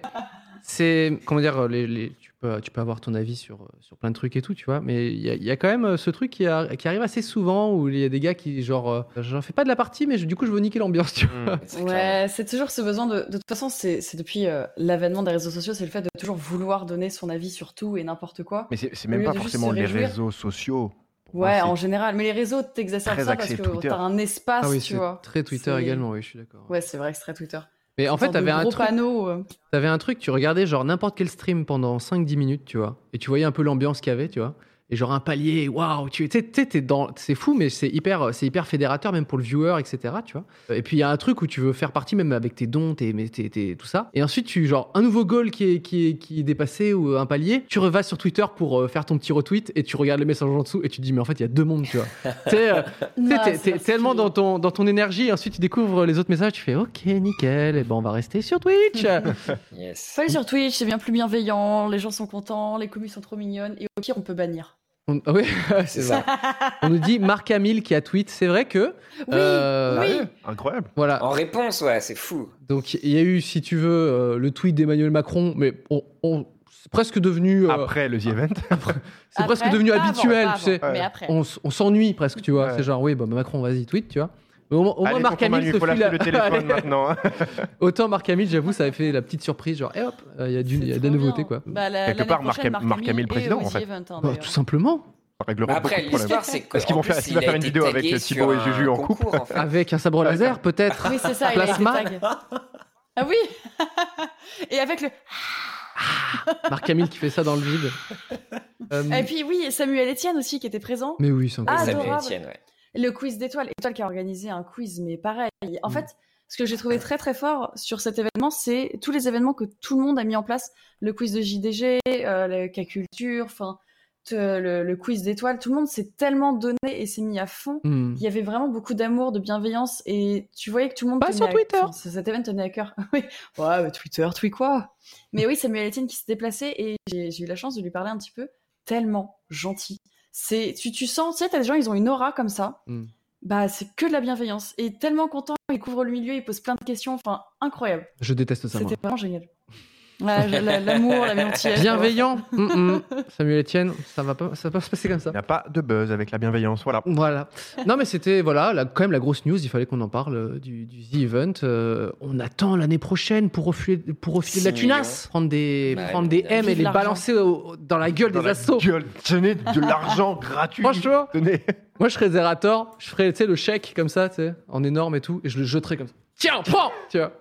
S1: c'est. Comment dire les, les- tu, peux, tu peux avoir ton avis sur, euh, sur plein de trucs et tout, tu vois. Mais il y a, il y a quand même euh, ce truc qui, a- qui arrive assez souvent où il y a des gars qui, genre, euh, j'en fais pas de la partie, mais je- du coup, je veux niquer l'ambiance, tu vois.
S4: Mm.
S2: C'est clair.
S3: Ouais, c'est toujours ce besoin de. De toute façon, c'est c'est depuis euh, l'avènement des réseaux sociaux, c'est le fait de toujours vouloir donner son avis sur tout et n'importe quoi.
S4: Mais c'est c'est
S3: Au
S4: même
S3: lieu
S4: pas
S3: de juste
S4: forcément
S3: se
S4: les
S3: réjouir.
S4: réseaux sociaux. Pour moi,
S3: Ouais,
S4: c'est-
S3: en général. Mais les réseaux t'exacerbent
S4: très
S3: ça parce
S4: axé
S3: que
S4: Twitter.
S3: t'as un espace,
S1: Ah oui,
S3: tu
S1: c'est
S3: vois.
S1: très Twitter
S3: C'est-
S1: également, oui, je suis d'accord.
S3: Ouais, c'est vrai que c'est très Twitter.
S1: Mais en fait,
S3: Une sorte de
S1: t'avais un,
S3: gros
S1: truc,
S3: panneau. euh.
S1: t'avais un truc, tu regardais genre n'importe quel stream pendant 5-10 minutes, tu vois, et tu voyais un peu l'ambiance qu'il y avait, tu vois. Et genre un palier, waouh, tu tu sais, t'es dans, c'est fou, mais c'est hyper, c'est hyper fédérateur même pour le viewer, etc. Tu vois. Et puis il y a un truc où tu veux faire partie même avec tes dons, tes, mais tes, tes- tout ça. Et ensuite tu genre un nouveau goal qui est, qui est, qui est dépassé ou un palier, tu revas sur Twitter pour euh, faire ton petit retweet et tu regardes les messages en dessous et tu te dis mais en fait il y a deux mondes, tu vois. tu sais, euh, tu sais,
S3: Non,
S1: t'es-
S3: c'est
S1: t'es
S3: pas
S1: tellement dans
S3: possible.
S1: ton, dans ton énergie, et ensuite tu découvres les autres messages, tu fais ok nickel, et ben on va rester sur Twitch.
S2: Yes.
S3: Faut aller sur Twitch, c'est bien plus bienveillant, les gens sont contents, les communes sont trop mignonnes, et au pire, on peut bannir.
S1: On- ah oui, c'est ça. On nous dit Marc Hamill qui a tweet. C'est vrai que
S3: Oui,
S1: Euh,
S3: oui.
S4: Sérieux Incroyable.
S1: voilà.
S2: En réponse, ouais, c'est fou. Bah,
S1: Donc il y a eu, si tu veux, euh, le tweet d'Emmanuel Macron, mais on, on- c'est presque devenu, euh,
S4: Après le The Event.
S1: c'est
S3: Après,
S1: presque devenu
S3: pas avant,
S1: habituel,
S3: pas
S1: tu sais.
S3: avant, Mais après.
S1: On, s- on s'ennuie presque, tu vois.
S4: Ouais.
S1: C'est genre oui, bah, Macron, vas-y, tweet, tu vois. Mais Au, moins- au moins
S4: Allez,
S1: Marc
S4: tonton Manu,
S1: Hamill se
S4: faut
S1: file
S4: lâcher
S1: la-
S4: le téléphone
S1: Allez.
S4: maintenant. hein.
S1: Autant Marc Hamill, j'avoue, ça avait fait la petite surprise, genre, eh hop, euh, il y a, du-
S3: C'est
S1: il y a
S3: trop
S1: des nouveautés,
S3: bien.
S1: quoi.
S3: Bah, la-
S4: Quelque
S3: l'année
S4: part,
S3: prochaine,
S4: Marc- Marc Hamill
S3: et
S4: président, en
S3: Ozzy
S4: fait.
S3: Event, hein,
S1: Bah,
S3: d'ailleurs.
S1: tout simplement.
S4: Ça réglera
S2: Bah après,
S4: beaucoup de problèmes.
S2: l'histoire, c'est que.
S4: Parce qu'ils vont
S2: en
S4: faire-
S2: plus,
S4: il va
S2: a
S4: faire une
S2: été
S4: vidéo avec euh,
S2: tagué
S4: Thibaut
S2: sur
S4: et Juju
S2: un
S4: en couple.
S2: concours, en fait.
S1: Avec un sabre laser, peut-être.
S3: Oui, c'est ça, il a été
S1: Plasma.
S3: tag. Ah oui Et avec le.
S1: Marc Hamill qui fait ça dans le vide. Euh,
S3: Et puis oui, et Samuel Etienne aussi qui était présent.
S1: mais oui, c'est
S3: Ah,
S1: incroyable.
S2: Samuel
S3: adorable.
S2: Etienne, ouais.
S3: Le quiz d'étoiles. Étoile qui a organisé un quiz, mais pareil. En
S1: Mm.
S3: fait, Ce que j'ai trouvé très très fort sur cet événement, c'est tous les événements que tout le monde a mis en place. Le quiz de JDG, euh, le K culture, enfin te- le, le quiz d'étoiles. Tout le monde s'est tellement donné et s'est mis à fond.
S1: Hmm.
S3: Il y avait vraiment beaucoup d'amour, de bienveillance et tu voyais que tout le monde.
S1: Pas
S3: tenait
S1: sur
S3: à-
S1: Twitter.
S3: enfin, c- cet événement tenait à cœur. oui. Ouais, mais Twitter, tweet quoi Mais oui, Samuel Etienne qui s'est déplacé et j'ai j'ai eu la chance de lui parler un petit peu. Tellement gentil. C'est tu, tu sens, tu sais, t'as des gens, ils ont une aura comme ça.
S1: Mm.
S3: Bah, c'est que de la bienveillance. Et tellement content, il couvre le milieu, il pose plein de questions. Enfin, incroyable.
S1: Je déteste ça, moi.
S3: C'était vraiment génial. Ouais, je- la- L'amour, la bienveillance.
S1: Bienveillant, mm, mm. Samuel Etienne, ça va pas, ça va pas se passer comme ça.
S4: Il n'y a pas de buzz avec la bienveillance. Voilà.
S1: Voilà. Non, mais c'était voilà, la- quand même la grosse news. Il fallait qu'on en parle euh, du, du The Event. Euh, on attend l'année prochaine pour refiler, pour refiler de la
S2: Six
S1: tunasse, prendre des,
S2: Bah,
S1: prendre des M et
S3: Vive
S1: les
S3: l'argent.
S1: balancer au- dans la gueule
S4: Dans
S1: des
S4: la
S1: assauts.
S4: gueule, tenez de l'argent gratuit.
S1: Franchement,
S4: Tenez.
S1: moi je serais Zerator, je ferais tu sais, le chèque comme ça, tu sais, en énorme et tout, et je le jeterais comme ça. Tiens, prends Tu vois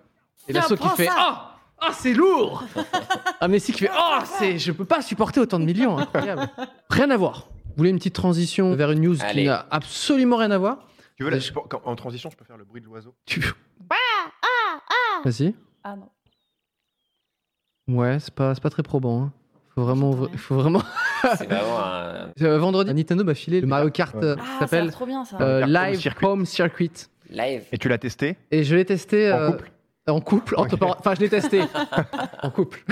S1: Et
S3: Tiens,
S1: l'assaut qui
S3: prends
S1: fait
S3: ça
S1: Ah Ah, c'est lourd Ah, Messi qui fait Ah, c'est je peux pas supporter autant de millions, incroyable Rien à voir. Vous voulez une petite transition vers une news
S2: Allez.
S1: qui n'a absolument rien à voir
S4: Tu veux, là,
S1: Mais
S4: je
S1: je-
S4: peux- quand- en transition, je peux faire le bruit de l'oiseau.
S1: Tu... Vas-y.
S3: Ah non.
S1: Ouais, c'est pas, c'est pas très probant. hein. Faut vraiment.
S3: Ouais.
S1: Faut vraiment...
S2: C'est vraiment un
S1: Euh, Vendredi, Nintendo m'a filé le Mario Kart euh, qui
S3: Ah, ça a l'air
S1: s'appelle
S3: trop bien ça.
S1: euh,
S4: Mario Kart Home
S1: Live
S4: Circuit.
S1: Home Circuit.
S2: live.
S4: Et tu l'as testé
S1: Et je l'ai testé. euh,
S4: en couple
S1: En couple, entre
S4: Ok.
S1: parenthèses. Enfin, je l'ai testé. en couple.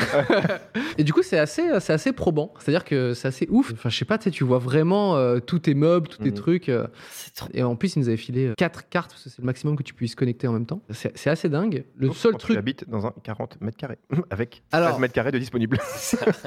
S1: et du coup, c'est assez, euh, c'est assez probant. C'est-à-dire que c'est assez ouf. Enfin, je sais pas, tu sais, tu vois vraiment euh, tous tes meubles, tous tes
S4: Mhm.
S1: trucs. euh.
S3: C'est trop.
S1: et en plus, ils nous avaient filé euh, quatre cartes, parce que c'est le maximum que tu puisses connecter en même temps. C'est c'est assez dingue. Le
S4: Sauf
S1: seul
S4: Oh, quand
S1: truc.
S4: Tu habites dans un 40 mètres carrés avec
S1: Alors-
S4: 13 mètres carrés de disponible.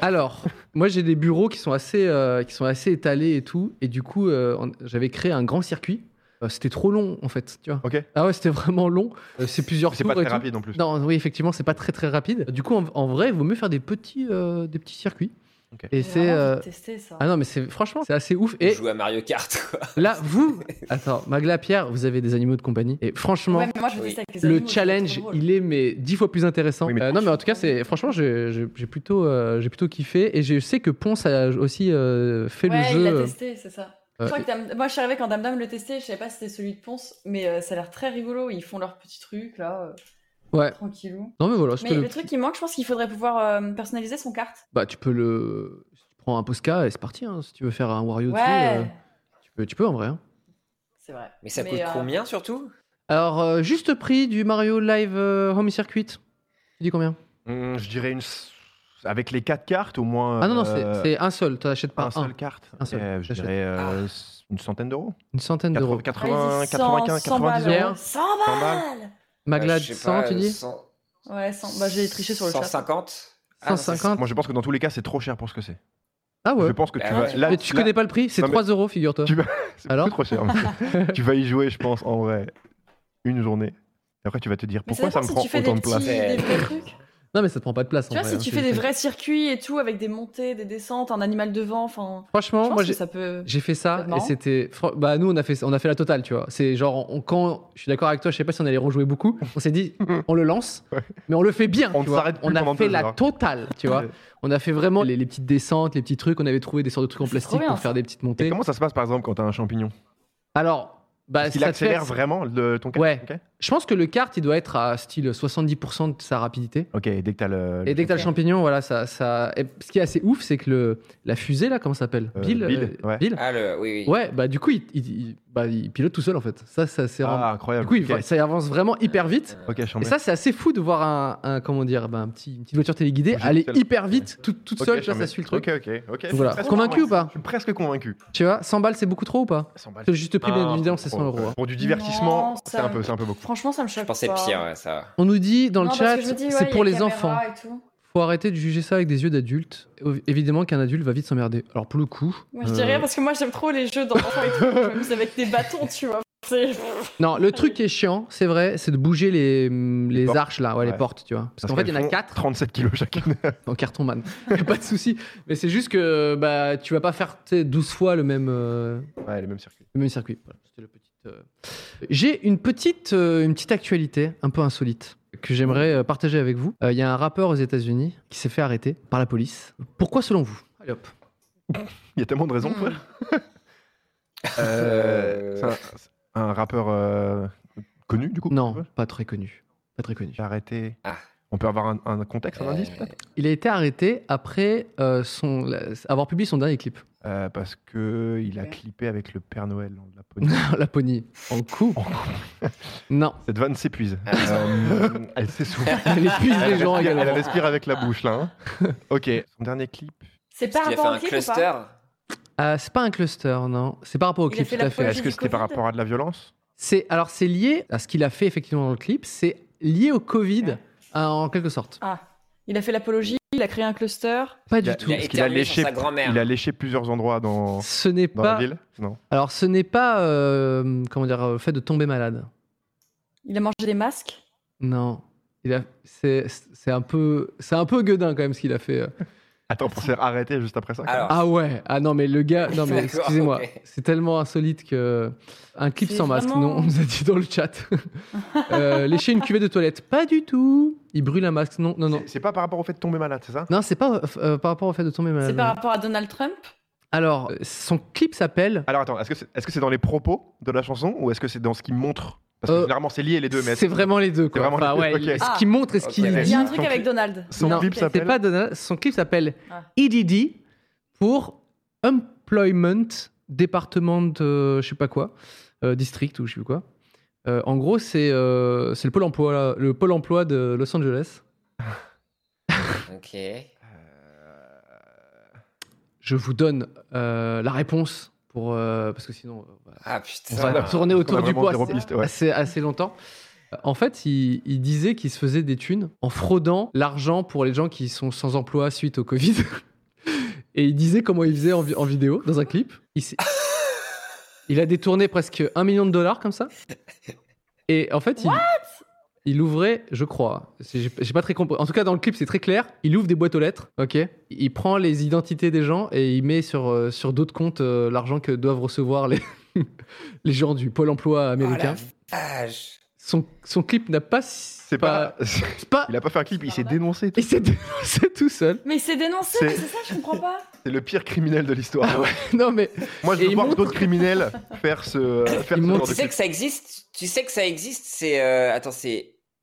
S1: Alors, moi j'ai des bureaux qui sont assez, euh, qui sont assez étalés et tout, et du coup euh, on- j'avais créé un grand circuit. Euh, c'était trop long en fait, tu vois.
S4: Ok.
S1: Ah ouais, c'était vraiment long. Euh, c'est plusieurs
S4: C'est
S1: tours
S4: pas
S1: et
S4: très
S1: tout.
S4: rapide en plus.
S1: Non, oui, effectivement, c'est pas très très rapide. Du coup, en, en vrai, il vaut mieux faire des petits, euh, des petits circuits.
S4: Ok.
S1: Et
S3: J'ai
S1: c'est.
S3: vraiment envie
S1: euh,
S3: de tester ça.
S1: Ah non, mais c'est franchement, c'est assez ouf.
S2: Et...
S1: Et
S2: Joue à Mario Kart. quoi.
S1: là, vous, attends, Magla Pierre, vous avez des animaux de compagnie. Et franchement,
S3: Ouais, mais moi, je vais
S2: Oui.
S3: tester avec les
S1: le
S3: animaux, ça va être trop
S1: challenge,
S3: drôle.
S1: il est mais dix fois plus intéressant.
S4: Oui, mais-
S1: Euh, non, mais en tout cas, c'est franchement, j'ai j'ai- j'ai plutôt, euh, j'ai plutôt kiffé et je sais que Ponce a aussi euh, fait
S3: ouais,
S1: le
S3: il
S1: jeu.
S3: l'a testé, c'est ça.
S1: euh,
S3: Je crois que Dame- Moi, je suis arrivée quand Dame Dame le testait, je savais pas si c'était celui de Ponce, mais euh, ça a l'air très rigolo. Ils font leur petit truc, là, euh,
S1: ouais.
S3: tranquillou.
S1: Non mais voilà,
S3: Mais
S1: c'était
S3: le
S1: le-
S3: truc qui manque, je pense qu'il faudrait pouvoir euh, personnaliser son carte.
S1: bah tu peux le, si tu prends un Posca et c'est parti. hein. si tu veux faire un Wario dessus,
S3: Ouais,
S1: euh, tu peux, tu peux en vrai. hein.
S3: c'est vrai.
S2: Mais ça coûte
S3: euh,
S2: combien surtout
S1: Alors euh, juste prix du Mario Live euh, Home Circuit. Tu dis combien
S4: Hum, je dirais une. s- Avec les 4 cartes au moins.
S1: Ah non non, c'est-
S4: euh,
S1: c'est un seul. Tu n'achètes pas
S4: un
S1: un.
S4: seul carte.
S1: Un seul.
S4: Euh, je
S1: J'achète.
S4: dirais euh, s- une centaine d'euros.
S1: Une centaine d'euros.
S4: 80,
S3: allez-y,
S4: 80,
S3: 100,
S4: 95,
S3: 100
S4: 90
S3: balles,
S4: euros.
S1: euros.
S3: ouais. 100
S4: 100
S3: balles
S1: Magla,
S2: Euh, je sais
S1: 100
S2: pas,
S1: tu
S2: euh,
S1: dis
S2: 100
S3: Ouais, 100. Bah, j'ai triché sur le chat.
S2: 150 Ah,
S1: 150.
S4: Moi, je pense que dans tous les cas, c'est trop cher pour ce que c'est.
S1: Ah
S4: Je
S1: ouais.
S4: pense que tu
S2: Ah
S4: vas.
S2: ouais.
S4: Là,
S1: Mais tu
S4: là,
S1: connais pas le prix, c'est
S4: Non, mais-
S1: 3 euros figure-toi.
S4: Tu- c'est
S1: Alors
S4: beaucoup trop cher. mais tu vas y jouer, je pense, en vrai, une journée. Et après, tu vas te dire
S3: Mais
S4: pourquoi ça,
S3: dépend si
S4: me prend
S3: tu fais
S4: autant
S3: des
S4: de place.
S3: petits- des vrais trucs.
S1: Non mais ça te prend pas de place.
S3: Tu
S1: en
S3: vois,
S1: vrai,
S3: si
S1: hein,
S3: tu
S1: c'est
S3: fais des
S1: juste-
S3: vrais circuits et tout, avec des montées, des descentes, un animal devant, enfin. Je
S1: Franchement,
S3: pense
S1: moi
S3: que
S1: j'ai.
S3: ça peut.
S1: J'ai fait
S3: Ça
S1: ça
S3: peut être
S1: et
S3: marrant.
S1: c'était. fran- Bah, nous, on a, fait, on a fait la totale, tu vois. C'est genre, on- quand. Je suis d'accord avec toi, je sais pas si on allait rejouer beaucoup. On s'est dit, on le lance,
S4: Ouais.
S1: mais on le fait bien.
S4: On
S1: tu
S4: ne
S1: vois.
S4: s'arrête plus
S1: On a
S4: pendant
S1: fait
S4: deux
S1: la
S4: heures.
S1: totale, tu vois.
S4: Ouais.
S1: On a fait vraiment les, les petites descentes, les petits trucs. On avait trouvé des sortes de trucs en
S3: C'est
S1: plastique
S3: trop bien,
S1: pour
S3: ça.
S1: faire des petites
S4: Et
S1: montées.
S4: comment ça se passe, par exemple, quand t'as un champignon
S1: Alors, bah,
S4: Est-ce qu'il
S1: ça te fait-
S4: accélère vraiment le- ton
S1: Ouais.
S4: Ok,
S1: Je pense que le kart, il doit être à style 70% de sa rapidité.
S4: Ok, et dès que t'as le.
S1: Et dès que t'as le champignon, voilà, ça. ça... et ce qui est assez ouf, c'est que le... la fusée, là, comment ça s'appelle
S4: Euh,
S1: Bill
S4: Bill,
S1: euh,
S4: ouais.
S1: Bill
S2: Ah, le, oui, oui.
S1: Ouais, bah, du coup, il, il- il- bah, il pilote tout seul, en fait. Ça, ça c'est vraiment-
S4: Ah, incroyable.
S1: Du coup, il
S4: ok.
S1: va- ça avance vraiment hyper vite.
S2: Euh,
S4: Ok, je suis en
S1: Et
S4: mode-
S1: ça, c'est assez fou de voir un, un- comment dire, ben, un petit, une petite voiture téléguidée
S4: Objet
S1: aller
S4: seul.
S1: hyper vite, tout- toute
S4: Ok,
S1: seule,
S4: je
S1: tu vois,
S4: suis en
S1: ça
S4: mode-
S1: suit le truc.
S4: Ok, ok, ok.
S1: Donc voilà.
S4: Je suis presque
S1: Convaincu ou
S4: convaincu.
S1: pas
S4: Je suis presque convaincu.
S1: Tu vois, 100 balles, c'est beaucoup trop ou pas Le juste prix, bien
S4: Ah,
S1: évidemment, c'est
S4: pour-
S1: 100 euros. hein.
S4: Pour du divertissement,
S3: Non,
S4: c'est
S3: ça-
S4: un peu, c'est un peu beaucoup.
S3: Franchement, ça me
S2: Je
S3: choque.
S2: pensais
S3: pas.
S2: pire, ouais, ça. va.
S1: On nous dit dans
S3: Non,
S1: le
S3: parce
S1: chat,
S3: que je me dis, ouais,
S1: c'est
S3: il y a
S1: pour les
S3: caméra
S1: enfants.
S3: et tout.
S1: Faut arrêter de juger ça avec des yeux d'adulte. Évi- Évidemment qu'un adulte va vite s'emmerder. Alors pour le coup,
S3: Moi, je
S1: euh,
S3: dis rien parce que moi, j'aime trop les jeux d'enfants et tout. même c'est avec des bâtons, tu vois. C'est-
S1: non, le truc qui est chiant, c'est vrai, c'est de bouger les, les
S4: portes.
S1: arches là, ouais, les
S4: Ouais.
S1: portes, tu vois. Parce, qu'en fait,
S4: qu'elles
S1: il y en a
S4: font
S1: 4
S4: 37 kilos chacune.
S1: en carton man. Y a pas de souci. Mais c'est juste que bah tu vas pas faire tu sais, 12 fois le même. euh,
S4: ouais, les mêmes circuits.
S1: Le même circuit. Voilà, c'était la petite, euh, J'ai une petite, euh, une petite actualité un peu insolite que j'aimerais euh, partager avec vous. Euh, Il y a un rappeur aux États-Unis qui s'est fait arrêter par la police. Pourquoi selon vous Allez hop.
S4: Il y a tellement de
S1: Hmm.
S4: raisons, Euh,
S3: Mm.
S1: Euh,
S4: frère. Euh, c'est un, c'est un rappeur euh, Connu, du coup
S1: Non, pas très connu. Pas très connu.
S4: J'ai arrêté.
S2: Ah.
S4: On peut avoir un, un contexte, un
S2: Euh,
S4: indice peut-être
S1: Il a été arrêté après euh, son, la- avoir publié son dernier clip,
S4: Euh, Parce que il a clippé avec le Père Noël en Laponie.
S1: Laponie. En coup
S4: En coup.
S1: Non.
S4: Cette vanne s'épuise.
S2: Ah, ça- Ah.
S4: Euh, elle s'essouffle.
S1: Elle épuise
S4: Elle
S1: les gens
S4: respire-
S1: également.
S4: elle respire avec la bouche là. hein. Ok. Son dernier clip.
S6: C'est
S2: Est-ce
S6: par
S2: qu'il a
S6: rapport
S2: fait
S6: au
S2: un
S6: clip ou pas
S2: cluster
S1: Euh, c'est pas un cluster, non. C'est par rapport au
S6: Il a
S1: clip,
S6: fait
S1: tout à fait.
S6: l'apologie
S4: Est-ce que
S6: du
S4: c'était par
S6: Covid
S4: rapport à de la violence
S1: C'est alors c'est lié à ce qu'il a fait effectivement dans le clip, c'est lié au Covid
S6: Ouais.
S1: euh, en quelque sorte.
S3: Ah, il a fait l'apologie, il a créé un cluster.
S1: Pas
S4: Il
S1: du
S4: a-
S1: tout.
S2: Il a
S4: Parce qu'il
S2: éternué
S4: léché-
S2: sur sa grand-mère.
S4: Il a léché plusieurs endroits dans,
S1: Ce n'est
S4: dans
S1: pas
S4: la ville Non.
S1: alors ce n'est pas euh, comment dire euh, le fait de tomber malade.
S3: Il a mangé des masques.
S1: Non. Il a c'est c'est un peu c'est un peu gueudin quand même ce qu'il a fait. euh.
S4: Attends, pour se faire arrêter juste après ça. quoi.
S2: Alors,
S1: Ah ouais. Ah non mais le gars non mais
S2: D'accord,
S1: excusez-moi.
S2: ok.
S1: C'est tellement insolite que un clip
S3: C'est
S1: sans masque
S3: vraiment-
S1: non, on nous a dit dans le chat. Euh, lécher une cuvette de toilette, pas du tout. Il brûle un masque. Non non non.
S4: C'est- C'est pas par rapport au fait de tomber malade, c'est ça
S1: Non, c'est pas euh, par rapport au fait de tomber malade.
S3: C'est par rapport à Donald Trump.
S1: Alors, euh, son clip s'appelle
S4: Alors attends, est-ce que c'est est -ce dans les propos de la chanson ou est-ce que c'est dans ce qu'il montre Parce que
S1: Euh,
S4: généralement c'est lié les deux, mais
S1: C'est vraiment les deux. Quoi.
S4: C'est vraiment
S1: Enfin,
S4: les deux,
S1: ouais,
S4: ok.
S1: Ce qu'il montre et ce
S2: Ok,
S1: qu'il
S2: d'accord.
S3: Il y
S1: dit.
S3: a un
S4: Son
S3: truc
S4: clip-
S3: avec Donald.
S4: son
S1: Non,
S4: clip
S3: c'est
S1: C'est
S4: s'appelle.
S1: pas Donald- son clip s'appelle
S3: Ah.
S1: EDD pour Employment Department, euh, je sais pas quoi, euh, district ou je sais plus quoi. Euh, en gros, c'est euh, c'est le pôle emploi, le pôle emploi de Los Angeles.
S2: ok.
S1: Je vous donne euh, la réponse pour euh, parce que sinon euh, voilà. on
S2: Ah putain.
S1: va tourner
S4: On a
S1: autour du
S4: vraiment
S1: poids.
S4: zéro
S1: c'est
S4: piste, ouais.
S1: assez, assez longtemps. Euh, En fait, il, il disait qu'il se faisait des thunes en fraudant l'argent pour les gens qui sont sans emploi suite au Covid. Et il disait comment il faisait en, vi- en vidéo, dans un clip. Il, s'est- il a détourné presque un million de dollars comme ça. Et en fait, il, il ouvrait, je crois, c'est- j'ai j'ai pas très compris. En tout cas, dans le clip, c'est très clair. Il ouvre des boîtes aux lettres, ok. Il prend les identités des gens et il met sur, euh, sur d'autres comptes euh, l'argent que doivent recevoir les, les gens du pôle emploi
S2: Oh, la
S1: américain.
S2: vache.
S1: son, son clip n'a pas. C'est
S4: Ah, C'est pas.
S1: pas-
S4: Il a pas fait un clip, il s'est dénoncé. et tout.
S1: Il s'est dénoncé tout seul.
S6: Mais c'est dénoncé,
S4: C'est-
S6: mais c'est ça, je comprends pas.
S4: C'est le pire criminel de l'histoire.
S1: Non, mais
S4: Moi, je
S1: Et
S4: veux
S1: il
S4: voir
S1: montre-
S4: d'autres criminels faire ce, euh, faire
S1: Il
S4: ce
S1: montre-
S4: genre
S2: Tu
S4: de
S2: sais
S4: clip.
S2: que ça existe Tu sais que ça existe C'est. euh, attends, c'est.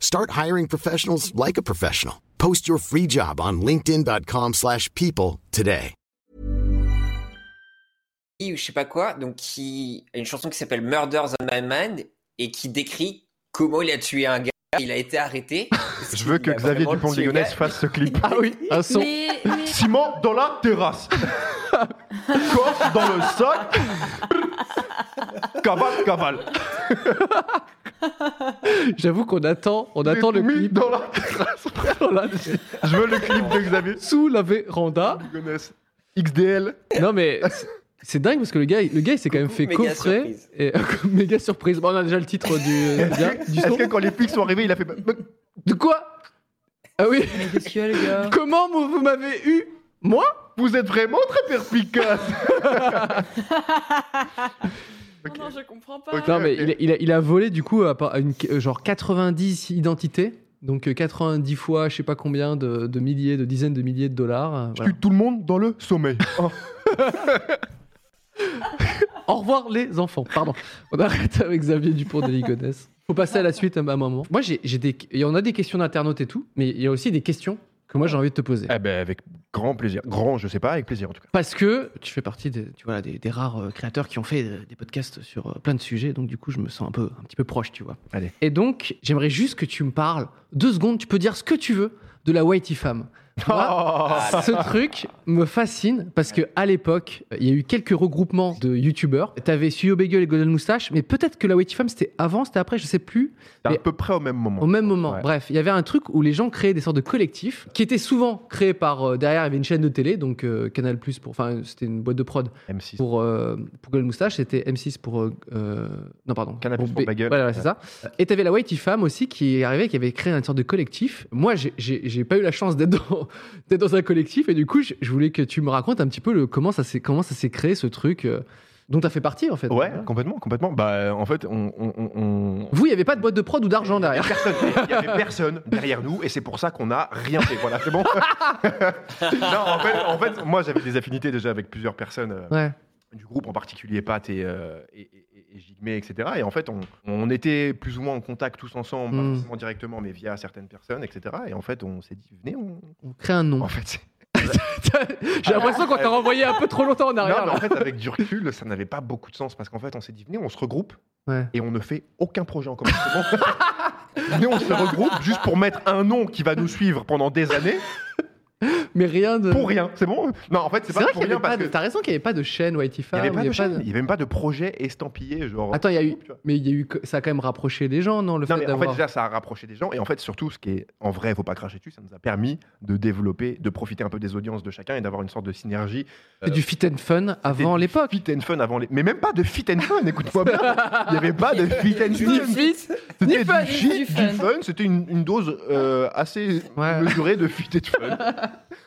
S7: Start hiring professionals like a professional. Post your free job on linkedin.com/people slash people today.
S2: ou je sais pas quoi, donc qui a une chanson qui s'appelle Murders on My Mind et qui décrit comment il a tué un gars. Il a été arrêté.
S4: Je veux que
S2: Il a
S4: Xavier
S2: vraiment
S4: dupont
S2: tué le gars.
S4: ligonnès fasse ce clip.
S1: ah oui, un son.
S6: Mais, mais-
S4: Ciment dans la terrasse. Coffre dans le sac. Cavale, cavale.
S1: J'avoue qu'on attend, on attend le
S4: Mis
S1: clip
S4: dans la terrasse.
S1: dans la-
S4: Je veux le clip de Xavier
S1: sous la véranda.
S4: Ligonnès. XDL.
S1: Non mais c'est- c'est dingue parce que le gars, le gars il s'est quand même
S2: Coucou,
S1: fait
S2: méga
S1: coffrer
S2: surprise.
S1: et méga surprise. Bon, on a déjà le titre du, du- du
S4: Est-ce
S1: son.
S4: que quand les flics sont arrivés, il a fait.
S1: De quoi Ah oui.
S3: Mais qu'est-ce qu'il y a, les gars
S1: Comment vous vous m'avez eu Moi
S4: Vous êtes vraiment très perspicace.
S3: Non, non, je comprends pas.
S4: Ok.
S1: Non mais il a, il a- il a volé du coup à, part- à une, euh, genre 90 identités. Donc euh, 90 fois, je sais pas combien de, de milliers, de dizaines de milliers de dollars. euh,
S4: Je
S1: voilà.
S4: tue tout le monde dans le sommeil. Oh.
S1: Au revoir les enfants. Pardon. On arrête avec Xavier Dupont de Ligonnès. Faut passer à la suite à un moment. Moi, j'ai j'ai des, il y en a des questions d'internautes et tout, mais il y a aussi des questions que moi j'ai envie de te poser.
S4: Eh ben, avec grand plaisir. Grand, je sais pas, avec plaisir en tout cas.
S1: Parce que tu fais partie des, tu vois, des, des rares euh, créateurs qui ont fait euh, des podcasts sur euh, plein de sujets, donc du coup je me sens un, peu, un petit peu proche, tu vois.
S4: Allez.
S1: Et donc j'aimerais juste que tu me parles deux secondes, tu peux dire ce que tu veux de la Whitey femme. Moi,
S4: Oh,
S2: Ah,
S1: ce truc me fascine parce que à l'époque, il y a eu quelques regroupements de youtubeurs. T'avais Studio Bagel et Golden Moustache, mais peut-être que la Whitey femme c'était avant, c'était après, je sais plus.
S4: C'est à
S1: Mais-
S4: peu près au même moment.
S1: Au même moment.
S4: Ouais.
S1: Bref, il y avait un truc où les gens créaient des sortes de collectifs qui étaient souvent créés par euh, derrière derrière, il y avait une chaîne de télé, donc euh, Canal Plus, enfin, c'était une boîte de prod
S4: M6.
S1: pour, euh, pour Google Moustache, c'était M6 pour. euh, euh, non, pardon.
S4: Canal+ pour
S1: B-
S4: Bagel.
S1: Voilà, c'est ça. Et t'avais la Whitey Femme aussi qui est arrivée, qui avait créé un sorte de collectif. Moi, j'ai- j'ai j'ai pas eu la chance d'être dans, d'être dans un collectif et du coup, je, je voulais que tu me racontes un petit peu le, comment ça s'est comment ça s'est créé ce truc euh, dont t'as fait partie en fait.
S4: Ouais, complètement, complètement. Bah, euh, en fait, on. on- on- on-
S1: Vous, il n'y avait pas de boîte de prod ou d'argent derrière.
S4: Personne, il y avait personne derrière nous et c'est pour ça qu'on n'a rien fait. Voilà, c'est bon. non, en fait, en fait, moi j'avais des affinités déjà avec plusieurs personnes euh,
S1: Ouais.
S4: du groupe, en particulier Pat et, euh, et, et- et Jigmé, etc. Et en fait, on, on était plus ou moins en contact tous ensemble, pas
S1: Mm.
S4: forcément directement, mais via certaines personnes, etc. Et en fait, on s'est dit, venez, on.
S1: On crée un nom.
S4: En fait, c'est-
S1: J'ai l'impression qu'on t'a renvoyé un peu trop longtemps en
S4: non,
S1: arrière.
S4: mais
S1: là.
S4: en fait, avec du recul, ça n'avait pas beaucoup de sens parce qu'en fait, on s'est dit, venez, on se regroupe
S1: Ouais.
S4: et on ne fait aucun projet en commun. C'est bon venez, on se regroupe juste pour mettre un nom qui va nous suivre pendant des années
S1: Mais rien de.
S4: pour rien. C'est bon Non, en fait, c'est
S1: C'est
S4: pas
S1: vrai
S4: pour
S1: qu'il n'y avait
S4: rien
S1: pas
S4: parce que.
S1: de. T'as raison qu'il n'y avait pas de chaîne Whitey
S4: Il
S1: Femme.
S4: n'y avait, pas de
S1: hein, il y
S4: chaîne, il y avait même pas de projet estampillé. Genre,
S1: Attends, il y a eu.
S4: tu vois.
S1: Mais il y a eu. Ça a quand même rapproché les gens, non Le
S4: Non,
S1: fait
S4: mais en fait,
S1: d'avoir.
S4: déjà, ça a rapproché des gens. Et en fait, surtout, ce qui est en vrai, faut pas cracher dessus, ça nous a permis de développer, de profiter un peu des audiences de chacun et d'avoir une sorte de synergie.
S1: C'est du fit and fun avant
S4: Des-
S1: l'époque.
S4: Fit and fun avant les. Mais même pas de fit and fun, écoute-moi bien. Il n'y avait pas de fit and
S1: Ni
S4: fun.
S1: fit, ni
S4: C'était
S1: fun.
S4: du shit,
S3: du
S4: du
S3: fun.
S4: fun. C'était une, une dose euh, assez
S1: Ouais.
S4: mesurée de fit et de fun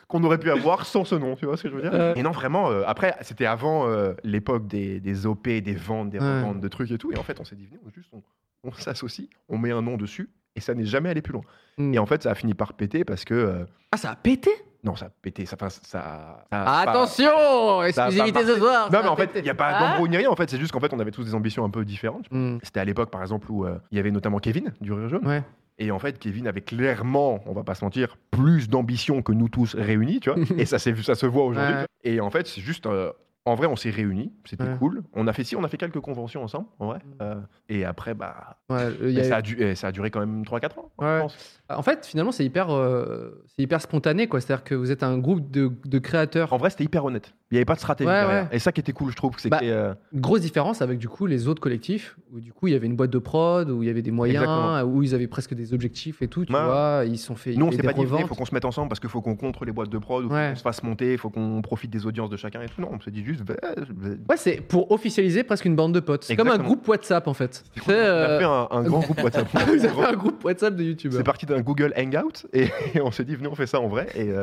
S4: qu'on aurait pu avoir sans ce nom, tu vois ce que je veux dire
S1: Ouais.
S4: Et non, vraiment, euh, après, c'était avant euh, l'époque des, des OP, des ventes, des
S1: Ouais.
S4: reventes, de trucs et tout. Et en fait, on s'est dit, venez, on, juste, on, on s'associe, on met un nom dessus et ça n'est jamais allé plus loin.
S1: Mm.
S4: Et en fait, ça a fini par péter parce que. euh,
S1: Ah, ça a pété
S4: non, ça a pété, ça. enfin, ça, Ah, ça a
S1: Ah,
S4: pas-
S1: Attention
S4: ça a pas
S1: Exclusivité ce
S4: marché.
S1: soir
S4: Non,
S1: ça
S4: mais en
S1: a
S4: fait,
S1: pété.
S4: il n'y a pas
S3: Ah.
S4: d'embrouille ni rien. En fait, c'est juste qu'en fait, on avait tous des ambitions un peu différentes.
S1: Hmm.
S4: C'était à l'époque, par exemple, où euh, il y avait notamment Kevin du Rire Jaune.
S1: Ouais.
S4: Et en fait, Kevin avait clairement, on va pas se mentir, plus d'ambition que nous tous réunis, tu vois. et ça, s'est vu- ça se voit aujourd'hui.
S1: Ouais.
S4: Et en fait, c'est juste. euh, en vrai, on s'est réunis, c'était
S1: Ouais.
S4: cool. On a fait si, on a fait quelques conventions ensemble, en vrai.
S1: Mm.
S4: Euh, et après, bah,
S1: Ouais, euh, il y
S4: mais
S1: a-
S4: ça, a du- eh, ça a duré quand même 3-4 ans,
S1: Ouais.
S4: je pense.
S1: En fait, finalement, c'est hyper, euh, c'est hyper spontané, quoi. C'est-à-dire que vous êtes un groupe de, de créateurs.
S4: En vrai, c'était hyper honnête. Il n'y avait pas de stratégie.
S1: Ouais,
S4: derrière.
S1: ouais.
S4: Et ça qui était cool, je trouve, c'est
S1: Bah,
S4: que, euh,
S1: Grosse différence avec du coup les autres collectifs où du coup il y avait une boîte de prod où il y avait des moyens
S4: Exactement.
S1: où ils avaient presque des objectifs et tout. Tu
S4: Ouais.
S1: vois, ils se sont fait.
S4: nous, on
S1: il y
S4: s'est
S1: avait
S4: pas
S1: des
S4: dit, il
S1: reventes.
S4: faut qu'on se mette ensemble parce qu'il faut qu'on contre les boîtes de prod, ou
S1: Ouais.
S4: qu'on se fasse monter, il faut qu'on profite des audiences de chacun et tout. Non, on se dit juste, bah, bah,
S1: Ouais, c'est pour officialiser presque une bande de potes. C'est comme un
S4: Exactement.
S1: groupe WhatsApp en fait. C'est,
S4: on a
S1: euh, Ah
S4: fait un, un grand groupe WhatsApp.
S1: vous avez un groupe WhatsApp de YouTube.
S4: C'est parti d'un Google Hangout et, et on s'est dit, venez, on fait ça en vrai. Et, euh,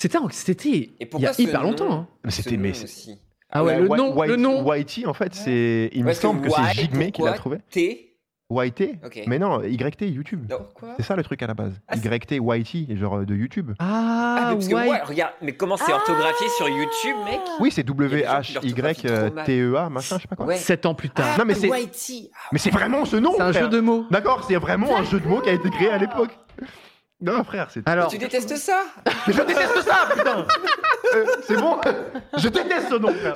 S1: C'était, en- c'était
S2: Et
S1: il y
S2: pourquoi
S1: a
S2: ce
S1: hyper
S2: nom
S1: longtemps. hein.
S4: mais
S2: Ce
S4: c'était.
S2: nom
S4: Mais c'est-
S2: aussi. Euh,
S1: Ah ouais,
S4: Ouais,
S1: le
S4: Wai-
S1: nom,
S4: Wai-
S1: le nom.
S4: YT, en fait, c'est. Il me
S2: Parce
S4: semble que c'est
S2: why,
S4: Jigme qui l'a
S2: pourquoi
S4: trouvé.
S2: T.
S4: YT
S2: Ok.
S4: Mais non, YT, YouTube.
S2: Non. Quoi
S4: C'est ça le truc à la base.
S2: Ah, c'est-
S4: YT, YT, genre euh, de YouTube.
S1: Ah,
S2: Ah, mais parce que
S1: ouais.
S2: moi, regarde, mais comment c'est orthographié sur YouTube, mec
S4: Oui, c'est
S2: Ah. y a des gens qui l'orthographient trop mal.
S4: W-H-Y-T-E-A, E machin, je sais pas quoi.
S2: Ouais. Ah,
S1: Sept ans plus tard.
S4: Non, mais c'est-
S2: Whitey. Ah,
S4: Mais c'est vraiment ce nom
S1: C'est un
S4: frère.
S1: jeu de mots.
S4: D'accord, c'est vraiment un jeu de mots qui a été créé à l'époque. Non, frère, c'est.
S1: Alors,
S2: Tu détestes ça
S4: Mais je déteste ça, putain Euh, C'est bon Je déteste ce nom, frère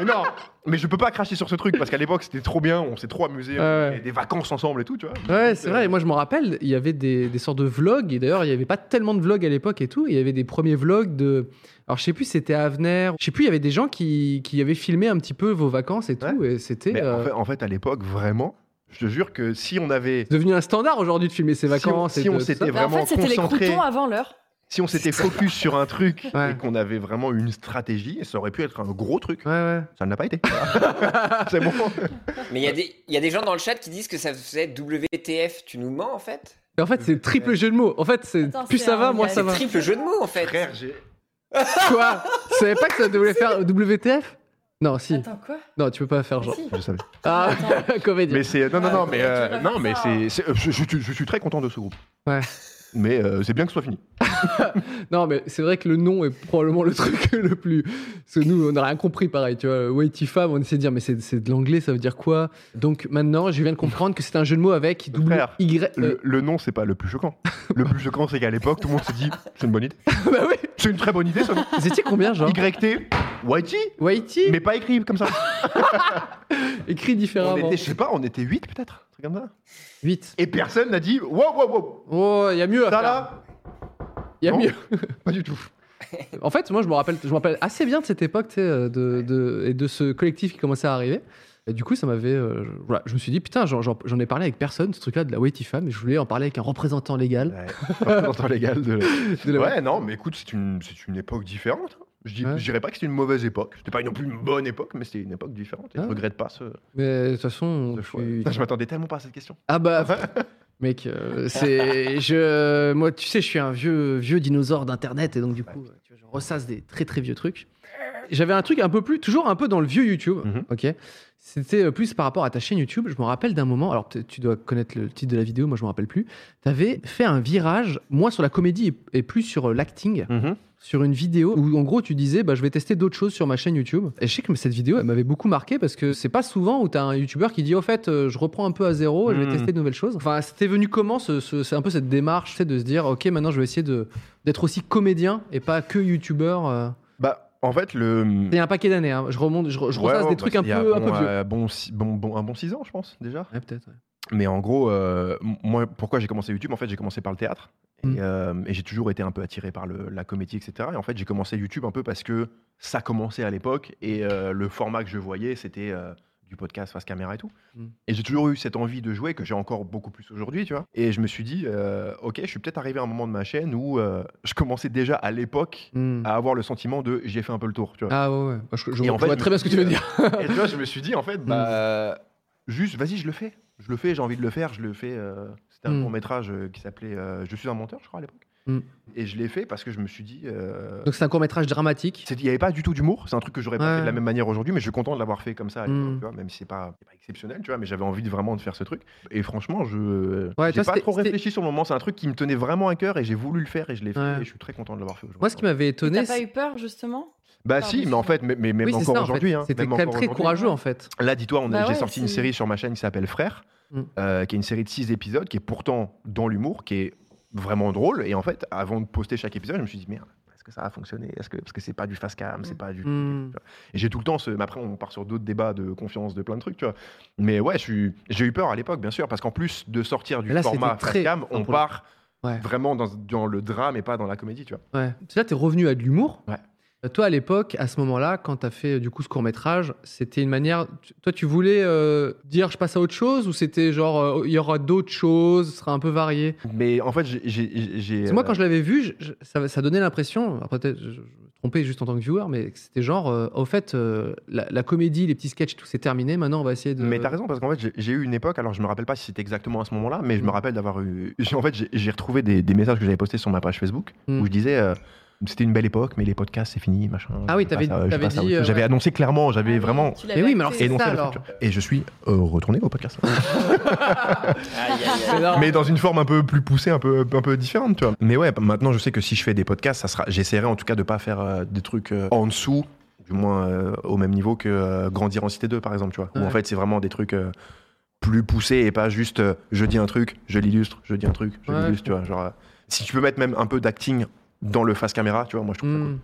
S4: Mais non Mais je peux pas cracher sur ce truc, parce qu'à l'époque, c'était trop bien, on s'est trop amusés, on
S1: Ouais.
S4: faisait des vacances ensemble et tout, tu vois. Euh,
S1: ouais, c'est vrai. Et moi, je me rappelle, il y avait des, des sortes de vlogs. Et d'ailleurs, il n'y avait pas tellement de vlogs à l'époque et tout. Il y avait des premiers vlogs de. Alors, je sais plus, c'était à Avenir. Je sais plus, il y avait des gens qui, qui avaient filmé un petit peu vos vacances et tout. Et c'était.
S4: Mais en
S1: euh,
S4: fait, en fait, à l'époque, vraiment, je te jure que si on avait...
S1: c'est devenu un standard aujourd'hui de filmer ses
S4: Si on-
S1: vacances. et
S4: si on
S1: de- tout ça.
S4: s'était
S3: Bah, en
S4: vraiment
S3: fait, c'était les
S4: concentré,
S3: croutons avant l'heure.
S4: si on s'était focus sur un truc
S1: Ouais.
S4: et qu'on avait vraiment une stratégie, ça aurait pu être un gros truc.
S1: Ouais, ouais.
S4: Ça ne l'a pas été. c'est bon.
S2: Mais il y, a des- il y a des gens dans le chat qui disent que ça faisait WTF. Tu nous mens en fait
S1: Mais en fait, c'est triple jeu de mots. En fait, c'est
S3: Attends,
S1: plus
S3: c'est
S1: ça
S3: un
S1: va, moi
S3: gars,
S1: ça
S3: c'est
S1: va.
S2: Triple jeu de mots en fait.
S4: Frère, j'ai...
S1: Quoi Tu savais pas que ça devait faire WTF Non, si.
S3: Attends, quoi
S1: Non, tu peux pas faire genre.
S3: Si. Ah,
S4: Je savais.
S1: Ah, comédie.
S4: Mais c'est non non non mais euh,
S3: Tu vas
S4: non
S3: faire
S4: mais
S3: ça.
S4: c'est c'est- euh, je, je- je suis très content de ce groupe.
S1: Ouais.
S4: Mais euh, c'est bien que ce soit fini.
S1: Non, mais c'est vrai que le nom est probablement le truc le plus. Parce que nous, on n'a rien compris pareil, tu vois. Waity Fam, on essaie de dire, mais c'est c'est de l'anglais, ça veut dire quoi Donc maintenant, je viens de comprendre que c'est un jeu de mots avec double
S4: Frère,
S1: Y. euh,
S4: Le, le nom c'est pas le plus choquant. Le plus choquant c'est qu'à l'époque tout le monde s'est dit c'est une bonne idée.
S1: euh, Bah oui
S4: C'est une très bonne idée ce nom.
S1: Vous étiez combien, genre
S4: YT, YT,
S1: Waity
S4: mais pas écrit comme ça.
S1: Écrit
S4: On
S1: différemment.
S4: était je sais pas, on était 8 peut-être, un truc comme ça.
S1: 8.
S4: Et personne n'a dit wow wow wow.
S1: Oh, il y a mieux à
S4: Ça
S1: faire.
S4: là,
S1: Il y a
S4: non.
S1: mieux.
S4: pas du tout.
S1: En fait, moi, je me rappelle, je me rappelle assez bien de cette époque tu sais, euh, de, de- et de ce collectif qui commençait à arriver. Et du coup, ça m'avait. euh, voilà, je me suis dit, putain, j'en- j'en j'en ai parlé avec personne, ce truc-là de la Waitifa, mais je voulais en parler avec un représentant légal.
S4: Ouais, représentant légal de.
S1: de la
S4: ouais, non, mais écoute, c'est une, c'est une époque différente. hein. Je dis-
S1: Ouais.
S4: je dirais pas que c'était une mauvaise époque. C'était pas non plus une bonne époque, mais c'était une époque différente. Et
S1: Ah.
S4: Je regrette pas ce,
S1: Mais de toute façon.
S4: ce choix.
S1: tu-
S4: Putain, je m'attendais tellement pas à cette question.
S1: Ah bah. Mec, euh, c'est je moi tu sais je suis un vieux vieux dinosaure d'internet et donc du coup euh, tu vois, je ressasse des très très vieux trucs. J'avais un truc un peu plus toujours un peu dans le vieux YouTube,
S4: Mhm.
S1: OK. C'était euh, plus par rapport à ta chaîne YouTube, je me rappelle d'un moment, alors peut-être tu dois connaître le titre de la vidéo, moi je me rappelle plus. Tu avais fait un virage moi sur la comédie et- et plus sur euh, l'acting
S4: Mm-hmm.
S1: sur une vidéo où en gros tu disais bah, je vais tester d'autres choses sur ma chaîne YouTube. Et je sais que cette vidéo elle m'avait beaucoup marqué parce que c'est pas souvent où t'as un youtubeur qui dit au fait euh, je reprends un peu à zéro et je vais
S4: Mhm.
S1: tester de nouvelles choses. Enfin c'était venu comment ce, ce- c'est un peu cette démarche c'est de se dire ok maintenant je vais essayer de d'être aussi comédien et pas que youtubeur. euh.
S4: Bah, en fait, le.
S1: Il y a un paquet d'années, hein. je remonte, je, re- je
S4: Ouais,
S1: ressasse
S4: ouais,
S1: des
S4: bah,
S1: trucs un
S4: il y a
S1: peu, un
S4: bon,
S1: peu vieux.
S4: euh, bon six- bon- bon- un bon 6 ans, je pense, déjà.
S1: Ouais, peut-être. ouais.
S4: Mais en gros, euh, m- moi, pourquoi j'ai commencé YouTube En fait, j'ai commencé par le théâtre. Et,
S1: Mm.
S4: euh, et j'ai toujours été un peu attiré par le- la comédie, etc. Et en fait, j'ai commencé YouTube un peu parce que ça commençait à l'époque et euh, le format que je voyais, c'était euh, du podcast face caméra et tout.
S1: Mm.
S4: Et j'ai toujours eu cette envie de jouer que j'ai encore beaucoup plus aujourd'hui, tu vois. Et je me suis dit, euh, ok, je suis peut-être arrivé à un moment de ma chaîne où euh, je commençais déjà à l'époque
S1: Hmm.
S4: à avoir le sentiment de j'ai fait un peu le tour, tu vois.
S1: Ah ouais, ouais. Bah, Je, je-
S4: Et
S1: je
S4: en fait, euh,
S1: vois
S4: je
S1: très
S4: me
S1: bien ce que tu
S4: suis
S1: veux
S4: dit,
S1: dire.
S4: Et tu vois, je me suis dit, en fait, bah,
S1: Mm.
S4: juste, vas-y, je le fais. Je le fais, j'ai envie de le faire. Je le fais. euh, C'était un
S1: Mm.
S4: court métrage euh, qui s'appelait euh, Je suis un menteur, je crois, à l'époque.
S1: Mm.
S4: Et je l'ai fait parce que je me suis dit. euh,
S1: Donc c'est un court métrage dramatique.
S4: c'est- Il n'y avait pas du tout d'humour, c'est un truc que j'aurais pas
S1: Ouais.
S4: fait de la même manière aujourd'hui, mais je suis content de l'avoir fait comme ça, à l'époque,
S1: Mm.
S4: tu vois, même si c'est pas, c'est pas exceptionnel, tu vois, mais j'avais envie de vraiment de faire ce truc. Et franchement, je
S1: Ouais, toi,
S4: j'ai pas
S1: c'était-
S4: trop
S1: c'était-
S4: réfléchi sur le moment, c'est un truc qui me tenait vraiment à cœur et j'ai voulu le faire et je l'ai fait
S1: Ouais.
S4: et je suis très content de l'avoir fait aujourd'hui.
S1: Moi ce qui m'avait
S3: Et
S1: étonné,
S3: T'as pas
S1: c'est-
S3: eu peur, justement
S4: Bah
S3: Pardon,
S4: si, mais en fait, mais, mais même
S1: oui, c'est
S4: encore
S1: ça, en fait.
S4: aujourd'hui, hein,
S1: c'était
S4: même
S1: quand même
S4: encore
S1: très
S4: aujourd'hui.
S1: courageux en fait.
S4: Là, dis-toi, on a-
S3: Bah
S4: j'ai
S3: ouais,
S4: sorti une
S3: c'est-
S4: série sur ma chaîne qui s'appelle Frères,
S1: Mm.
S4: euh, qui est une série de six épisodes, qui est pourtant dans l'humour, qui est vraiment drôle. Et en fait, avant de poster chaque épisode, je me suis dit, merde, est-ce que ça va fonctionner est-ce que... Parce que c'est pas du face cam,
S3: Mm.
S4: c'est pas du.
S1: Hmm.
S4: Et j'ai tout le temps ce. Mais après, on part sur d'autres débats de confiance, de plein de trucs, tu vois. Mais ouais, je suis- j'ai eu peur à l'époque, bien sûr, parce qu'en plus de sortir du
S1: Là, c'était
S4: format
S1: très-
S4: face cam, on
S1: Non, pour le-
S4: part
S1: Ouais.
S4: vraiment dans, dans le drame et pas dans la comédie, tu vois.
S1: Ouais. Parce que Là, tu es revenu à de l'humour.
S4: Ouais.
S1: Euh, Toi, à l'époque, à ce moment-là, quand tu as fait euh, du coup ce court-métrage, c'était une manière. tu- Toi, tu voulais euh, dire je passe à autre chose ou c'était genre euh, il y aura d'autres choses, ce sera un peu varié
S4: Mais en fait, j'ai- j'ai. j'ai-
S1: Parce que moi, quand je l'avais vu, je- je- ça, ça donnait l'impression, alors peut-être je, je me trompais juste en tant que viewer, mais que c'était genre euh, au fait, euh, la, la comédie, les petits sketchs, et tout c'est terminé, maintenant on va essayer de.
S4: Mais t'as raison, parce qu'en fait, j'ai- j'ai eu une époque, alors je me rappelle pas si c'était exactement à ce moment-là, mais je
S1: Mm.
S4: me rappelle d'avoir eu. j'ai- En fait, j'ai- j'ai retrouvé des, des messages que j'avais postés sur ma page Facebook
S1: Mm.
S4: où je disais. euh, c'était une belle époque, mais les podcasts, c'est fini, machin.
S1: Ah oui,
S4: Je passe
S1: t'avais-
S4: à- je
S1: t'avais
S4: passe à
S1: dit,
S4: autre chose.
S1: euh,
S4: J'avais
S1: ouais.
S4: annoncé clairement, j'avais
S3: Ah oui,
S4: vraiment.
S3: tu
S1: Mais
S3: l'avais
S1: oui, mais alors
S3: acté.
S1: c'est
S4: énoncé
S1: ça
S4: le
S1: alors.
S4: truc. Et je suis euh, retourné au podcast.
S2: Aïe, aïe, aïe.
S1: C'est énorme.
S4: mais dans une forme un peu plus poussée, un peu, un peu différente, tu vois. Mais ouais, maintenant, je sais que si je fais des podcasts, ça sera. J'essaierai en tout cas de pas faire euh, des trucs euh, en dessous, du moins euh, au même niveau que euh, Grandir en Cité 2, par exemple, tu vois. Où en
S1: Ouais.
S4: fait, c'est vraiment des trucs. euh, plus poussés et pas juste euh, je dis un truc, je l'illustre, je dis un truc, je
S1: Ouais,
S4: l'illustre, tu vois. Genre, euh, si tu peux mettre même un peu d'acting dans le face caméra, tu vois, moi je trouve ça
S1: Hmm.
S4: cool.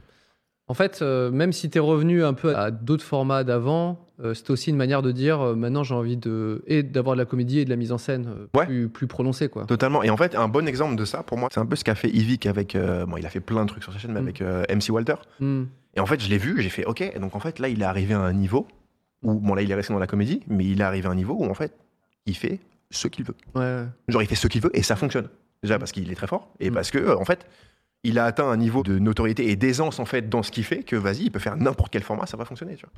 S1: En fait, euh, même si tu es revenu un peu à d'autres formats d'avant, euh, c'était aussi une manière de dire euh, maintenant j'ai envie de et d'avoir de la comédie et de la mise en scène euh,
S4: Ouais.
S1: plus, plus prononcée quoi.
S4: Totalement. Et en fait, un bon exemple de ça pour moi, c'est un peu ce qu'a fait Yvick avec. euh, bon, il a fait plein de trucs sur sa chaîne, mais
S1: Mm.
S4: avec euh, MC Walter.
S1: Hmm.
S4: Et en fait, je l'ai vu, j'ai fait OK. Et donc en fait, là, il est arrivé à un niveau où, bon, là, il est resté dans la comédie, mais il est arrivé à un niveau où en fait, il fait ce qu'il veut.
S1: Ouais, ouais.
S4: Genre, il fait ce qu'il veut et ça fonctionne. Déjà parce qu'il est très fort et
S1: Mm.
S4: parce que, euh, en fait, il a atteint un niveau de notoriété et d'aisance, en fait, dans ce qu'il fait, que vas-y, il peut faire n'importe quel format, ça va fonctionner, tu vois.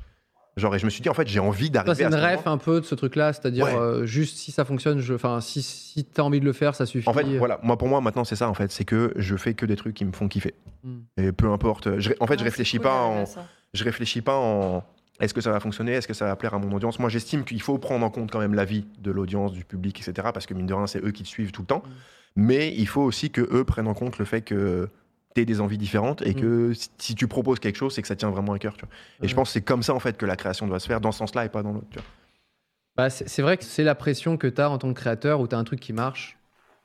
S4: Genre, et je me suis dit, en fait, j'ai envie
S1: Toi,
S4: d'arriver
S1: c'est
S4: à
S1: une
S4: ce moment.
S1: ref hein, un peu de ce truc-là, c'est-à-dire
S4: Ouais.
S1: euh, juste si ça fonctionne, je... enfin si, si t'as envie de le faire, ça suffit.
S4: En fait, voilà, moi, pour moi, maintenant, c'est ça, en fait, c'est que je fais que des trucs qui me font kiffer.
S1: Mm.
S4: Et peu importe, je ré- en fait, je
S3: Ah,
S4: réfléchis
S3: c'est cool
S4: pas
S3: d'arriver
S4: en.
S3: à ça.
S4: je réfléchis pas en est-ce que ça va fonctionner, est-ce que ça va plaire à mon audience. Moi, j'estime qu'il faut prendre en compte quand même l'avis de l'audience, du public, etc. Parce que mine de rien, c'est eux qui te suivent tout le temps. Mais il faut aussi que eux prennent en compte le fait que tu des envies différentes et que si- si tu proposes quelque chose, c'est que ça tient vraiment à cœur. Tu vois. Et je
S1: Ouais.
S4: pense que c'est comme ça en fait que la création doit se faire dans ce sens-là et pas dans l'autre. tu vois.
S1: Bah, c'est c'est vrai que c'est la pression que t'as en tant que créateur où t'as un truc qui marche.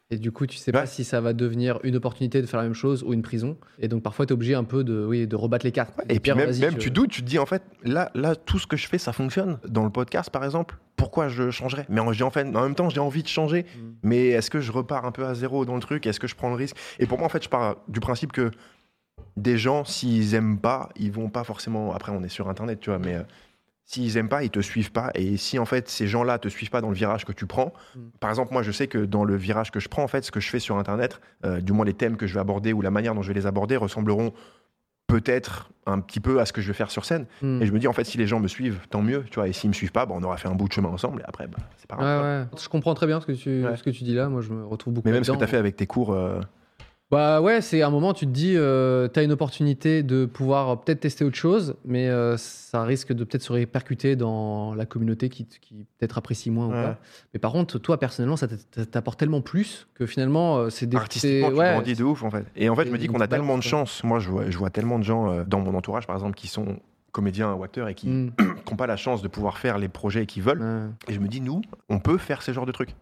S1: Et du coup, tu sais
S4: Ouais.
S1: pas si ça va devenir une opportunité de faire la même chose ou une prison. Et donc, parfois, t'es obligé un peu de, oui, de rebattre les cartes.
S4: Ouais, et puis
S1: Pierre,
S4: même,
S1: vas-y,
S4: même tu doutes, tu te dis en fait, là, là, tout ce que je fais, ça fonctionne. Dans le podcast, par exemple, pourquoi je changerais Mais en, j'ai en fait, en même temps, j'ai envie de changer.
S1: Mm.
S4: Mais est-ce que je repars un peu à zéro dans le truc Est-ce que je prends le risque Et pour moi, en fait, je pars du principe que des gens, s'ils aiment pas, ils vont pas forcément. Après, on est sur Internet, tu vois, mais euh, S'ils aiment pas, ils te suivent pas. Et si en fait ces gens-là te suivent pas dans le virage que tu prends,
S1: Mm.
S4: par exemple moi je sais que dans le virage que je prends en fait, ce que je fais sur internet, euh, du moins les thèmes que je vais aborder ou la manière dont je vais les aborder ressembleront peut-être un petit peu à ce que je vais faire sur scène.
S1: Hmm.
S4: Et je me dis en fait si les gens me suivent, tant mieux, tu vois. Et s'ils me suivent pas, bah, on aura fait un bout de chemin ensemble. Et après, bah, c'est pas
S1: Ouais,
S4: grave.
S1: ouais. Je comprends très bien ce que tu,
S4: Ouais.
S1: ce que tu dis là. Moi, je me retrouve beaucoup.
S4: Mais même ce que
S1: là-dedans.
S4: tu as fait avec tes cours, euh,
S1: Bah ouais, c'est un moment, tu te dis, euh, t'as une opportunité de pouvoir euh, peut-être tester autre chose, mais euh, ça risque de peut-être se répercuter dans la communauté qui, t- qui peut-être apprécie moins ou
S4: Ouais.
S1: pas. Mais par contre, toi, personnellement, ça t- t- t'apporte tellement plus que finalement, euh, c'est des.
S4: artistiquement,
S1: c'est-
S4: tu
S1: ouais,
S4: grandis de ouf en fait. Et en fait, je me
S1: Et
S4: dis
S1: une
S4: qu'on a
S1: petite
S4: tellement de
S1: balance,
S4: chance. Moi, je vois, je vois tellement de gens euh, dans mon entourage, par exemple, qui sont comédiens ou acteurs et qui
S1: Mm.
S4: n'ont pas la chance de pouvoir faire les projets qu'ils veulent.
S1: Ouais.
S4: Et je me dis, nous, on peut faire ce genre de trucs.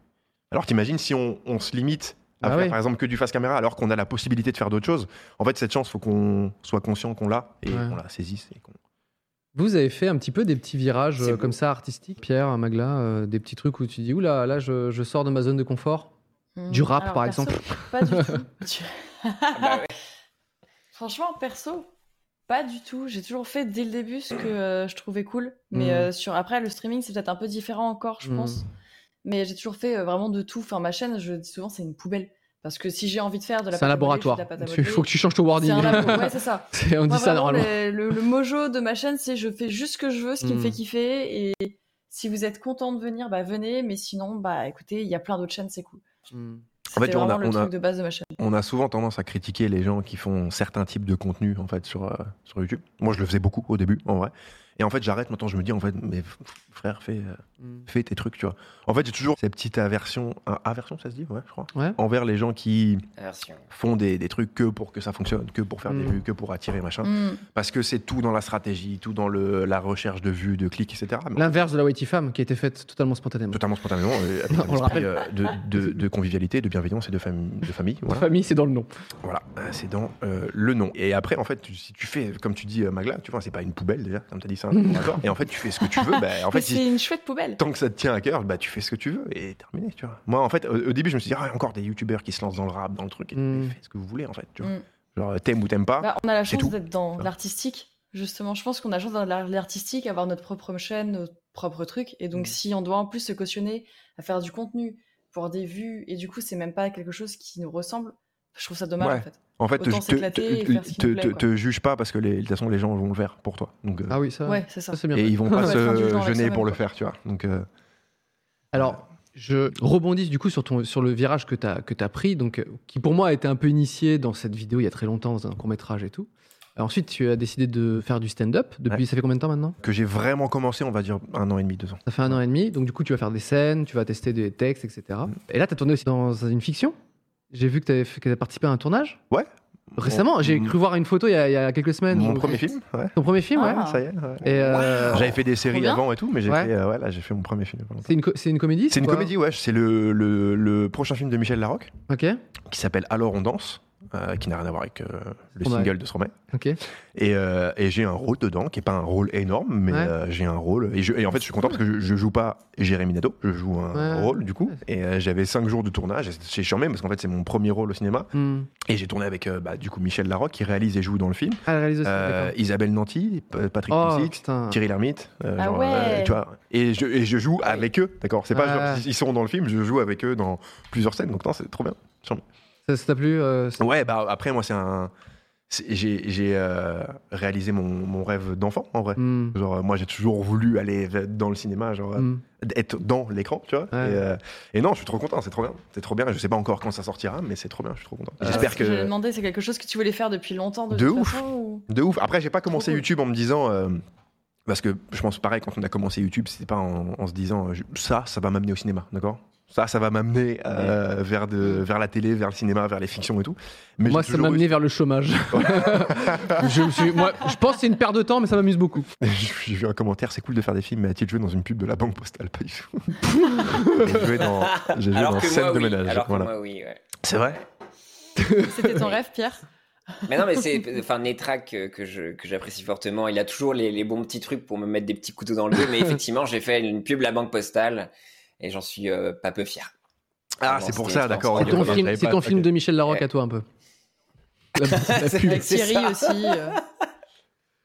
S4: Alors t'imagines si on, on se limite à
S1: Ah
S4: faire
S1: ouais.
S4: par exemple que du face caméra alors qu'on a la possibilité de faire d'autres choses. En fait, cette chance, faut qu'on soit conscient qu'on l'a et
S1: Ouais.
S4: qu'on la saisisse. et qu'on-
S1: Vous avez fait un petit peu des petits virages
S2: C'est
S1: euh,
S2: beau.
S1: comme ça artistiques, Pierre, Magla, euh, des petits trucs où tu dis, oula, là, je, je sors de ma zone de confort. Du rap,
S3: Alors,
S1: par
S3: perso,
S1: exemple.
S3: Pas du tout. Tu-
S2: Ah bah ouais.
S3: Franchement, perso, pas du tout. J'ai toujours fait dès le début ce que euh, je trouvais cool. Mais
S1: Mm.
S3: euh, sur après, le streaming, c'est peut-être un peu différent encore, je
S1: Mm.
S3: pense. Mais j'ai toujours fait euh, vraiment de tout. Enfin, ma chaîne, je dis souvent, c'est une poubelle. Parce que si j'ai envie de faire de la
S1: C'est un
S3: pâte à modeler, je fais de
S1: laboratoire.
S3: la pâte à
S1: Il faut que tu changes ton
S3: modeler.
S1: wording.
S3: C'est un labo, ouais, c'est ça.
S1: C'est- on
S3: Moi,
S1: dit ça
S3: vraiment,
S1: normalement.
S3: Le, le- le mojo de ma chaîne, c'est je fais juste ce que je veux, ce qui me
S1: Mm.
S3: fait kiffer. Et si vous êtes content de venir, bah venez. Mais sinon, bah écoutez, il y a plein d'autres chaînes, c'est cool.
S1: Mm.
S4: En fait,
S3: C'était
S4: on a-
S3: vraiment le
S4: on a-
S3: truc de base de ma chaîne.
S4: On a souvent tendance à critiquer les gens qui font certains types de contenu en fait sur, euh, sur YouTube. Moi, je le faisais beaucoup au début, en vrai. Et en fait, j'arrête maintenant. Je me dis en fait, mais f- frère, fais, euh,
S1: Mm.
S4: fais tes trucs, tu vois. En fait, j'ai toujours cette petite aversion, ah, aversion, ça se dit, ouais, je crois,
S1: Ouais.
S4: envers les gens qui
S2: Version.
S4: font des, des trucs que pour que ça fonctionne, que pour faire des
S1: Mm.
S4: vues, que pour attirer machin.
S3: Mm.
S4: Parce que c'est tout dans la stratégie, tout dans le, la recherche de vues, de clics, etc. Mais
S1: L'inverse de la Whitey Femme qui a été faite totalement spontanément.
S4: totalement spontanément, euh, avec
S1: On
S4: un
S1: le
S4: esprit,
S1: rappelle.
S4: euh, de, de- de convivialité, de bienveillance et de, fam- de famille. Voilà.
S1: Famille, c'est dans le nom.
S4: Voilà, euh, c'est dans euh, le nom. Et après, en fait, tu- si tu fais, comme tu dis, euh, Magla, tu vois, c'est pas une poubelle déjà, comme tu as dit, c'est un laboratoire. Et en fait, tu fais ce que tu veux. bah, en fait,
S3: Mais
S4: si-
S3: c'est une chouette poubelle.
S4: tant que ça te tient à cœur, bah, tu fais ce que tu veux et terminé, tu vois. Moi, en fait, au, au début, je me suis dit, ah, encore des youtubeurs qui se lancent dans le rap, dans le truc. Et
S1: Mm.
S4: Fais ce que vous voulez, en fait. Tu vois.
S3: Mm.
S4: Genre, euh, t'aimes ou t'aimes pas.
S3: Bah, on a la
S4: c'est
S3: chance
S4: tout.
S3: d'être dans
S4: Voilà.
S3: l'artistique, justement. Je pense qu'on a la chance d'être dans l'artistique, avoir notre propre chaîne, notre propre truc. Et donc,
S1: Mm.
S3: si on doit en plus se cautionner à faire du contenu pour des vues, et du coup, c'est même pas quelque chose qui nous ressemble, je trouve ça dommage
S4: Ouais.
S3: en fait.
S4: en fait, te,
S3: autant
S4: te,
S3: s'éclater et faire ce qui
S4: te-
S3: nous plaît,
S4: te-
S3: quoi.
S4: te juge pas parce que les- de toute façon, les gens vont le faire pour toi. Donc, euh,
S1: Ah oui, ça,
S3: Ouais, c'est ça.
S1: ça c'est bien.
S4: et
S1: fait.
S4: ils vont pas
S3: Faut
S4: se
S3: être indulgent avec
S4: gêner
S3: soi-même,
S4: pour le
S3: quoi.
S4: faire, tu vois. Donc, euh,
S1: Alors, je rebondis du coup sur, ton, sur le virage que tu as, pris, donc, euh, qui pour moi a été un peu initié dans cette vidéo il y a très longtemps, dans un court métrage et tout. Alors ensuite, tu as décidé de faire du stand-up. Depuis,
S4: Ouais.
S1: ça fait combien de temps maintenant
S4: que j'ai vraiment commencé, on va dire, un an et demi, deux ans.
S1: Ça fait un an et demi. Donc du coup, tu vas faire des scènes, tu vas tester des textes, etc.
S4: Mm.
S1: Et là, tu as tourné aussi dans une fiction. J'ai vu que tu as participé à un tournage.
S4: Ouais.
S1: Récemment,
S4: Mon-
S1: j'ai cru voir une photo il y a, il y a quelques semaines.
S4: Mon
S1: Donc,
S4: premier film, ouais.
S1: Ton premier film, ouais.
S3: Ah.
S4: Ça y est. ouais.
S1: Et, euh,
S4: J'avais fait des séries
S3: bien.
S4: avant et tout, mais j'ai
S1: Ouais.
S4: fait, euh, ouais, là, j'ai fait mon premier film. il y a pas longtemps.
S1: c'est une, co- c'est une comédie
S4: C'est une
S1: quoi
S4: comédie, ouais. C'est le, le, le prochain film de Michel Larocque
S1: Ok.
S4: qui s'appelle Alors on danse, euh, qui n'a rien à voir avec euh, le
S1: Stromae.
S4: single de Stromae.
S1: Ok.
S4: Et, euh, et j'ai un rôle dedans, qui est pas un rôle énorme, mais
S1: Ouais.
S4: euh, j'ai un rôle. Et, je- et en fait, je suis content parce que je, je joue pas Jérémy Nadeau, je joue un
S1: Ouais.
S4: rôle du coup.
S1: Ouais.
S4: Et euh, j'avais cinq jours de tournage, et j'ai charmé parce qu'en fait, c'est mon premier rôle au cinéma.
S1: Hmm.
S4: Et j'ai tourné avec euh, bah, du coup Michel Larocque qui réalise et joue dans le film,
S1: Ah, elle réalise aussi.
S4: Euh,
S1: d'accord.
S4: Isabelle Nanty, P- Patrick
S1: Oh
S4: Timsit,
S1: putain.
S4: Thierry Lhermitte, euh,
S3: Ah
S4: genre,
S3: ouais.
S4: euh, tu vois, et je, et je joue avec eux, d'accord. C'est pas
S1: Ouais.
S4: genre ils- ils sont dans le film, je joue avec eux dans plusieurs scènes, donc non, c'est trop bien.
S1: Ça ça t'a plu euh, ça-
S4: Ouais, bah après moi c'est un, c'est- j'ai j'ai, euh, réalisé mon, mon rêve d'enfant en vrai.
S1: Hmm.
S4: Genre euh, moi j'ai toujours voulu aller dans le cinéma, genre euh,
S1: Hmm.
S4: être dans l'écran, tu vois.
S1: Ouais.
S4: Et, euh, et non, je suis trop content, c'est trop bien, c'est trop bien. Je sais pas encore quand ça sortira, mais c'est trop bien, je suis trop content.
S1: Ah,
S3: Ce
S4: J'espère
S3: que j'avais
S4: que
S3: demandé, c'est quelque chose que tu voulais faire depuis longtemps de,
S4: De
S3: toute
S4: ouf.
S3: façon, ou-
S4: De ouf. Après, j'ai pas commencé
S3: cool.
S4: YouTube en me disant. euh, parce que je pense pareil, quand on a commencé YouTube, c'était pas en, en se disant euh, je- ça, ça va m'amener au cinéma, d'accord Ça, ça va m'amener euh, vers, de, vers la télé, vers le cinéma, vers les fictions et tout. Mais
S1: Moi,
S4: j'ai
S1: ça m'a
S4: toujours eu-
S1: amené vers le chômage. je, me suis- moi, je pense que c'est une perte de temps, mais ça m'amuse beaucoup.
S4: J'ai vu un commentaire, c'est cool de faire des films, mais a-t-il joué dans une pub de la banque postale Pas du tout. J'ai joué dans, j'ai joué
S2: Alors
S4: dans
S2: que
S4: scène
S2: moi,
S4: de
S2: oui.
S4: ménage.
S2: Alors que
S4: voilà.
S2: moi, oui, ouais.
S4: C'est vrai
S3: C'était ton rêve, Pierre
S2: Mais non, mais c'est. Enfin, Netrac, euh, que je- que j'apprécie fortement, il a toujours les, les bons petits trucs pour me mettre des petits couteaux dans le dos. Mais effectivement, j'ai fait une pub La Banque Postale et j'en suis euh, pas peu fier.
S4: Ah,
S2: Avant,
S4: c'est pour
S2: c'était
S4: ça, d'accord.
S1: C'est
S2: transparent.
S4: ok,
S1: ton,
S4: voilà,
S1: film,
S4: j'avais
S1: c'est
S4: pas-
S1: ton film
S4: ok.
S1: de Michel Larocque
S2: Ouais.
S1: à toi, un peu. La- la
S2: C'est
S1: pub.
S2: vrai que
S3: Avec
S2: c'est
S3: Thierry
S2: ça.
S3: aussi. euh.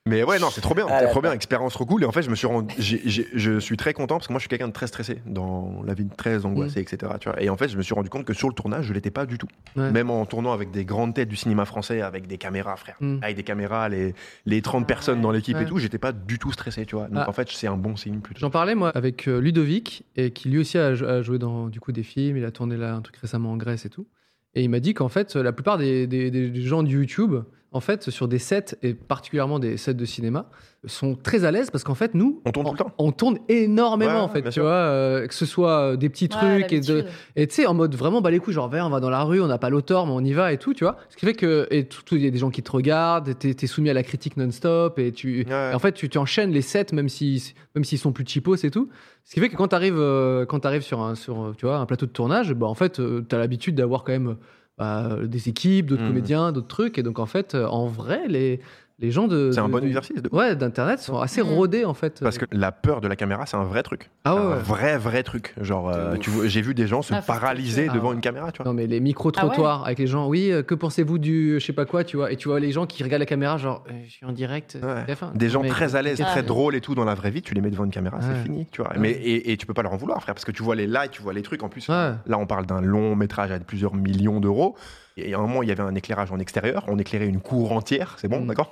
S4: Mais ouais, non, c'est trop bien,
S2: Ah
S4: c'est
S2: là
S4: trop bien,
S2: là.
S4: expérience trop cool. Et en fait, je me suis rendu, j'ai- j'ai- je suis très content parce que moi, je suis quelqu'un de très stressé dans la vie, très
S1: Mm.
S4: angoissé, etc. Tu vois. Et en fait, je me suis rendu compte que sur le tournage, je l'étais pas du tout.
S1: Ouais.
S4: Même en tournant avec des grandes têtes du cinéma français, avec des caméras, frère,
S1: Mm.
S4: avec des caméras, les, les 30
S3: Ah
S4: personnes
S3: ouais.
S4: dans l'équipe
S1: Ouais.
S4: et tout, j'étais pas du tout stressé, tu vois. Donc
S1: Ah.
S4: en fait, c'est un bon signe plutôt.
S1: J'en parlais moi avec euh, Ludovic et qui lui aussi a, jou- a joué dans du coup des films. Il a tourné là un truc récemment en Grèce et tout. Et il m'a dit qu'en fait la plupart des, des- des gens du YouTube, en fait sur des sets et particulièrement des sets de cinéma, sont très à l'aise parce qu'en fait nous
S4: On tourne tout le temps.
S1: on tourne énormément
S4: Ouais,
S1: en fait,
S4: bien
S1: tu
S4: sûr.
S1: vois, euh, que ce soit euh, des petits
S3: Ouais,
S1: trucs et de,
S3: l'habitude.
S1: et tu sais, en mode vraiment, bah les couilles, genre, viens, on va dans la rue, on n'a pas l'auteur, mais on y va et tout, tu vois. Ce qui fait que, et tout, tout, il y a des gens qui te regardent, et t'es t'es soumis à la critique non-stop, et tu.
S4: Ouais.
S1: et en fait, tu, tu enchaînes les sets, même s'ils si, même s'ils sont plus cheapos et tout. Ce qui fait que quand t'arrives euh, quand t'arrives sur, un, sur euh, tu vois, un plateau de tournage, bah en fait, euh, t'as l'habitude d'avoir quand même bah, des équipes, d'autres
S4: Mm.
S1: comédiens, d'autres trucs, et donc en fait, euh, en vrai, les, les gens de.
S4: C'est un
S1: de-
S4: bon
S1: de-
S4: exercice. De...
S1: Ouais, d'Internet sont assez
S3: Mm.
S1: rodés en fait.
S4: Parce que la peur de la caméra, c'est un vrai truc.
S1: Ah ouais,
S4: un
S1: ouais.
S4: vrai, vrai truc. Genre, euh,
S2: De ouf.
S4: tu vois, j'ai vu des gens se
S3: Ah, faut se
S4: paralyser
S1: calmer.
S4: devant
S1: Ah.
S4: une caméra, tu vois.
S1: Non, mais les micro-trottoirs avec les gens, oui, euh, que pensez-vous du je sais pas quoi, tu vois, et tu vois les gens qui regardent la caméra, genre, euh, je suis en direct, c'est
S4: Ouais.
S1: TF1.
S4: Des
S1: Non,
S4: gens
S1: mais-
S4: très à l'aise,
S3: Ah,
S4: très
S3: oui.
S4: drôles et tout dans la vraie vie, tu les mets devant une caméra,
S1: Ouais.
S4: c'est fini, tu vois.
S1: Ouais.
S4: Mais, et, et tu peux pas leur en vouloir, frère, parce que tu vois les likes, tu vois les trucs. En plus,
S1: Ouais.
S4: là, on parle d'un long métrage à plusieurs millions d'euros. Et à un moment, il y avait un éclairage en extérieur, on éclairait une cour entière, c'est bon,
S1: Mm.
S4: d'accord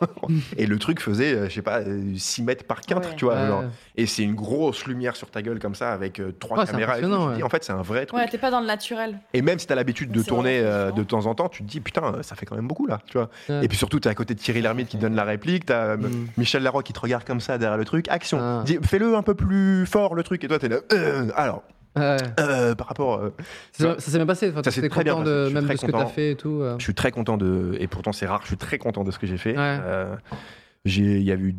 S4: Et le truc faisait, euh, je sais pas, euh, 6 mètres par 4,
S3: Ouais.
S4: tu vois.
S1: Ouais.
S4: genre. et c'est une grosse lumière sur ta gueule comme ça, avec euh, trois
S1: Ouais, c'est
S4: caméras. et tout.
S1: impressionnant,
S4: Tu te dis,
S1: ouais.
S4: en fait, c'est un vrai truc.
S3: Ouais, t'es pas dans le naturel.
S4: Et même si t'as l'habitude de
S3: C'est vraiment
S4: tourner euh,
S3: différent.
S4: de temps en temps, tu te dis, putain, euh, ça fait quand même beaucoup là, tu vois.
S1: Ouais.
S4: Et puis surtout, t'es à côté de Thierry Lhermitte qui te donne la réplique, t'as euh,
S1: Mm.
S4: Michel Larocque qui te regarde comme ça derrière le truc, action,
S1: Ah.
S4: Dis, fais-le un peu plus fort le truc, et toi t'es là, euh, alors,
S1: Ouais.
S4: euh, par rapport. euh,
S1: Ça, ça s'est bien passé, enfin,
S4: Ça s'est
S1: t'es
S4: très bien
S1: content
S4: passé, je
S1: de,
S4: suis
S1: même
S4: très
S1: de ce que t'as
S4: content.
S1: fait et tout. euh.
S4: je suis très content de. Et pourtant, c'est rare, je suis très content de ce que j'ai fait.
S1: Ouais.
S4: Euh, j'ai- Il y a eu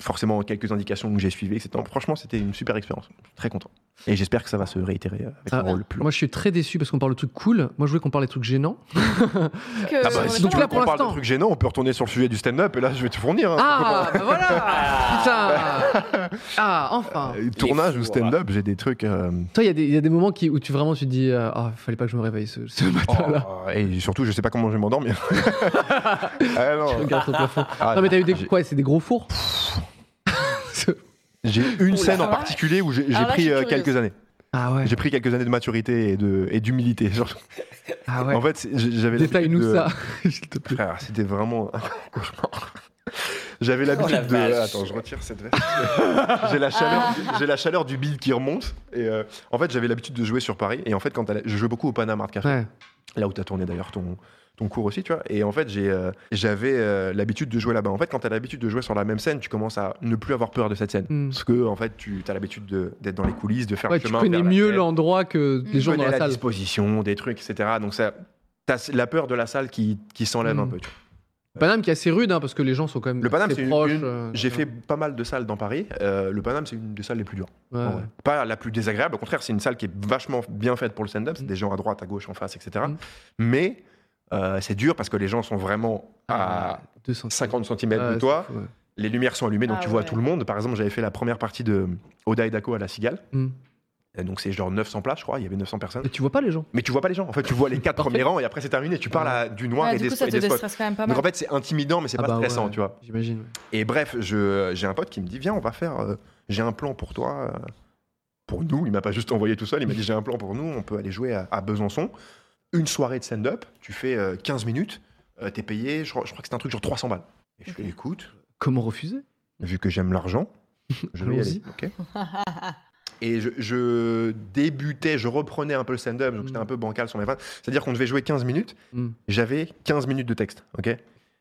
S4: forcément quelques indications que j'ai suivies, etc. Franchement, c'était une super expérience, très content. Et j'espère que ça va se réitérer euh, avec
S1: Ça-
S4: un rôle plus long.
S1: Moi, je suis très déçu parce qu'on parle de trucs cool. Moi, je voulais qu'on parle des trucs gênants.
S3: Que-
S4: Ah
S3: on est
S4: bah, si
S3: pas
S4: tu
S3: dans
S4: veux
S1: là
S3: le
S1: euh, pour
S4: qu'on parle de
S1: l'instant.
S4: trucs gênants, on peut retourner sur le sujet du stand-up, et là, je vais te fournir. hein.
S1: Ah, bah voilà
S2: Ah.
S1: Putain Ah, enfin
S4: Euh, tournage
S2: fou,
S4: ou stand-up, j'ai des trucs. euh,
S1: Toi, il y, a des- il y a des moments qui, où tu vraiment tu te dis euh, Ah, fallait pas que je me réveille ce, ce matin-là.
S4: oh, et surtout, je sais pas comment je vais m'endormir. ah, non.
S1: Regarde ton plafond.
S4: Ah,
S1: non, mais t'as eu des
S4: j'ai-
S1: quoi C'est des gros fours
S4: J'ai une scène en
S3: Ouais.
S4: particulier où j'ai j'ai
S3: Alors là, je
S4: pris
S3: suis
S4: euh,
S3: curieuse.
S4: quelques années.
S1: Ah ouais.
S4: J'ai pris quelques années de maturité et de- et d'humilité. Genre,
S1: Ah ouais.
S4: En fait, c'est- j'ai- j'avais
S1: Détaille-nous ça,
S4: l'habitude de-
S1: s'il te plaît.
S4: Frère, c'était vraiment un cauchemar. J'avais l'habitude
S2: Oh,
S4: de.
S2: la vache.
S4: Attends, je retire cette veste. j'ai
S1: Ah.
S4: la chaleur, j'ai la chaleur du bide qui remonte. Et euh, en fait, j'avais l'habitude de jouer sur Paris. Et en fait, quand t'allais- je jouais beaucoup au Panama Art Café,
S1: Ouais.
S4: là où t'as tourné d'ailleurs ton ton cours aussi, tu vois. Et en fait, j'ai, euh, j'avais euh, l'habitude de jouer là-bas. En fait, quand t'as l'habitude de jouer sur la même scène, tu commences à ne plus avoir peur de cette scène,
S1: Mm.
S4: parce que en fait, tu as l'habitude de- d'être dans les coulisses, de faire
S1: Ouais,
S4: le
S1: tu
S4: chemin.
S1: connais
S4: vers la
S1: mieux
S4: scène.
S1: l'endroit que les
S3: Mm.
S1: gens dans
S4: connais
S1: la
S4: la
S1: salle.
S4: disposition, des trucs, etc. Donc ça, t'as la peur de la salle qui, qui s'enlève
S1: Mm.
S4: un peu. tu vois.
S1: Paname qui est assez rude, hein, parce que les gens sont quand même
S4: Le Paname,
S1: assez
S4: c'est une-
S1: proches.
S4: une-
S1: euh,
S4: J'ai
S1: ouais.
S4: fait pas mal de salles dans Paris. Euh, le Paname, c'est une des salles les plus dures.
S1: Ouais.
S4: en vrai. Pas la plus désagréable. Au contraire, c'est une salle qui est vachement bien faite pour le stand-up. C'est
S1: Mm.
S4: des gens à droite, à gauche, en face, etc.
S1: Mm.
S4: Mais euh, c'est dur parce que les gens sont vraiment
S1: Ah,
S4: à
S1: 200
S4: 50 cm
S1: Ouais,
S4: de
S1: Ah, c'est
S4: toi.
S1: fou, ouais.
S4: Les lumières sont allumées, donc
S3: Ah
S4: tu vois
S3: ouais.
S4: tout le monde. Par exemple, j'avais fait la première partie de Oda et Dako à la Cigale.
S1: Mm.
S4: Euh, Donc c'est genre 900 places, je crois. Il y avait 900 personnes.
S1: Mais tu vois pas les gens.
S4: Mais tu vois pas les gens. En fait, tu vois les quatre
S1: Parfait.
S4: premiers rangs et après c'est terminé. Tu parles
S1: Ouais.
S4: à- du
S3: Ouais,
S4: noir et,
S3: du
S4: des,
S3: coup, ça
S4: et
S3: te
S4: des spots.
S3: déstresse quand même pas mal.
S4: Donc en fait, c'est intimidant, mais c'est
S1: Ah
S4: pas
S1: bah
S4: stressant,
S1: ouais,
S4: tu vois.
S1: J'imagine.
S4: Et bref, je- j'ai un pote qui me dit Viens, on va faire. euh, j'ai un plan pour toi, euh, pour nous. Il m'a pas juste envoyé tout seul. Il m'a dit J'ai un plan pour nous. On peut aller jouer à, à Besançon. Une soirée de stand-up. Tu fais euh, 15 minutes. euh, T'es payé. Je, crois- je crois que c'est un truc genre 300 balles. Et je fais Écoute,
S1: Comment refuser
S4: vu que j'aime l'argent, je vais y aller.
S1: Allons-y.
S4: ok et je, je débutais, je reprenais un peu le stand-up, donc c'était
S1: Mm.
S4: un peu bancal sur mes fins. C'est-à-dire qu'on devait jouer 15 minutes,
S1: Mm.
S4: j'avais 15 minutes de texte, ok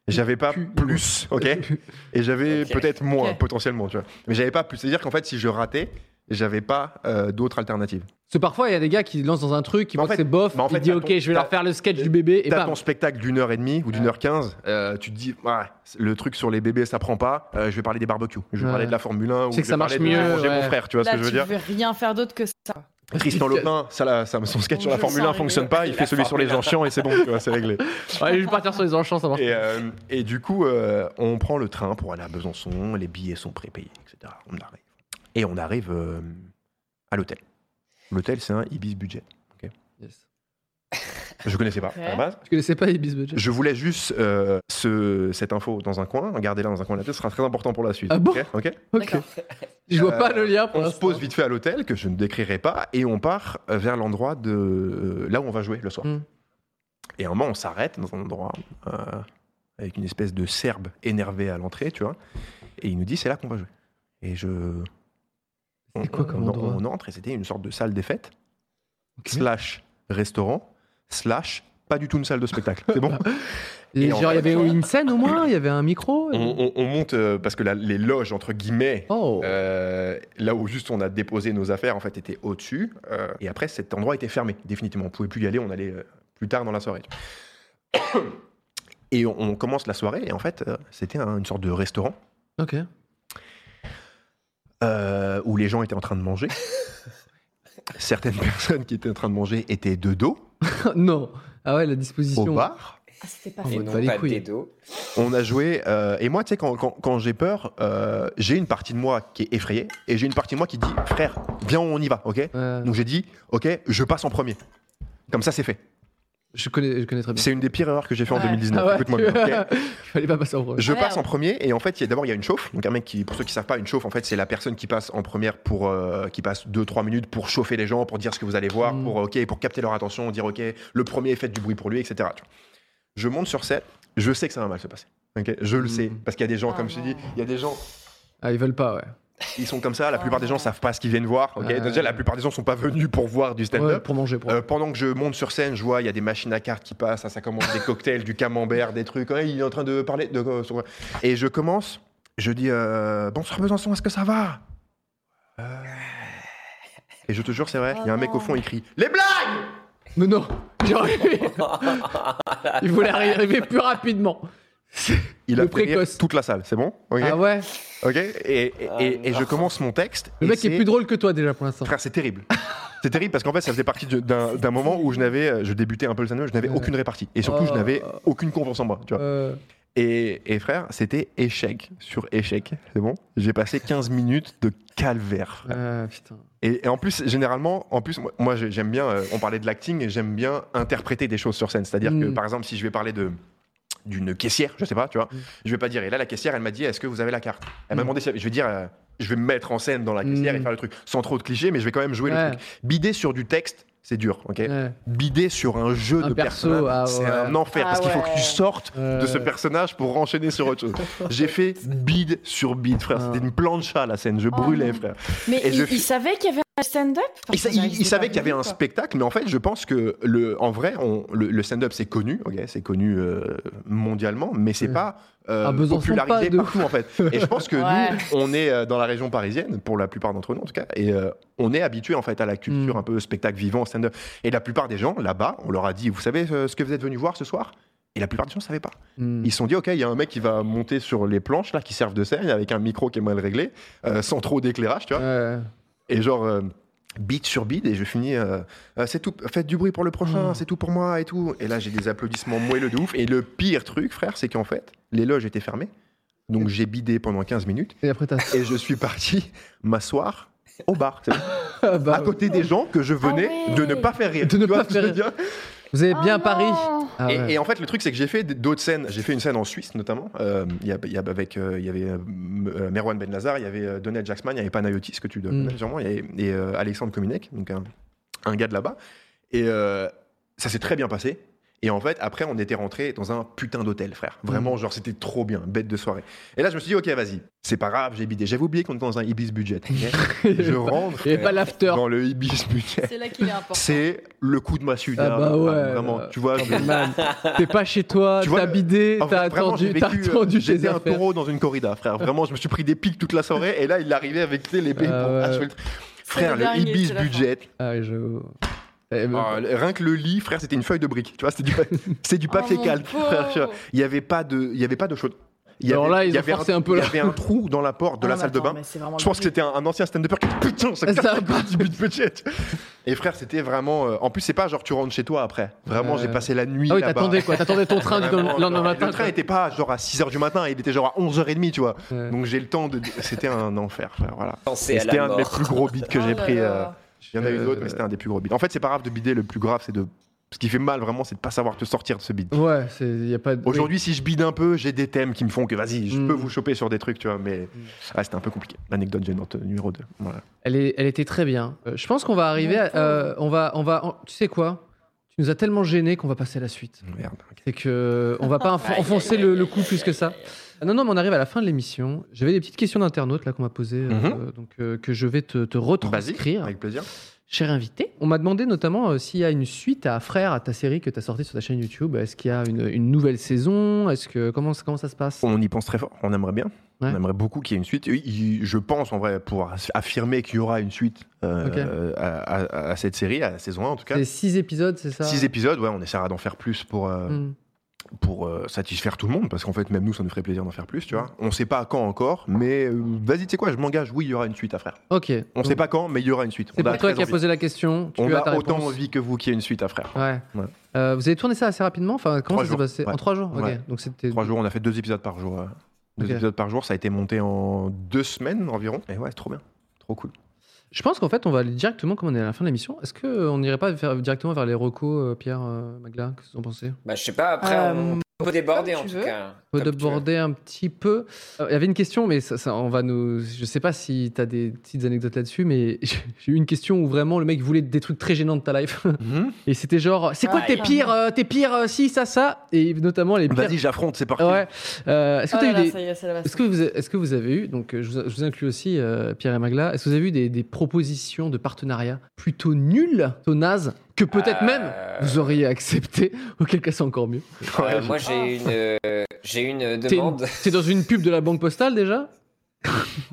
S4: J'avais pas
S1: Plus-
S4: plus, ok Et j'avais
S2: Ok.
S4: peut-être moins,
S3: Ok.
S4: potentiellement, tu vois. Mais j'avais pas plus. C'est-à-dire qu'en fait, si je ratais, j'avais pas euh, d'autres alternatives.
S1: Parce que parfois, il y a des gars qui lancent dans un truc, qui
S4: Mais en
S1: voient que
S4: fait-
S1: c'est bof,
S4: mais en fait,
S1: ils disent
S4: t'as
S1: Ok,
S4: ton-
S1: je vais leur
S4: t'as-
S1: faire le sketch du bébé, et
S4: T'as
S1: bam.
S4: ton spectacle d'une heure et demie ou d'une heure quinze, euh, tu te dis, ouais, le truc sur les bébés, ça prend pas, euh, je vais parler des barbecues, je vais
S1: Ouais.
S4: parler de la Formule 1, ou
S1: sais
S4: je
S1: que
S4: vais
S1: ça marche
S4: parler de
S1: mieux,
S4: manger
S1: ouais.
S4: mon frère, tu vois
S3: Là,
S4: ce que je veux dire
S3: tu veux rien faire d'autre que ça.
S4: Tristan Lopin, ça, la- ça, son sketch
S3: On
S4: sur la
S3: le
S4: Formule
S3: sent
S4: 1 fonctionne
S3: arriver.
S4: pas, il fait celui sur les gens chiants et c'est bon, tu vois, c'est réglé.
S1: Ouais, je vais partir sur les enchants, ça marche.
S4: Et, euh, et du coup, euh, on prend le train pour aller à Besançon, les billets sont prépayés, etc. On arrive. Et on arrive euh, à l'hôtel. L'hôtel, c'est un Ibis Budget.
S1: Yes.
S4: Je connaissais pas à la
S3: Ouais.
S4: base.
S1: Tu connaissais pas les budget
S4: Je voulais juste euh, ce, cette info dans un coin, gardez-la dans un coin de la tête, ce sera très important pour la suite.
S1: Ah bon
S4: ok Ok
S1: Ok.
S3: D'accord.
S1: Je vois
S4: Euh,
S1: pas le lien pour
S4: On se
S1: l'instant.
S4: pose vite fait à l'hôtel, que je ne décrirai pas, et on part euh, vers l'endroit de euh, là où on va jouer le soir.
S1: Mm.
S4: Et à un moment, on s'arrête dans un endroit euh, avec une espèce de Serbe énervé à l'entrée, tu vois, et il nous dit c'est là qu'on va jouer. Et je. on-
S1: quoi comme
S4: on-
S1: endroit
S4: On entre et c'était une sorte de salle des fêtes,
S1: Ok.
S4: slash restaurant, slash pas du tout une salle de spectacle. C'est bon
S1: Et
S4: Et en
S1: genre, il y
S4: fait-
S1: avait une scène au moins, il y avait un micro.
S4: on, on- on monte euh, parce que la- les loges entre guillemets
S1: Oh.
S4: euh, là où juste on a déposé nos affaires en fait était au-dessus euh, et après cet endroit était fermé définitivement on pouvait plus y aller on allait euh, plus tard dans la soirée et on, on commence la soirée et en fait euh, c'était un- une sorte de restaurant
S1: Ok.
S4: euh, où les gens étaient en train de manger certaines personnes qui étaient en train de manger étaient de dos
S1: non. Ah ouais, la
S4: au
S1: disposition.
S4: bar
S3: Ah, c'était pas
S1: On
S2: Et
S1: vote
S2: non
S1: pas les
S2: pas
S1: couilles.
S2: des dos.
S4: On a joué, euh, et moi, tu sais, quand, quand- quand j'ai peur, euh, j'ai une partie de moi qui est effrayée, et j'ai une partie de moi qui dit, frère, viens, on y va, ok
S1: Euh,
S4: Donc j'ai dit, ok, je passe en premier. Comme ça, c'est fait.
S1: je, connais, je connais très bien. Ah
S4: C'est une des pires erreurs que j'ai fait en
S3: Ouais.
S4: 2019. Écoute-moi
S1: tu-
S4: bien, ok
S1: Il fallait pas passer en premier.
S4: je
S3: Ouais,
S4: passe
S3: ouais.
S4: en premier et en fait, il y a- d'abord il y a une chauffe. Donc un mec qui, pour ceux qui savent pas, une chauffe, en fait, c'est la personne qui passe en première pour euh, qui passe 2-3 minutes pour chauffer les gens, pour dire ce que vous allez voir,
S1: Mm.
S4: pour euh, ok, pour capter leur attention, dire ok, le premier faites du bruit pour lui, etc. tu vois. Je monte sur scène, je sais que ça va mal se passer. ok je le
S1: Mm.
S4: sais parce qu'il y a des gens,
S3: Ah
S4: comme je te
S3: non.
S4: dis, il y a des gens,
S1: Ah, ils veulent pas, ouais.
S4: ils sont comme ça. La
S3: Ah
S4: plupart des gens
S3: non.
S4: savent pas ce qu'ils viennent voir. ok
S1: Ouais.
S4: Déjà, la plupart des gens sont pas venus pour voir du
S1: Ouais,
S4: stand-up.
S1: pour manger. Pour...
S4: Euh, pendant que je monte sur scène, je vois il y a des machines à cartes qui passent, ça, ça commence des cocktails, du camembert, des trucs. Ouais, il est en train de parler de euh, sur- et je commence. Je dis euh, bonsoir Besançon, est-ce que ça va Euh, Et je te jure, c'est vrai. Il y a un mec au fond il crie les blagues.
S1: Mais non, genre, il voulait arriver plus rapidement.
S4: Il
S1: Le
S4: a fait rire
S1: précoce.
S4: toute la salle. C'est bon Ok.
S1: Ah ouais
S4: Ok. Et, et- et- et je commence mon texte.
S1: Le
S4: et
S1: mec est
S4: c'est-
S1: plus drôle que toi déjà pour l'instant.
S4: Frère, c'est terrible. C'est terrible parce qu'en fait, ça faisait partie de- d'un d'un moment où je n'avais, euh, je débutais un peu le stand je n'avais
S1: Ouais.
S4: aucune répartie et surtout, je
S1: Oh.
S4: n'avais aucune confiance en moi. Tu vois.
S1: Euh,
S4: Et, et frère, c'était échec sur échec. C'est bon J'ai passé 15 minutes de calvaire. frère.
S1: ah, putain.
S4: Et, et en plus, généralement, en plus, moi, moi, j'ai- j'aime bien, euh, on parlait de l'acting, et j'aime bien interpréter des choses sur scène. C'est-à-dire que,
S1: Mm.
S4: par exemple, si je vais parler de d'une caissière, je sais pas, tu vois, je vais pas dire. Et là, la caissière, elle m'a dit, est-ce que vous avez la carte Elle m'a
S1: Mm.
S4: demandé, si- je vais dire, euh, je vais me mettre en scène dans la caissière et
S1: Mm.
S4: faire le truc, sans trop de clichés, mais je vais quand même jouer
S1: Ouais.
S4: le truc. Bider sur du texte, c'est dur, ok
S1: Ouais.
S4: Bider sur un jeu
S1: Un
S4: de
S1: perso,
S4: personnage,
S1: ah
S4: c'est
S1: ouais.
S4: un enfer
S3: Ah
S4: parce qu'il faut que
S3: ouais.
S4: tu sortes
S1: Euh.
S4: de ce personnage pour enchaîner sur autre chose. J'ai fait bide sur bide, frère.
S1: Ah.
S4: C'était une plancha la scène.
S1: Oh
S4: Je brûlais,
S3: non.
S4: frère.
S3: Mais
S4: Et
S3: il,
S4: je-
S3: il savait qu'il y avait un stand-up Parce
S4: Il, sa-
S3: que ça
S4: il- il
S3: existait
S4: savait
S3: pas
S4: qu'il y avait un
S3: beaucoup, quoi.
S4: spectacle, mais en fait, je pense que le, en vrai, on- le, le stand-up c'est connu, ok, c'est connu euh, mondialement, mais c'est
S1: Ouais.
S4: pas euh,
S1: Ah, Besançon,
S4: popularisé
S1: pas de
S4: partout en fait. Et je pense que
S3: Ouais.
S4: nous, on est euh, dans la région parisienne, pour la plupart d'entre nous en tout cas, et euh, on est habitué en fait à la culture
S1: Mm.
S4: un peu spectacle vivant, stand-up. Et la plupart des gens là-bas, on leur a dit, vous savez euh, ce que vous êtes venus voir ce soir Et la plupart des gens ne savaient pas.
S1: Hmm.
S4: Ils se sont dit, OK, il y a un mec qui va monter sur les planches, là, qui servent de scène, avec un micro qui est mal réglé, euh, sans trop d'éclairage, tu vois.
S1: Ouais.
S4: Et genre, euh, beat sur beat, et je finis, euh, euh, c'est tout, faites du bruit pour le prochain,
S1: Oh.
S4: c'est tout pour moi, et tout. Et là, j'ai des applaudissements moelleux de ouf. Et le pire truc, frère, c'est qu'en fait, les loges étaient fermées. Donc, j'ai bidé pendant 15 minutes,
S1: Et après, t'as.
S4: et je suis parti m'asseoir au bar, c'est bon,
S1: Ah, bah,
S4: à côté des gens que je venais
S3: Ah ouais.
S4: de ne pas faire rire.
S1: De ne
S4: Tu vois
S1: pas
S4: ce que je
S1: faire
S4: veux dire
S1: Vous avez bien
S3: Oh
S1: Paris.
S3: non.
S1: Ah,
S4: et,
S1: ouais.
S4: et en fait, le truc, c'est que j'ai fait d'autres scènes. J'ai fait une scène en Suisse, notamment. Euh, Il y, a- il y a- avec, euh, il y avait euh, M- euh, Merwan Ben Lazar, il y avait euh, Donald Jacksman, il y avait Panayotis, que tu dois
S1: Mm.
S4: connaître sûrement, il y avait- et euh, Alexandre Kominek, donc un, un gars de là-bas. Et euh, ça s'est très bien passé. Et en fait, après, on était rentré dans un putain d'hôtel, frère. Vraiment,
S1: Mm.
S4: genre, c'était trop bien, bête de soirée. Et là, je me suis dit, ok, vas-y, c'est pas grave, j'ai bidé. J'avais oublié qu'on était dans un Ibis budget. je rentre
S1: Et pas l'after.
S4: dans le Ibis budget.
S3: C'est là qu'il est important.
S4: C'est le coup de massue.
S1: Ah
S4: derrière
S1: bah
S4: le crâne,
S1: ouais,
S4: Vraiment,
S1: là.
S4: tu vois, je-
S1: Man, T'es pas chez toi,
S4: Tu vois,
S1: t'as bidé,
S4: en fait,
S1: t'as
S4: vraiment, j'ai
S1: attendu, t'as
S4: vécu, euh,
S1: attendu tes
S4: J'étais un
S1: affaires.
S4: taureau dans une corrida, frère. Vraiment, je me suis pris des pics toute la soirée. Et là, il arrivait avec tu sais, les billes
S1: Ah
S4: pour
S1: ouais.
S4: achever le- Frère,
S3: le
S4: le
S3: dernier,
S4: Ibis
S3: c'est la fin.
S4: budget.
S1: Ah, je. Eh ben,
S4: Ah, le- rien que le lit, frère, c'était une feuille de briques. Tu vois, c'était du, pa- c'est du papier
S3: Ah, mon
S4: calque, frère. tu vois.
S3: pauvre.
S4: Il n'y avait pas de, il y avait pas de chaude. Il y
S1: Alors là,
S4: il
S1: ils
S4: y
S1: ont
S4: avait
S1: forcé
S4: un,
S1: un peu
S4: Il y
S1: là.
S4: avait un trou dans la porte de
S3: Ah
S4: la
S3: non, mais
S4: salle de
S3: attends,
S4: bain.
S3: mais c'est vraiment
S4: Je pense
S3: le
S4: que c'était un, un ancien stand-upper qui putain, ça casse
S1: Ça va.
S4: la gueule du Ibis budget. Et frère, c'était vraiment. euh, En plus, c'est pas genre tu rentres chez toi après. Vraiment,
S1: Euh.
S4: j'ai passé la nuit
S1: Ah oui,
S4: là-bas.
S1: t'attendais quoi, t'attendais ton train du
S4: Vraiment,
S1: lendemain
S4: genre,
S1: matin.
S4: Le train
S1: quoi.
S4: était pas genre à 6h du matin, il était genre à 11h30, tu vois.
S1: Ouais.
S4: Donc j'ai le temps de. C'était un enfer, frère, voilà.
S2: Pensez
S4: Et
S2: à
S4: C'était
S2: la
S4: un des
S2: mort.
S4: plus gros beats que
S3: Oh
S4: j'ai
S3: là
S4: pris.
S3: là.
S4: euh, Il y en a eu
S1: Euh,
S4: d'autres, mais c'était un des plus gros beats. En fait, c'est pas grave de bider, le plus grave, c'est de Ce qui fait mal vraiment, c'est de pas savoir te sortir de ce bide.
S1: Ouais, c'est- y a pas. de-
S4: Aujourd'hui, si je bide un peu, j'ai des thèmes qui me font que vas-y, je
S1: Mm.
S4: peux vous choper sur des trucs, tu vois. Mais ah, c'était un peu compliqué. L'anecdote gênante euh, numéro 2. Voilà.
S1: Elle, est- elle était très bien. Euh, je pense qu'on va arriver. à- euh, on va, on va. on- tu sais quoi Tu nous as tellement gênés qu'on va passer à la suite.
S4: Merde. ok.
S1: C'est que on va pas enf- enfoncer le, le coup plus que ça. Ah Non, non, mais on arrive à la fin de l'émission. J'avais des petites questions d'internautes là qu'on m'a posées, euh,
S4: Mhm.
S1: donc euh, que je vais te, te retranscrire,
S4: Avec plaisir.
S1: cher invité. On m'a demandé notamment euh, s'il y a une suite à Frère, à ta série que tu as sortie sur ta chaîne YouTube. Est-ce qu'il y a une, une nouvelle saison Est-ce que comment, ça- comment ça se passe
S4: On y pense très fort. On aimerait bien.
S1: Ouais.
S4: On aimerait beaucoup qu'il y ait une suite. Oui, il- Je pense en vrai pouvoir ass- affirmer qu'il y aura une suite euh, à, à- à cette série, à la saison 1 en tout cas.
S1: C'est six épisodes, c'est ça
S4: Six épisodes, ouais, on essaiera d'en faire plus pour, euh,
S1: Hmm.
S4: pour euh, satisfaire tout le monde, parce qu'en fait, même nous, ça nous ferait plaisir d'en faire plus, tu vois. On sait pas quand encore, mais euh, vas-y, tu sais quoi, je m'engage, oui, il y aura une suite à frère.
S1: Ok.
S4: On sait pas quand, mais il y aura une suite.
S1: C'est
S4: On a
S1: pour toi
S4: très
S1: qui as
S4: envie.
S1: posé la question. Tu
S4: On
S1: as
S4: a
S1: ta
S4: autant
S1: réponse.
S4: envie que vous qu'il y ait une suite à frère.
S1: Ouais.
S4: Ouais.
S1: Euh, vous avez tourné ça assez rapidement Enfin, comment
S4: Trois
S1: ça s'est
S4: jours.
S1: passé En
S4: Ouais.
S1: trois jours. Ok.
S4: Ouais.
S1: Donc c'était
S4: Trois jours, on a fait deux épisodes par jour. euh, Deux
S1: Ok.
S4: épisodes par jour, ça a été monté en deux semaines environ. Et ouais, c'est trop bien. Trop cool.
S1: Je pense qu'en fait, on va aller directement, comme on est à la fin de l'émission, est-ce qu'on n'irait pas faire- directement vers les recos, euh, Pierre, euh, Magla Qu'est-ce que vous en pensez
S2: Bah, je sais pas, après,
S3: Euh,
S2: on peut déborder
S3: comme
S2: en
S3: tu
S2: tout
S3: veux.
S2: cas.
S1: On peut
S2: Comme tu veux.
S1: déborder un petit peu. Euh, Il y avait une question, mais ça, ça, on va nous. Je sais pas si tu as des petites anecdotes là-dessus, mais j'ai eu une question où vraiment le mec voulait des trucs très gênants de ta life.
S4: Mhm.
S1: Et c'était genre, c'est quoi
S2: Ah,
S1: tes
S2: il-
S1: pires, euh, tes pires, euh, si, ça, ça Et notamment les pires.
S4: Vas-y, j'affronte, c'est parti.
S1: Ouais. Euh, Est-ce que
S3: Oh
S1: tu as
S3: là
S1: eu
S3: là,
S1: des.
S3: ça y est, c'est la
S1: Est-ce
S3: baston.
S1: que, vous, est-ce que vous avez eu, donc euh, je vous, je vous inclus aussi euh, Pierre et Magla, est-ce que vous avez eu des, des propositions de partenariat plutôt nulles, plutôt nazes, que peut-être
S2: Euh,
S1: même vous auriez accepté, auquel cas c'est encore mieux
S2: euh, moi, j'ai une, euh, j'ai une
S1: T'es,
S2: demande.
S1: t'es dans une pub de la banque postale déjà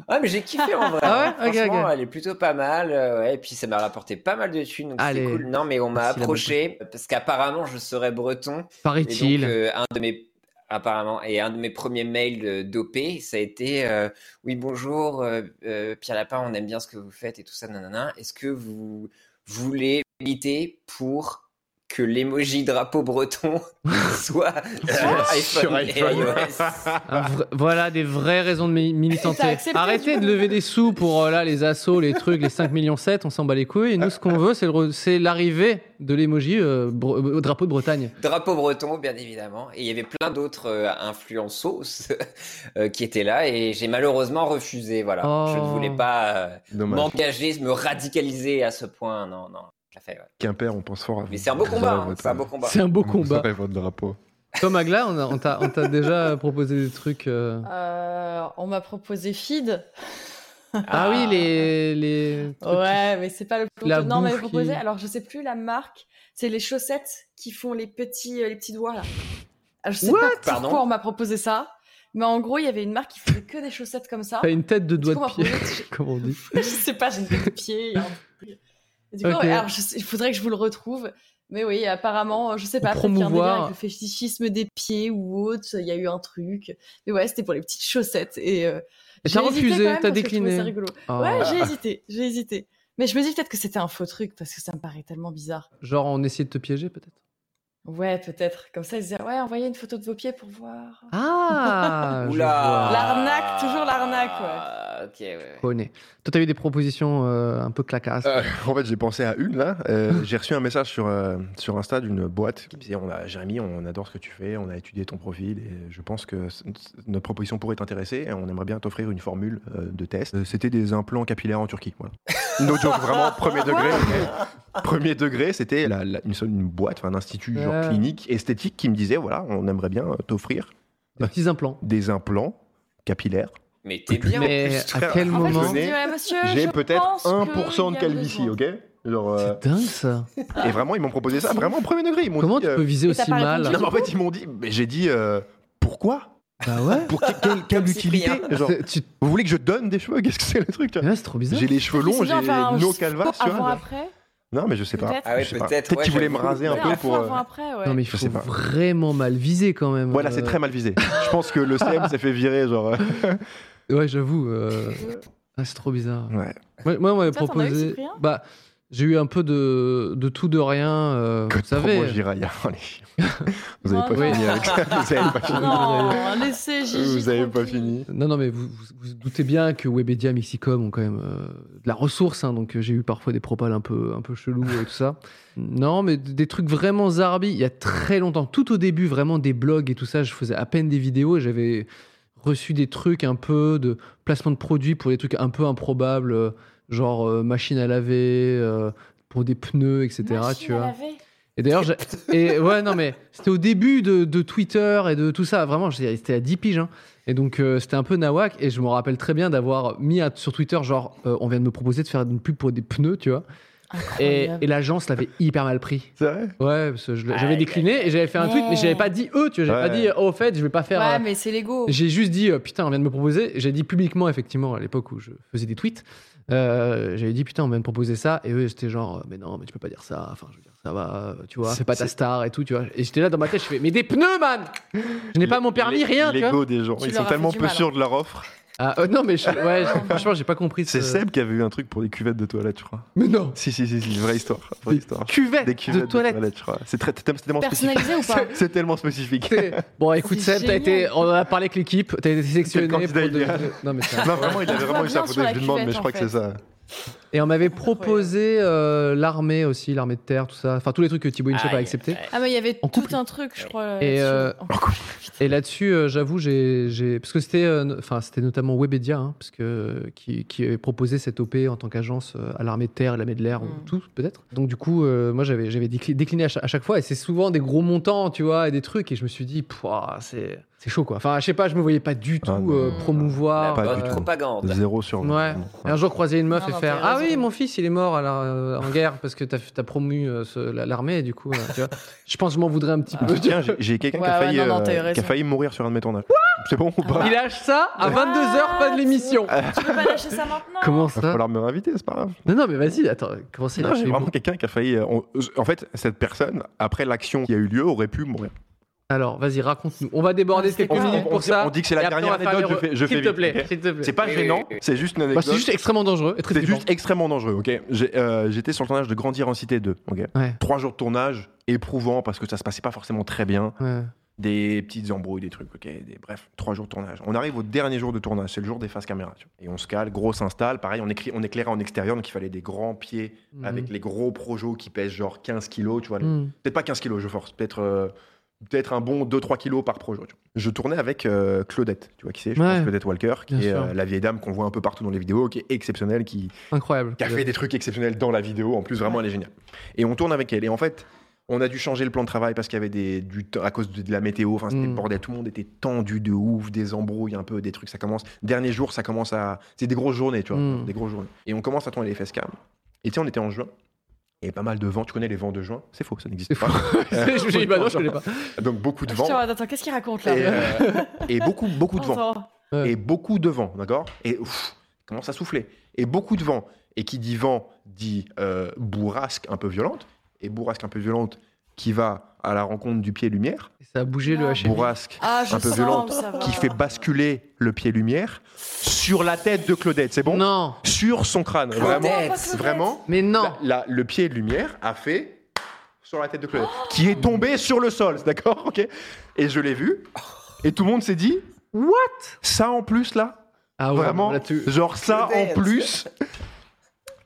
S2: Ah, mais j'ai kiffé en vrai. hein.
S1: Ah ouais Ok,
S2: Franchement,
S1: ok.
S2: elle est plutôt pas mal. euh, ouais, et puis, ça m'a rapporté pas mal de thunes. Donc,
S1: Allez.
S2: c'est cool. Non, mais on m'a
S1: Merci, la
S2: approché parce qu'apparemment, je serais breton. Et
S1: Paraît-il.
S2: donc, euh, un de mes apparemment et un de mes premiers mails euh, dopés, ça a été euh, oui bonjour euh, euh, Pierre Lapin, on aime bien ce que vous faites et tout ça nanana. Est-ce que vous voulez militer pour que l'emoji drapeau breton soit sur
S4: Sur
S2: iPhone, et
S4: iPhone.
S2: iOS
S1: Un vrai- voilà des vraies raisons de mi-
S3: T'as
S1: militanter.
S3: accepté,
S1: Arrêtez de
S3: du coup.
S1: lever des sous pour euh, là, les assauts, les trucs, les 5 millions 7, on s'en bat les couilles. Et nous, ce qu'on veut, c'est, le re- c'est l'arrivée de l'émoji euh, bre- euh, drapeau de Bretagne.
S2: Drapeau breton, bien évidemment. Et il y avait plein d'autres euh, influenceaus euh, qui étaient là et j'ai malheureusement refusé. Voilà, je ne
S1: Oh.
S2: voulais pas euh,
S4: Dommage.
S2: m'engager, me radicaliser à ce point. Non, non, je l'ai fait. ouais.
S4: Quimper, on pense fort à vous.
S2: Mais c'est un beau
S4: Vous
S2: combat,
S4: aurez
S2: hein,
S4: votre-
S2: c'est un beau combat.
S1: C'est un beau
S4: vous
S1: combat.
S4: aurez votre drapeau.
S1: Comme Agla, on, a- on t'a, on t'a déjà proposé des trucs. euh,
S3: Euh, on m'a proposé feed.
S1: Ah oui, les. les trucs qui-
S3: Ouais, mais c'est pas le plus
S1: La
S3: Non, on m'avait
S1: bouffe qui-
S3: proposé. Alors, je sais plus la marque. C'est les chaussettes qui font les petits, euh, les petits doigts là. Ah, je sais
S1: What
S3: pas
S2: Pardon
S3: pourquoi on m'a proposé ça, mais en gros, il y avait une marque qui faisait que des chaussettes comme ça.
S1: T'as une tête de doigt
S3: Du coup, on
S1: de pied,
S3: m'a proposé-
S1: comme on dit.
S3: je sais pas, j'ai une tête de pied. il y a un truc. Et Du coup,
S1: Ok.
S3: ouais, alors, je sais- il faudrait que je vous le retrouve. Mais oui, apparemment, euh, je sais
S1: Pour
S3: pas, peut-être qu'il y a un délire
S1: promouvoir-
S3: avec le fétichisme des pieds ou autre, il y a eu un truc. Mais ouais, c'était pour les petites chaussettes. Et, euh,
S1: Et
S3: j'ai
S1: t'as
S3: hésité
S1: refusé,
S3: quand même
S1: t'as
S3: parce que je trouvais
S1: décliné.
S3: ça rigolo.
S4: Oh.
S1: Ah.
S3: Ouais, j'ai hésité, j'ai hésité. Mais je me dis peut-être que c'était un faux truc parce que ça me paraît tellement bizarre.
S1: Genre, on essayait de te piéger, peut-être
S3: Ouais, peut-être. Comme ça, ils disaient Ouais, envoyez une photo de vos pieds pour voir.
S1: Ah je
S2: Oula
S1: vois.
S3: L'arnaque, toujours l'arnaque, ouais.
S2: Ah, Ok, ouais, ouais.
S1: Connais. Toi, t'as eu des propositions euh, un peu clacasses.
S4: Euh, en fait, j'ai pensé à une là. Euh, j'ai reçu un message sur, euh, sur Insta d'une boîte qui me disait on a, Jérémy, on adore ce que tu fais, on a étudié ton profil et je pense que c- c- notre proposition pourrait t'intéresser et on aimerait bien t'offrir une formule euh, de test. Euh, C'était des implants capillaires en Turquie. Voilà. No joke, vraiment, premier degré. ok. Premier degré, c'était la- la- une, seule- une boîte, enfin, un institut genre
S1: Ouais.
S4: clinique esthétique qui me disait voilà, on aimerait bien euh, t'offrir
S1: Des petits implants.
S4: des implants capillaires.
S2: Mais t'es bien.
S1: Mais
S4: en plus,
S1: à quel
S3: En fait, je me
S1: moment
S3: suis dit, ouais, monsieur, Euh,
S4: J'ai
S3: je
S4: peut-être
S3: pense que il
S4: 1% de
S3: y a
S4: calvitie,
S3: besoin.
S4: ok Genre, euh,
S1: C'est dingue ça.
S4: Et vraiment, ils m'ont proposé ça, vraiment au premier degré. Ils m'ont
S1: Comment
S4: dit,
S1: tu
S4: euh,
S1: peux viser
S3: Et t'as
S1: aussi
S3: pas
S1: mal
S3: répondu
S4: Non, mais en fait, ils m'ont dit, mais j'ai dit, euh, pourquoi
S1: Bah ouais.
S4: Pour que- quelle, quelle
S2: Comme
S4: utilité
S2: Cyprien.
S4: Genre,
S1: C'est- tu-
S4: Vous voulez que je donne des cheveux Qu'est-ce que c'est le truc tu vois
S1: Mais là, c'est trop bizarre.
S4: J'ai les cheveux
S3: Mais c'est
S4: longs, j'ai
S3: bien, enfin,
S4: no
S3: je-
S4: calvas, tu
S3: Avant,
S4: vois.
S3: après
S4: Non, mais je sais pas.
S3: Peut-être.
S2: Ah ouais,
S4: Je sais pas.
S2: peut-être,
S4: Peut-être
S2: ouais,
S4: qu'ils voulaient me
S2: j'avoue.
S4: raser un
S3: Ouais,
S4: peu
S3: avant,
S4: pour. euh,
S3: avant, après, ouais.
S1: Non, mais il
S4: Je
S1: faut
S4: sais pas.
S1: vraiment mal viser quand même.
S4: Voilà, c'est très mal visé. Je pense que le CM s'est fait virer, genre. euh,
S1: mal. Ouais, j'avoue. euh, ah, c'est trop bizarre.
S4: Ouais.
S1: Moi, moi, on m'avait
S3: Toi, t'en as eu,
S1: proposé.
S3: Cyprien
S1: bah, J'ai eu un peu de, de tout, de rien. euh, vous
S4: Code
S1: savez.
S4: promo Jiraya. Allez. vous avez pas
S3: Oh,
S4: fini
S3: non.
S4: avec ça. Vous avez pas fini.
S3: Non, laissez Gigi.
S4: Vous avez pas
S3: tranquille.
S4: fini.
S1: Non, non, mais vous vous, vous doutez bien que Webedia, Mixicom ont quand même euh, de la ressource, hein, donc euh, j'ai eu parfois des propales un peu, un peu chelous et tout ça. Non, mais d- des trucs vraiment zarbi. Il y a très longtemps, tout au début, vraiment des blogs et tout ça, je faisais à peine des vidéos et j'avais reçu des trucs un peu de placement de produits pour des trucs un peu improbables, euh, genre euh, machine à laver, euh, pour des pneus, etc. tu vois. Et d'ailleurs, j'ai- et ouais, non, mais c'était au début de, de Twitter et de tout ça. Vraiment, j'ai- c'était à 10 piges. hein. Et donc, euh, c'était un peu nawak. Et je me rappelle très bien d'avoir mis à- sur Twitter, genre, euh, on vient de me proposer de faire une pub pour des pneus, tu vois. Et,
S3: Incroyable. Ah,
S1: et l'agence l'avait hyper mal pris.
S4: C'est vrai
S1: Ouais, parce que je l'ai- j'avais décliné et j'avais fait un tweet, mais j'avais pas dit eux, tu vois. J'avais pas
S4: Ouais.
S1: dit, oh, au fait, je vais pas faire. euh,
S3: Ouais, mais c'est l'ego.
S1: j'ai juste dit, euh, putain, on vient de me proposer. J'ai dit publiquement, effectivement, à l'époque où je faisais des tweets. euh, J'avais dit, putain, on vient de me proposer ça. Et eux, c'était genre, euh, mais non, mais tu peux pas dire ça. Enfin, je veux dire, ça va, euh, tu vois, c'est pas ta star et tout, tu vois. Et j'étais là dans ma tête, je fais, mais des pneus, man Je n'ai pas mon permis,
S4: Les-
S1: rien, tu vois.
S4: L'ego des gens.
S3: Tu
S4: Ils
S3: leur
S4: sont
S3: as
S4: tellement
S3: fait du
S4: peu
S3: mal, hein.
S4: sûrs de leur offre.
S1: Ah, euh, non, mais je- ouais, je- franchement, j'ai pas compris.
S4: C'est
S1: ce-
S4: Seb qui avait eu un truc pour des cuvettes de toilette, je crois.
S1: Mais non
S4: Si, si, si, si, vraie histoire. Vraie
S1: Des
S4: histoire.
S1: cuvettes,
S4: Des cuvettes
S1: de toilette.
S4: je crois. C'est très- c'est tellement spécifique.
S3: Personnalisé ou pas
S4: C'est tellement spécifique.
S1: C'est- Bon, écoute,
S3: C'est
S1: Seb, t'as
S3: génial.
S1: été, on en a parlé avec l'équipe, t'as été sélectionné.
S4: le candidat
S1: pour de-
S4: idéal.
S1: de- Non, mais c'est
S4: Non, vraiment, il avait
S3: On
S4: vraiment eu
S3: revient
S4: ça pour
S3: sur
S4: des
S3: la
S4: je demande,
S3: cuvette,
S4: mais je
S3: en
S4: crois que c'est ça.
S1: Et on m'avait proposé euh, l'armée aussi, l'armée de terre, tout ça. Enfin, tous les trucs que Thibaut Inchep a
S2: Aïe,
S1: accepté.
S2: aïe.
S6: Ah, mais il y avait
S1: On
S6: tout
S1: coupe-
S6: un truc, je crois.
S1: Et,
S6: là-dessus.
S1: euh,
S6: Oh,
S1: Et là-dessus, euh, j'avoue, j'ai, j'ai- parce que c'était, euh, no- enfin, c'était notamment Webedia, hein, parce que euh, qui, qui avait proposé cette OP en tant qu'agence euh, à l'armée de terre, et l'armée de l'air,
S6: Mm.
S1: ou tout peut-être. Donc du coup, euh, moi, j'avais, j'avais décli- décliné à cha- à chaque, fois, et c'est souvent des gros montants, tu vois, et des trucs, et je me suis dit, Pouah, c'est, c'est chaud, quoi. Enfin, je sais pas, je me voyais pas du tout
S4: Ah, non.
S1: euh,
S2: La
S1: promouvoir.
S4: Pas
S2: bonne
S4: du tout.
S2: propagande.
S4: Zéro sur vingt.
S1: Ouais.
S4: Ouais.
S1: Un jour, croiser une meuf
S6: Non,
S1: et
S6: non,
S1: faire
S6: t'as
S1: Ah
S6: raison.
S1: oui, mon fils, il est mort à la- euh, en guerre parce que t'as, t'as promu euh, ce- la- l'armée, et du coup, euh, tu vois. Je pense que je m'en voudrais un petit peu.
S4: Ah, Tiens, j'ai- j'ai quelqu'un qui, a
S6: Ouais, ouais,
S4: failli,
S6: non, non,
S4: euh,
S6: t'as eu
S4: qui
S6: raison.
S4: a failli mourir sur un de mes tournages. C'est bon ou pas
S1: Il lâche ça à 22h, pas de
S4: Ah,
S1: l'émission.
S6: Ah, Tu peux pas lâcher ça maintenant
S1: Comment
S4: Il
S1: ça
S4: va falloir me réinviter, c'est pas grave.
S1: Non, non, mais vas-y, attends, comment c'est
S4: Non, j'ai
S1: lâché
S4: vraiment quelqu'un qui a failli. euh, on- En fait, cette personne, après l'action qui a eu lieu, aurait pu mourir.
S1: Alors, vas-y, raconte-nous. On va déborder
S6: Ah,
S1: quelques
S6: c'était quoi
S1: minutes
S4: on,
S1: pour
S4: dit,
S1: ça.
S4: on dit que c'est la
S1: et après,
S4: dernière
S1: on va faire
S4: anecdote, je
S1: les re-
S4: fais, je
S1: S'il
S4: fais
S1: te
S4: vite,
S1: plaît,
S4: ok
S1: s'il te plaît.
S4: C'est pas
S2: Oui,
S4: gênant,
S2: oui, oui.
S4: c'est juste une
S1: Bah,
S4: anecdote.
S1: c'est juste extrêmement dangereux et très
S4: C'est
S1: flippant.
S4: juste extrêmement dangereux, ok J'ai, euh, J'étais sur le tournage de Grandir en Cité 2, ok
S1: Ouais.
S4: Trois jours de tournage, éprouvant parce que ça se passait pas forcément très bien.
S1: Ouais.
S4: Des petites embrouilles, des trucs, ok des, Bref, trois jours de tournage. On arrive au dernier jour de tournage, c'est le jour des faces caméra. tu vois. Et on se cale, gros s'installe, pareil, on, écrit, on éclairait en extérieur, donc il fallait des grands pieds
S1: Mhm.
S4: avec les gros projos qui pèsent genre 15 kilos, tu vois. les-
S1: Mm.
S4: Peut-être pas 15 kilos, je force, peut-être... euh, Peut-être un bon 2-3 kilos par projo. tu vois. Je tournais avec euh, Claudette, tu vois qui c'est, je
S1: Ouais.
S4: pense Claudette Walker, qui
S1: Bien
S4: est
S1: sûr.
S4: euh, la vieille dame qu'on voit un peu partout dans les vidéos, qui est exceptionnelle, qui,
S1: Incroyable.
S4: qui a fait des trucs exceptionnels dans la vidéo. En plus, vraiment, elle est géniale. Et on tourne avec elle. Et en fait, on a dû changer le plan de travail parce qu'il y avait des, du temps à cause de, de la météo. Enfin, c'était
S1: Mm.
S4: le bordel. Tout le monde était tendu de ouf, des embrouilles un peu, des trucs. Ça commence. Dernier jour, ça commence à. C'est des grosses journées, tu vois.
S1: Mm.
S4: Des grosses journées. Et on commence à tourner les fesses calmes. Et tu sais, on était en juin. Il y avait pas mal de vent. Tu connais les vents de juin C'est faux, ça n'existe
S1: C'est
S4: pas.
S1: Je me suis dit, bah non, je connais pas.
S4: Donc beaucoup de vent.
S3: Putain, attends, qu'est-ce qu'il raconte
S4: Et,
S3: là
S4: euh, et beaucoup, beaucoup de vent
S3: Attends.
S1: Ouais.
S4: et beaucoup de vent, d'accord Et ouf, commence à souffler. Et beaucoup de vent. Et qui dit vent dit euh, bourrasque un peu violente. Et bourrasque un peu violente qui va à la rencontre du pied lumière.
S1: Et Ça a bougé le
S6: Non.
S1: HM.
S4: Bourrasque
S6: Ah, je
S4: un peu
S6: sens
S4: violente
S6: où ça va. Ah,
S4: qui fait basculer le pied lumière sur la tête de Claudette. C'est bon
S1: Non,
S4: Sur son crâne.
S2: Claudette
S4: Vraiment,
S6: Pas Claudette.
S4: vraiment.
S1: mais non.
S4: la- la- le pied lumière a fait sur la tête de Claudette, qui est tombé sur le sol, d'accord Ok. Et je l'ai vu. Et tout le monde s'est dit, what Ça en plus là
S1: Ah ouais,
S4: Vraiment,
S1: là, tu-
S4: genre ça en
S2: Claudette.
S4: plus.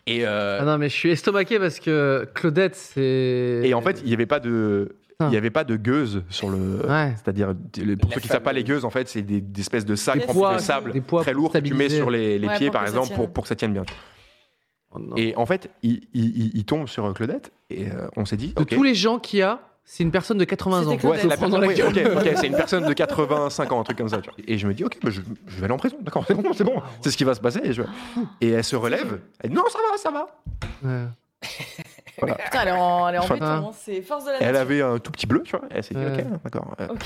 S4: Et, euh,
S1: Ah non, mais je suis estomaqué parce que Claudette, c'est.
S4: et en fait, il n'y avait pas de,
S1: Putain.
S4: il y avait pas de gueuse sur le.
S1: Ah. Ouais.
S4: C'est-à-dire, le- pour
S2: La
S4: ceux qui ne savent pas, les
S2: fameuse.
S4: gueuses, en fait, c'est des, des espèces de sacs
S1: Des
S4: remplis
S1: poids,
S4: de sable
S1: des poids
S4: très
S1: pour
S4: lourds que tu mets
S1: stabiliser.
S4: sur les, les
S6: Ouais,
S4: pieds,
S6: pour
S4: par
S6: que ça
S4: exemple, pour,
S6: tienne.
S4: pour que ça tienne bien.
S1: Oh non.
S4: Et en fait, il, il- il- il tombe sur Claudette et euh, on s'est dit,
S1: De
S4: ok.
S1: tous les gens qu'il y a, c'est une personne de 80 ans.
S6: C'était
S4: Ouais, c'est la
S1: Faut prendre
S4: personne,
S1: la
S4: oui, ok, ok, c'est une personne de 85 ans, un truc comme ça. tu vois. Et je me dis, ok, bah, je, je vais aller en prison, d'accord, c'est bon, c'est
S1: Ah
S4: bon, c'est ce qui va se passer. Et, je- et elle se relève, elle dit, non, ça va, ça va.
S1: Ouais.
S6: Putain, elle est en, elle est en
S4: Enfin,
S6: béton, hein, c'est force de la
S4: Elle avait un tout petit bleu, tu vois. Elle s'est dit,
S1: Ouais.
S4: ok, d'accord. Euh,
S6: Ok.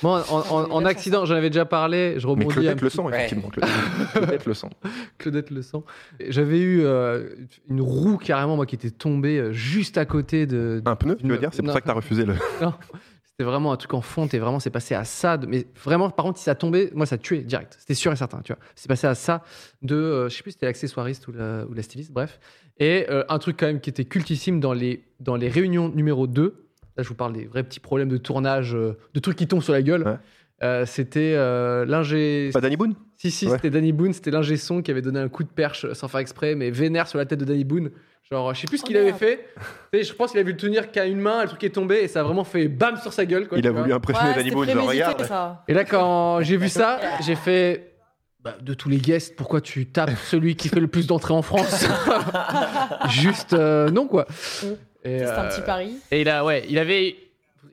S1: Bon, en, en- en accident, j'en avais déjà parlé, je
S4: mais
S1: rebondis un
S4: Claudette le
S1: petit
S4: sent,
S2: Ouais.
S4: effectivement. Claudette- Claudette le sent.
S1: Claudette Le Sang. J'avais eu euh, une roue carrément, moi, qui était tombée euh, juste à côté de.
S4: Un pneu, tu veux dire C'est pour
S1: Non.
S4: ça que t'as refusé le.
S1: Non. C'est vraiment un truc en fonte et vraiment c'est passé à ça. de- mais vraiment, par contre, si ça tombait, moi ça tuait direct. C'était sûr et certain, tu vois. C'est passé à ça de, euh, je sais plus, si c'était l'accessoiriste ou la, ou la styliste, bref. Et euh, un truc quand même qui était cultissime dans les, dans les réunions numéro 2. Là, je vous parle des vrais petits problèmes de tournage, euh, de trucs qui tombent sur la gueule.
S4: Ouais.
S1: Euh, c'était euh, l'ingé.
S4: Pas Danny Boone
S1: Si, si,
S4: Ouais.
S1: c'était Danny Boone, c'était l'ingé son qui avait donné un coup de perche euh, sans faire exprès, mais vénère sur la tête de Danny Boone. Genre, je sais plus ce
S6: Oh
S1: qu'il avait
S6: merde.
S1: fait. Tu sais, je pense qu'il a vu le tenir qu'à une main, le truc est tombé et ça a vraiment fait bam sur sa gueule. Quoi,
S4: Il a
S1: tu vois.
S4: voulu impressionner Danny
S6: c'était
S4: Boone, genre
S6: prémédité,
S4: regarde.
S6: ça.
S1: Et là, quand j'ai vu ça, j'ai fait. bah, de tous les guests, pourquoi tu tapes celui qui fait le plus d'entrées en France Juste euh, non, quoi. Et,
S6: C'est Mm. un
S1: euh,
S6: petit pari.
S1: et là, ouais, il avait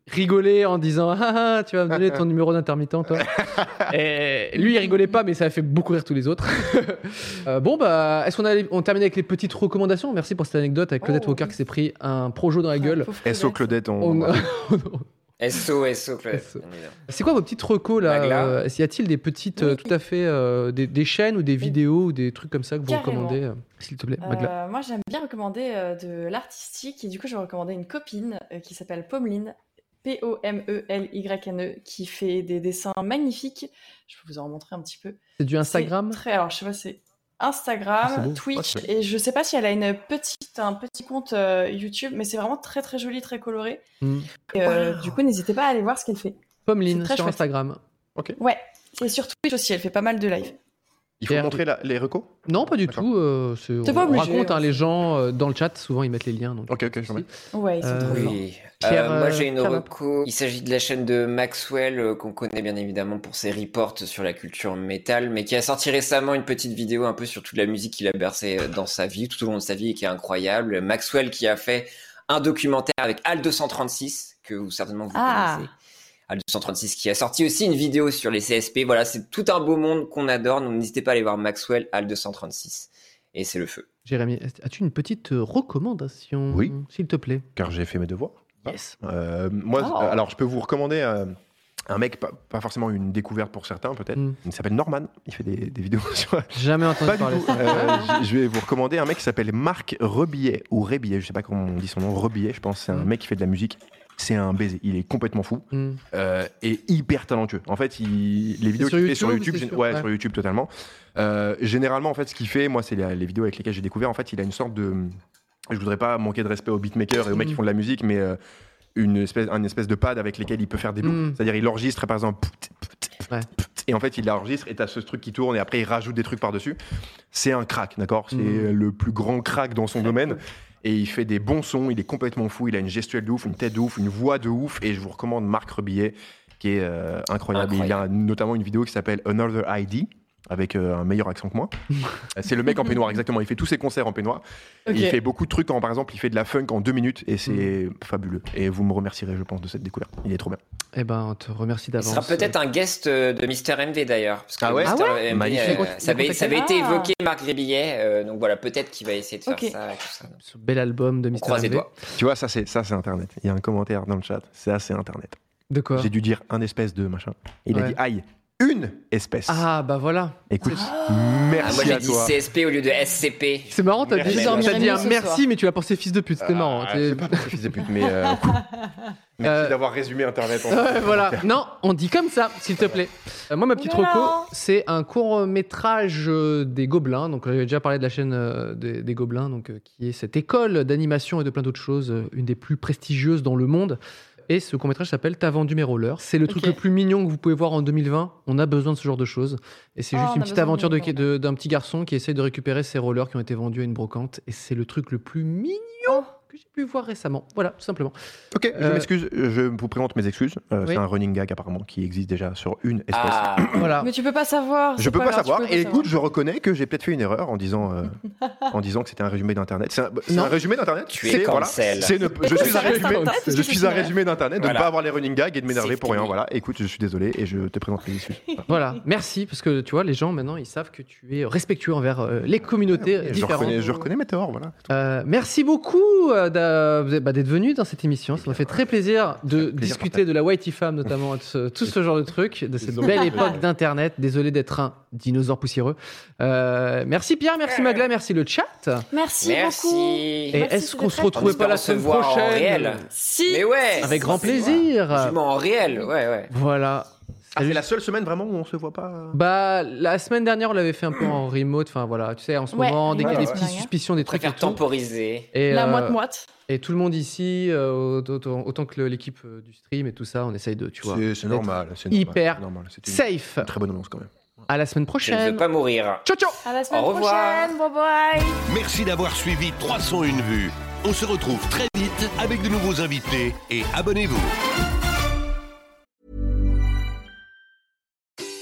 S1: rigolé en disant ah, ah, tu vas me donner ton numéro d'intermittent, toi. et lui, il rigolait pas, mais ça a fait beaucoup rire tous les autres. Euh, bon, bah, est-ce qu'on a, on termine avec les petites recommandations Merci pour cette anecdote avec Claudette
S6: Oh. Ah.
S1: Walker qui s'est pris un projo dans la gueule.
S6: Pauvre
S4: SO Claudette, on.
S1: On-
S2: SO, SO, Claude.
S1: SO. C'est quoi vos petites recos là
S2: Magla.
S1: euh, Est-ce- Y a-t-il des petites, euh,
S6: Oui.
S1: tout à fait, euh, des, des chaînes ou des vidéos ou des trucs comme ça que vous
S6: Carrément.
S1: recommandez euh, S'il te plaît, Magla.
S6: Euh, moi, j'aime bien recommander euh, de l'artistique et du coup, je vais recommander une copine euh, qui s'appelle Pommeline, E P-O-M-E-L-Y-N-E, qui fait des dessins magnifiques. Je vais vous en montrer un petit peu.
S1: C'est du Instagram
S6: Euh, C'est Très, alors, je sais pas, c'est
S1: Ah, c'est beau.
S6: Instagram,
S1: Ah,
S6: Twitch,
S1: c'est
S6: et je sais pas si elle a une petite, un petit compte euh, YouTube, mais c'est vraiment très très joli, très coloré.
S1: Hmm.
S6: Et, euh, Du coup, n'hésitez pas à aller voir ce qu'elle fait.
S1: Pommeline
S6: c'est
S1: sur
S6: très chouette.
S1: Instagram.
S6: Ouais, et sur Twitch aussi, elle fait pas mal de live.
S4: Il faut montrer la- les recos
S1: Non, pas du
S4: D'accord.
S1: tout. euh, c'est-
S6: T'es
S1: on
S6: pas
S1: on
S6: obligé,
S1: raconte hein,
S6: hein.
S1: les gens euh, dans le chat, souvent ils mettent les liens. Donc,
S4: Ok, ok, je remets.
S6: Ouais, ils sont
S1: Euh,
S6: trop forts.
S2: Oui.
S1: Pierre,
S2: Euh, moi
S1: euh,
S2: j'ai une
S1: Pierre Lap.
S2: reco. Il s'agit de la chaîne de Maxwell euh, qu'on connaît bien évidemment pour ses reports sur la culture métal, mais qui a sorti récemment une petite vidéo un peu sur toute la musique qu'il a bercée euh, dans sa vie, tout au long de sa vie et qui est incroyable. Maxwell qui a fait un documentaire avec Al 236 que vous certainement vous
S6: Ah.
S2: connaissez. Al 236 qui a sorti aussi une vidéo sur les CSP. Voilà, c'est tout un beau monde qu'on adore. Donc n'hésitez pas à aller voir Maxwell Al 236 et c'est le feu.
S1: Jérémy, est-ce- as-tu une petite euh, recommandation
S4: Oui.
S1: S'il te plaît.
S4: Car j'ai fait mes devoirs.
S1: Yes.
S4: Euh, moi,
S6: Oh.
S1: Ah.
S4: euh, alors je peux vous recommander euh, un mec, pas, pas forcément une découverte pour certains peut-être.
S1: Mm.
S4: Il s'appelle Norman. Il fait des, des vidéos sur.
S1: Jamais entendu
S4: Pas du
S1: parler.
S4: tout. Euh, je je vais vous recommander un mec qui s'appelle Marc Rebillet ou Rebillet, je sais pas comment on dit son nom. Rebillet, je pense. C'est un
S1: Mm.
S4: mec qui fait de la musique. C'est un baiser. Il est complètement fou
S1: Hmm.
S4: euh, et hyper talentueux. En fait, il, les vidéos
S1: sur
S4: qu'il fait sur
S1: YouTube,
S4: YouTube,
S1: c'est
S4: gé-
S1: sûr,
S4: ouais,
S1: ouais.
S4: sur YouTube totalement. Euh, généralement, en fait, ce qu'il fait, moi, c'est la- les vidéos avec lesquelles j'ai découvert. En fait, il a une sorte de, je voudrais pas manquer de respect aux beatmakers et aux mecs qui
S1: Mm.
S4: font de la musique, mais euh, une espèce, un espèce de pad avec lesquels il peut faire des loops.
S1: Mm.
S4: C'est-à-dire, il enregistre, par exemple,
S1: Ouais.
S4: et en fait, il l'enregistre et t'as ce truc qui tourne et après, il rajoute des trucs par dessus. C'est un crack, d'accord C'est
S1: Mm.
S4: le plus grand crack dans son domaine. Et il fait des bons sons, il est complètement fou, il a une gestuelle de ouf, une tête de ouf, une voix de ouf. Et je vous recommande Marc Rebillet, qui est euh, incroyable. Il a notamment une vidéo qui s'appelle Another ID, avec euh, un meilleur accent que moi. c'est le mec en peignoir, exactement. Il fait tous ses concerts en peignoir.
S6: Ok.
S4: Il fait beaucoup de trucs, en, par exemple, il fait de la funk en deux minutes, et c'est fabuleux. Et vous me remercierez, je pense, de cette découverte. Il est trop bien.
S1: Eh ben, on te remercie
S2: Il
S1: d'avance.
S2: sera peut-être un guest euh, de Mister MV d'ailleurs. Parce que
S4: Ah ouais
S2: Mr.
S1: Ah
S2: MV,
S4: Magnifique.
S1: Il
S2: euh,
S1: a
S2: ça, avait,
S1: contacté-
S2: ça avait été
S6: Ah.
S2: évoqué Marc Grébillet. euh, donc voilà, peut-être qu'il va essayer de faire
S6: Ok.
S2: ça. et tout ça. Ah, On
S1: euh, Ce bel album de Mister
S2: croise les
S1: MV.
S2: doigts.
S4: Tu vois, ça, c'est ça, c'est Internet. Il y a un commentaire dans le chat. Ça, c'est Internet.
S1: De quoi
S4: J'ai dû dire un espèce de machin. Il
S1: Ouais.
S4: a dit aïe, une espèce.
S1: Ah, bah voilà.
S4: Écoute,
S2: Ah, moi
S4: merci
S2: j'ai
S4: à
S2: dit
S4: toi.
S2: CSP au lieu de SCP.
S1: C'est marrant, t'as
S4: Merci.
S1: dit,
S2: Je dormirai
S1: t'as dit un
S6: mieux ce
S1: merci,
S6: soir.
S1: mais tu l'as pensé fils de pute. C'était marrant.
S4: Ah,
S1: t'es-
S4: c'est pas pour fils de pute, mais euh, merci
S1: Euh,
S4: d'avoir résumé Internet. En
S1: Ouais, voilà. Non, on dit comme ça, s'il te plaît. Euh, moi, ma petite
S6: Oulala.
S1: reco, c'est un court métrage des Gobelins. Donc, j'avais déjà parlé de la chaîne euh, des, des Gobelins, donc euh, qui est cette école d'animation et de plein d'autres choses, euh, une des plus prestigieuses dans le monde. Et ce court métrage s'appelle T'as vendu mes rollers. C'est le truc
S6: Ok.
S1: le plus mignon que vous pouvez voir en 2020. On a besoin de ce genre de choses. Et c'est
S6: Oh,
S1: juste
S6: on
S1: une
S6: a
S1: petite
S6: besoin de
S1: aventure de-
S6: mignon.
S1: de- d'un petit garçon qui essaye de récupérer ses rollers qui ont été vendus à une brocante. Et c'est le truc le plus mignon
S6: Oh.
S1: que j'ai pu voir récemment. Voilà, tout simplement.
S4: Ok, je
S1: Euh,
S4: m'excuse, je vous présente mes excuses. Euh,
S1: Oui.
S4: C'est un running gag apparemment qui existe déjà sur une espèce.
S2: Ah,
S1: Voilà.
S6: Mais tu peux pas savoir.
S4: je
S6: c'est
S4: peux pas
S6: grave, tu
S4: savoir.
S6: peux pas
S4: Et écoute, je reconnais que j'ai peut-être fait une erreur en disant, euh, en disant que c'était un résumé d'internet. C'est un, c'est
S1: Non.
S4: un résumé d'internet.
S2: Tu es
S4: C'est- voilà,
S2: cancel.
S4: c'est ne- je suis un
S6: Ça reste
S4: résumé.
S6: Internet,
S4: Je
S6: qu'est-ce
S4: suis
S6: que
S4: un
S6: tu veux
S4: résumé d'internet, de ne
S2: Voilà.
S4: pas avoir les running gags et de m'énerver
S2: Safety.
S4: pour rien. Voilà. Écoute, je suis désolé et je te présente mes excuses. Voilà.
S1: Voilà, merci, parce que tu vois, les gens maintenant, ils savent que tu es respectueux envers euh, les communautés
S4: Ah Je
S1: différentes.
S4: reconnais, je reconnais mes torts. Voilà.
S1: Euh, merci beaucoup euh, d'a- euh, vous êtes, bah, d'être venu dans cette émission. Ça m'a fait très plaisir de
S4: fait plaisir,
S1: discuter de la Whitey femme, notamment, de ce- tout ce genre de trucs, de cette
S4: Disons.
S1: belle époque d'Internet. Désolé d'être un dinosaure poussiéreux. Euh, merci Pierre, merci Magla, merci le chat.
S3: Merci, beaucoup.
S2: Merci.
S1: Et
S3: Merci,
S1: est-ce qu'on se
S3: c'était très
S2: On
S1: retrouve
S2: espère
S1: pas la
S2: se
S1: semaine
S2: voir en
S1: prochaine
S2: réel.
S3: Si.
S2: Mais ouais.
S1: Avec grand
S2: C'est-
S1: plaisir.
S2: Franchement, en réel, ouais, ouais.
S1: Voilà.
S4: Ah,
S1: Salut.
S4: c'est la seule semaine vraiment où on se voit pas. euh,
S1: Bah, la semaine dernière, on l'avait fait un peu en remote. Enfin, voilà, tu sais, en ce
S3: Ouais,
S1: moment, dès qu'il y a des
S4: remote, la
S1: petites
S3: dernière.
S1: suspicions, des
S2: Je
S1: trucs et
S2: préfère
S1: tout.
S2: temporiser.
S1: Et,
S3: La
S1: euh,
S3: moite-moite.
S1: et tout le monde ici, euh, autant, autant que le- l'équipe euh, du stream et tout ça, on essaye de, tu vois,
S4: C'est c'est
S1: d'être
S4: normal. c'est
S1: hyper
S4: normal, normal, c'était une-
S1: safe.
S4: une Très bonne annonce quand même.
S1: À la semaine
S2: Je ne veux
S1: prochaine.
S2: pas mourir.
S1: Ciao, ciao.
S3: À la semaine
S2: Au revoir.
S3: prochaine. Bye bye.
S5: Merci d'avoir suivi 301 vues. On se retrouve très vite avec de nouveaux invités et abonnez-vous.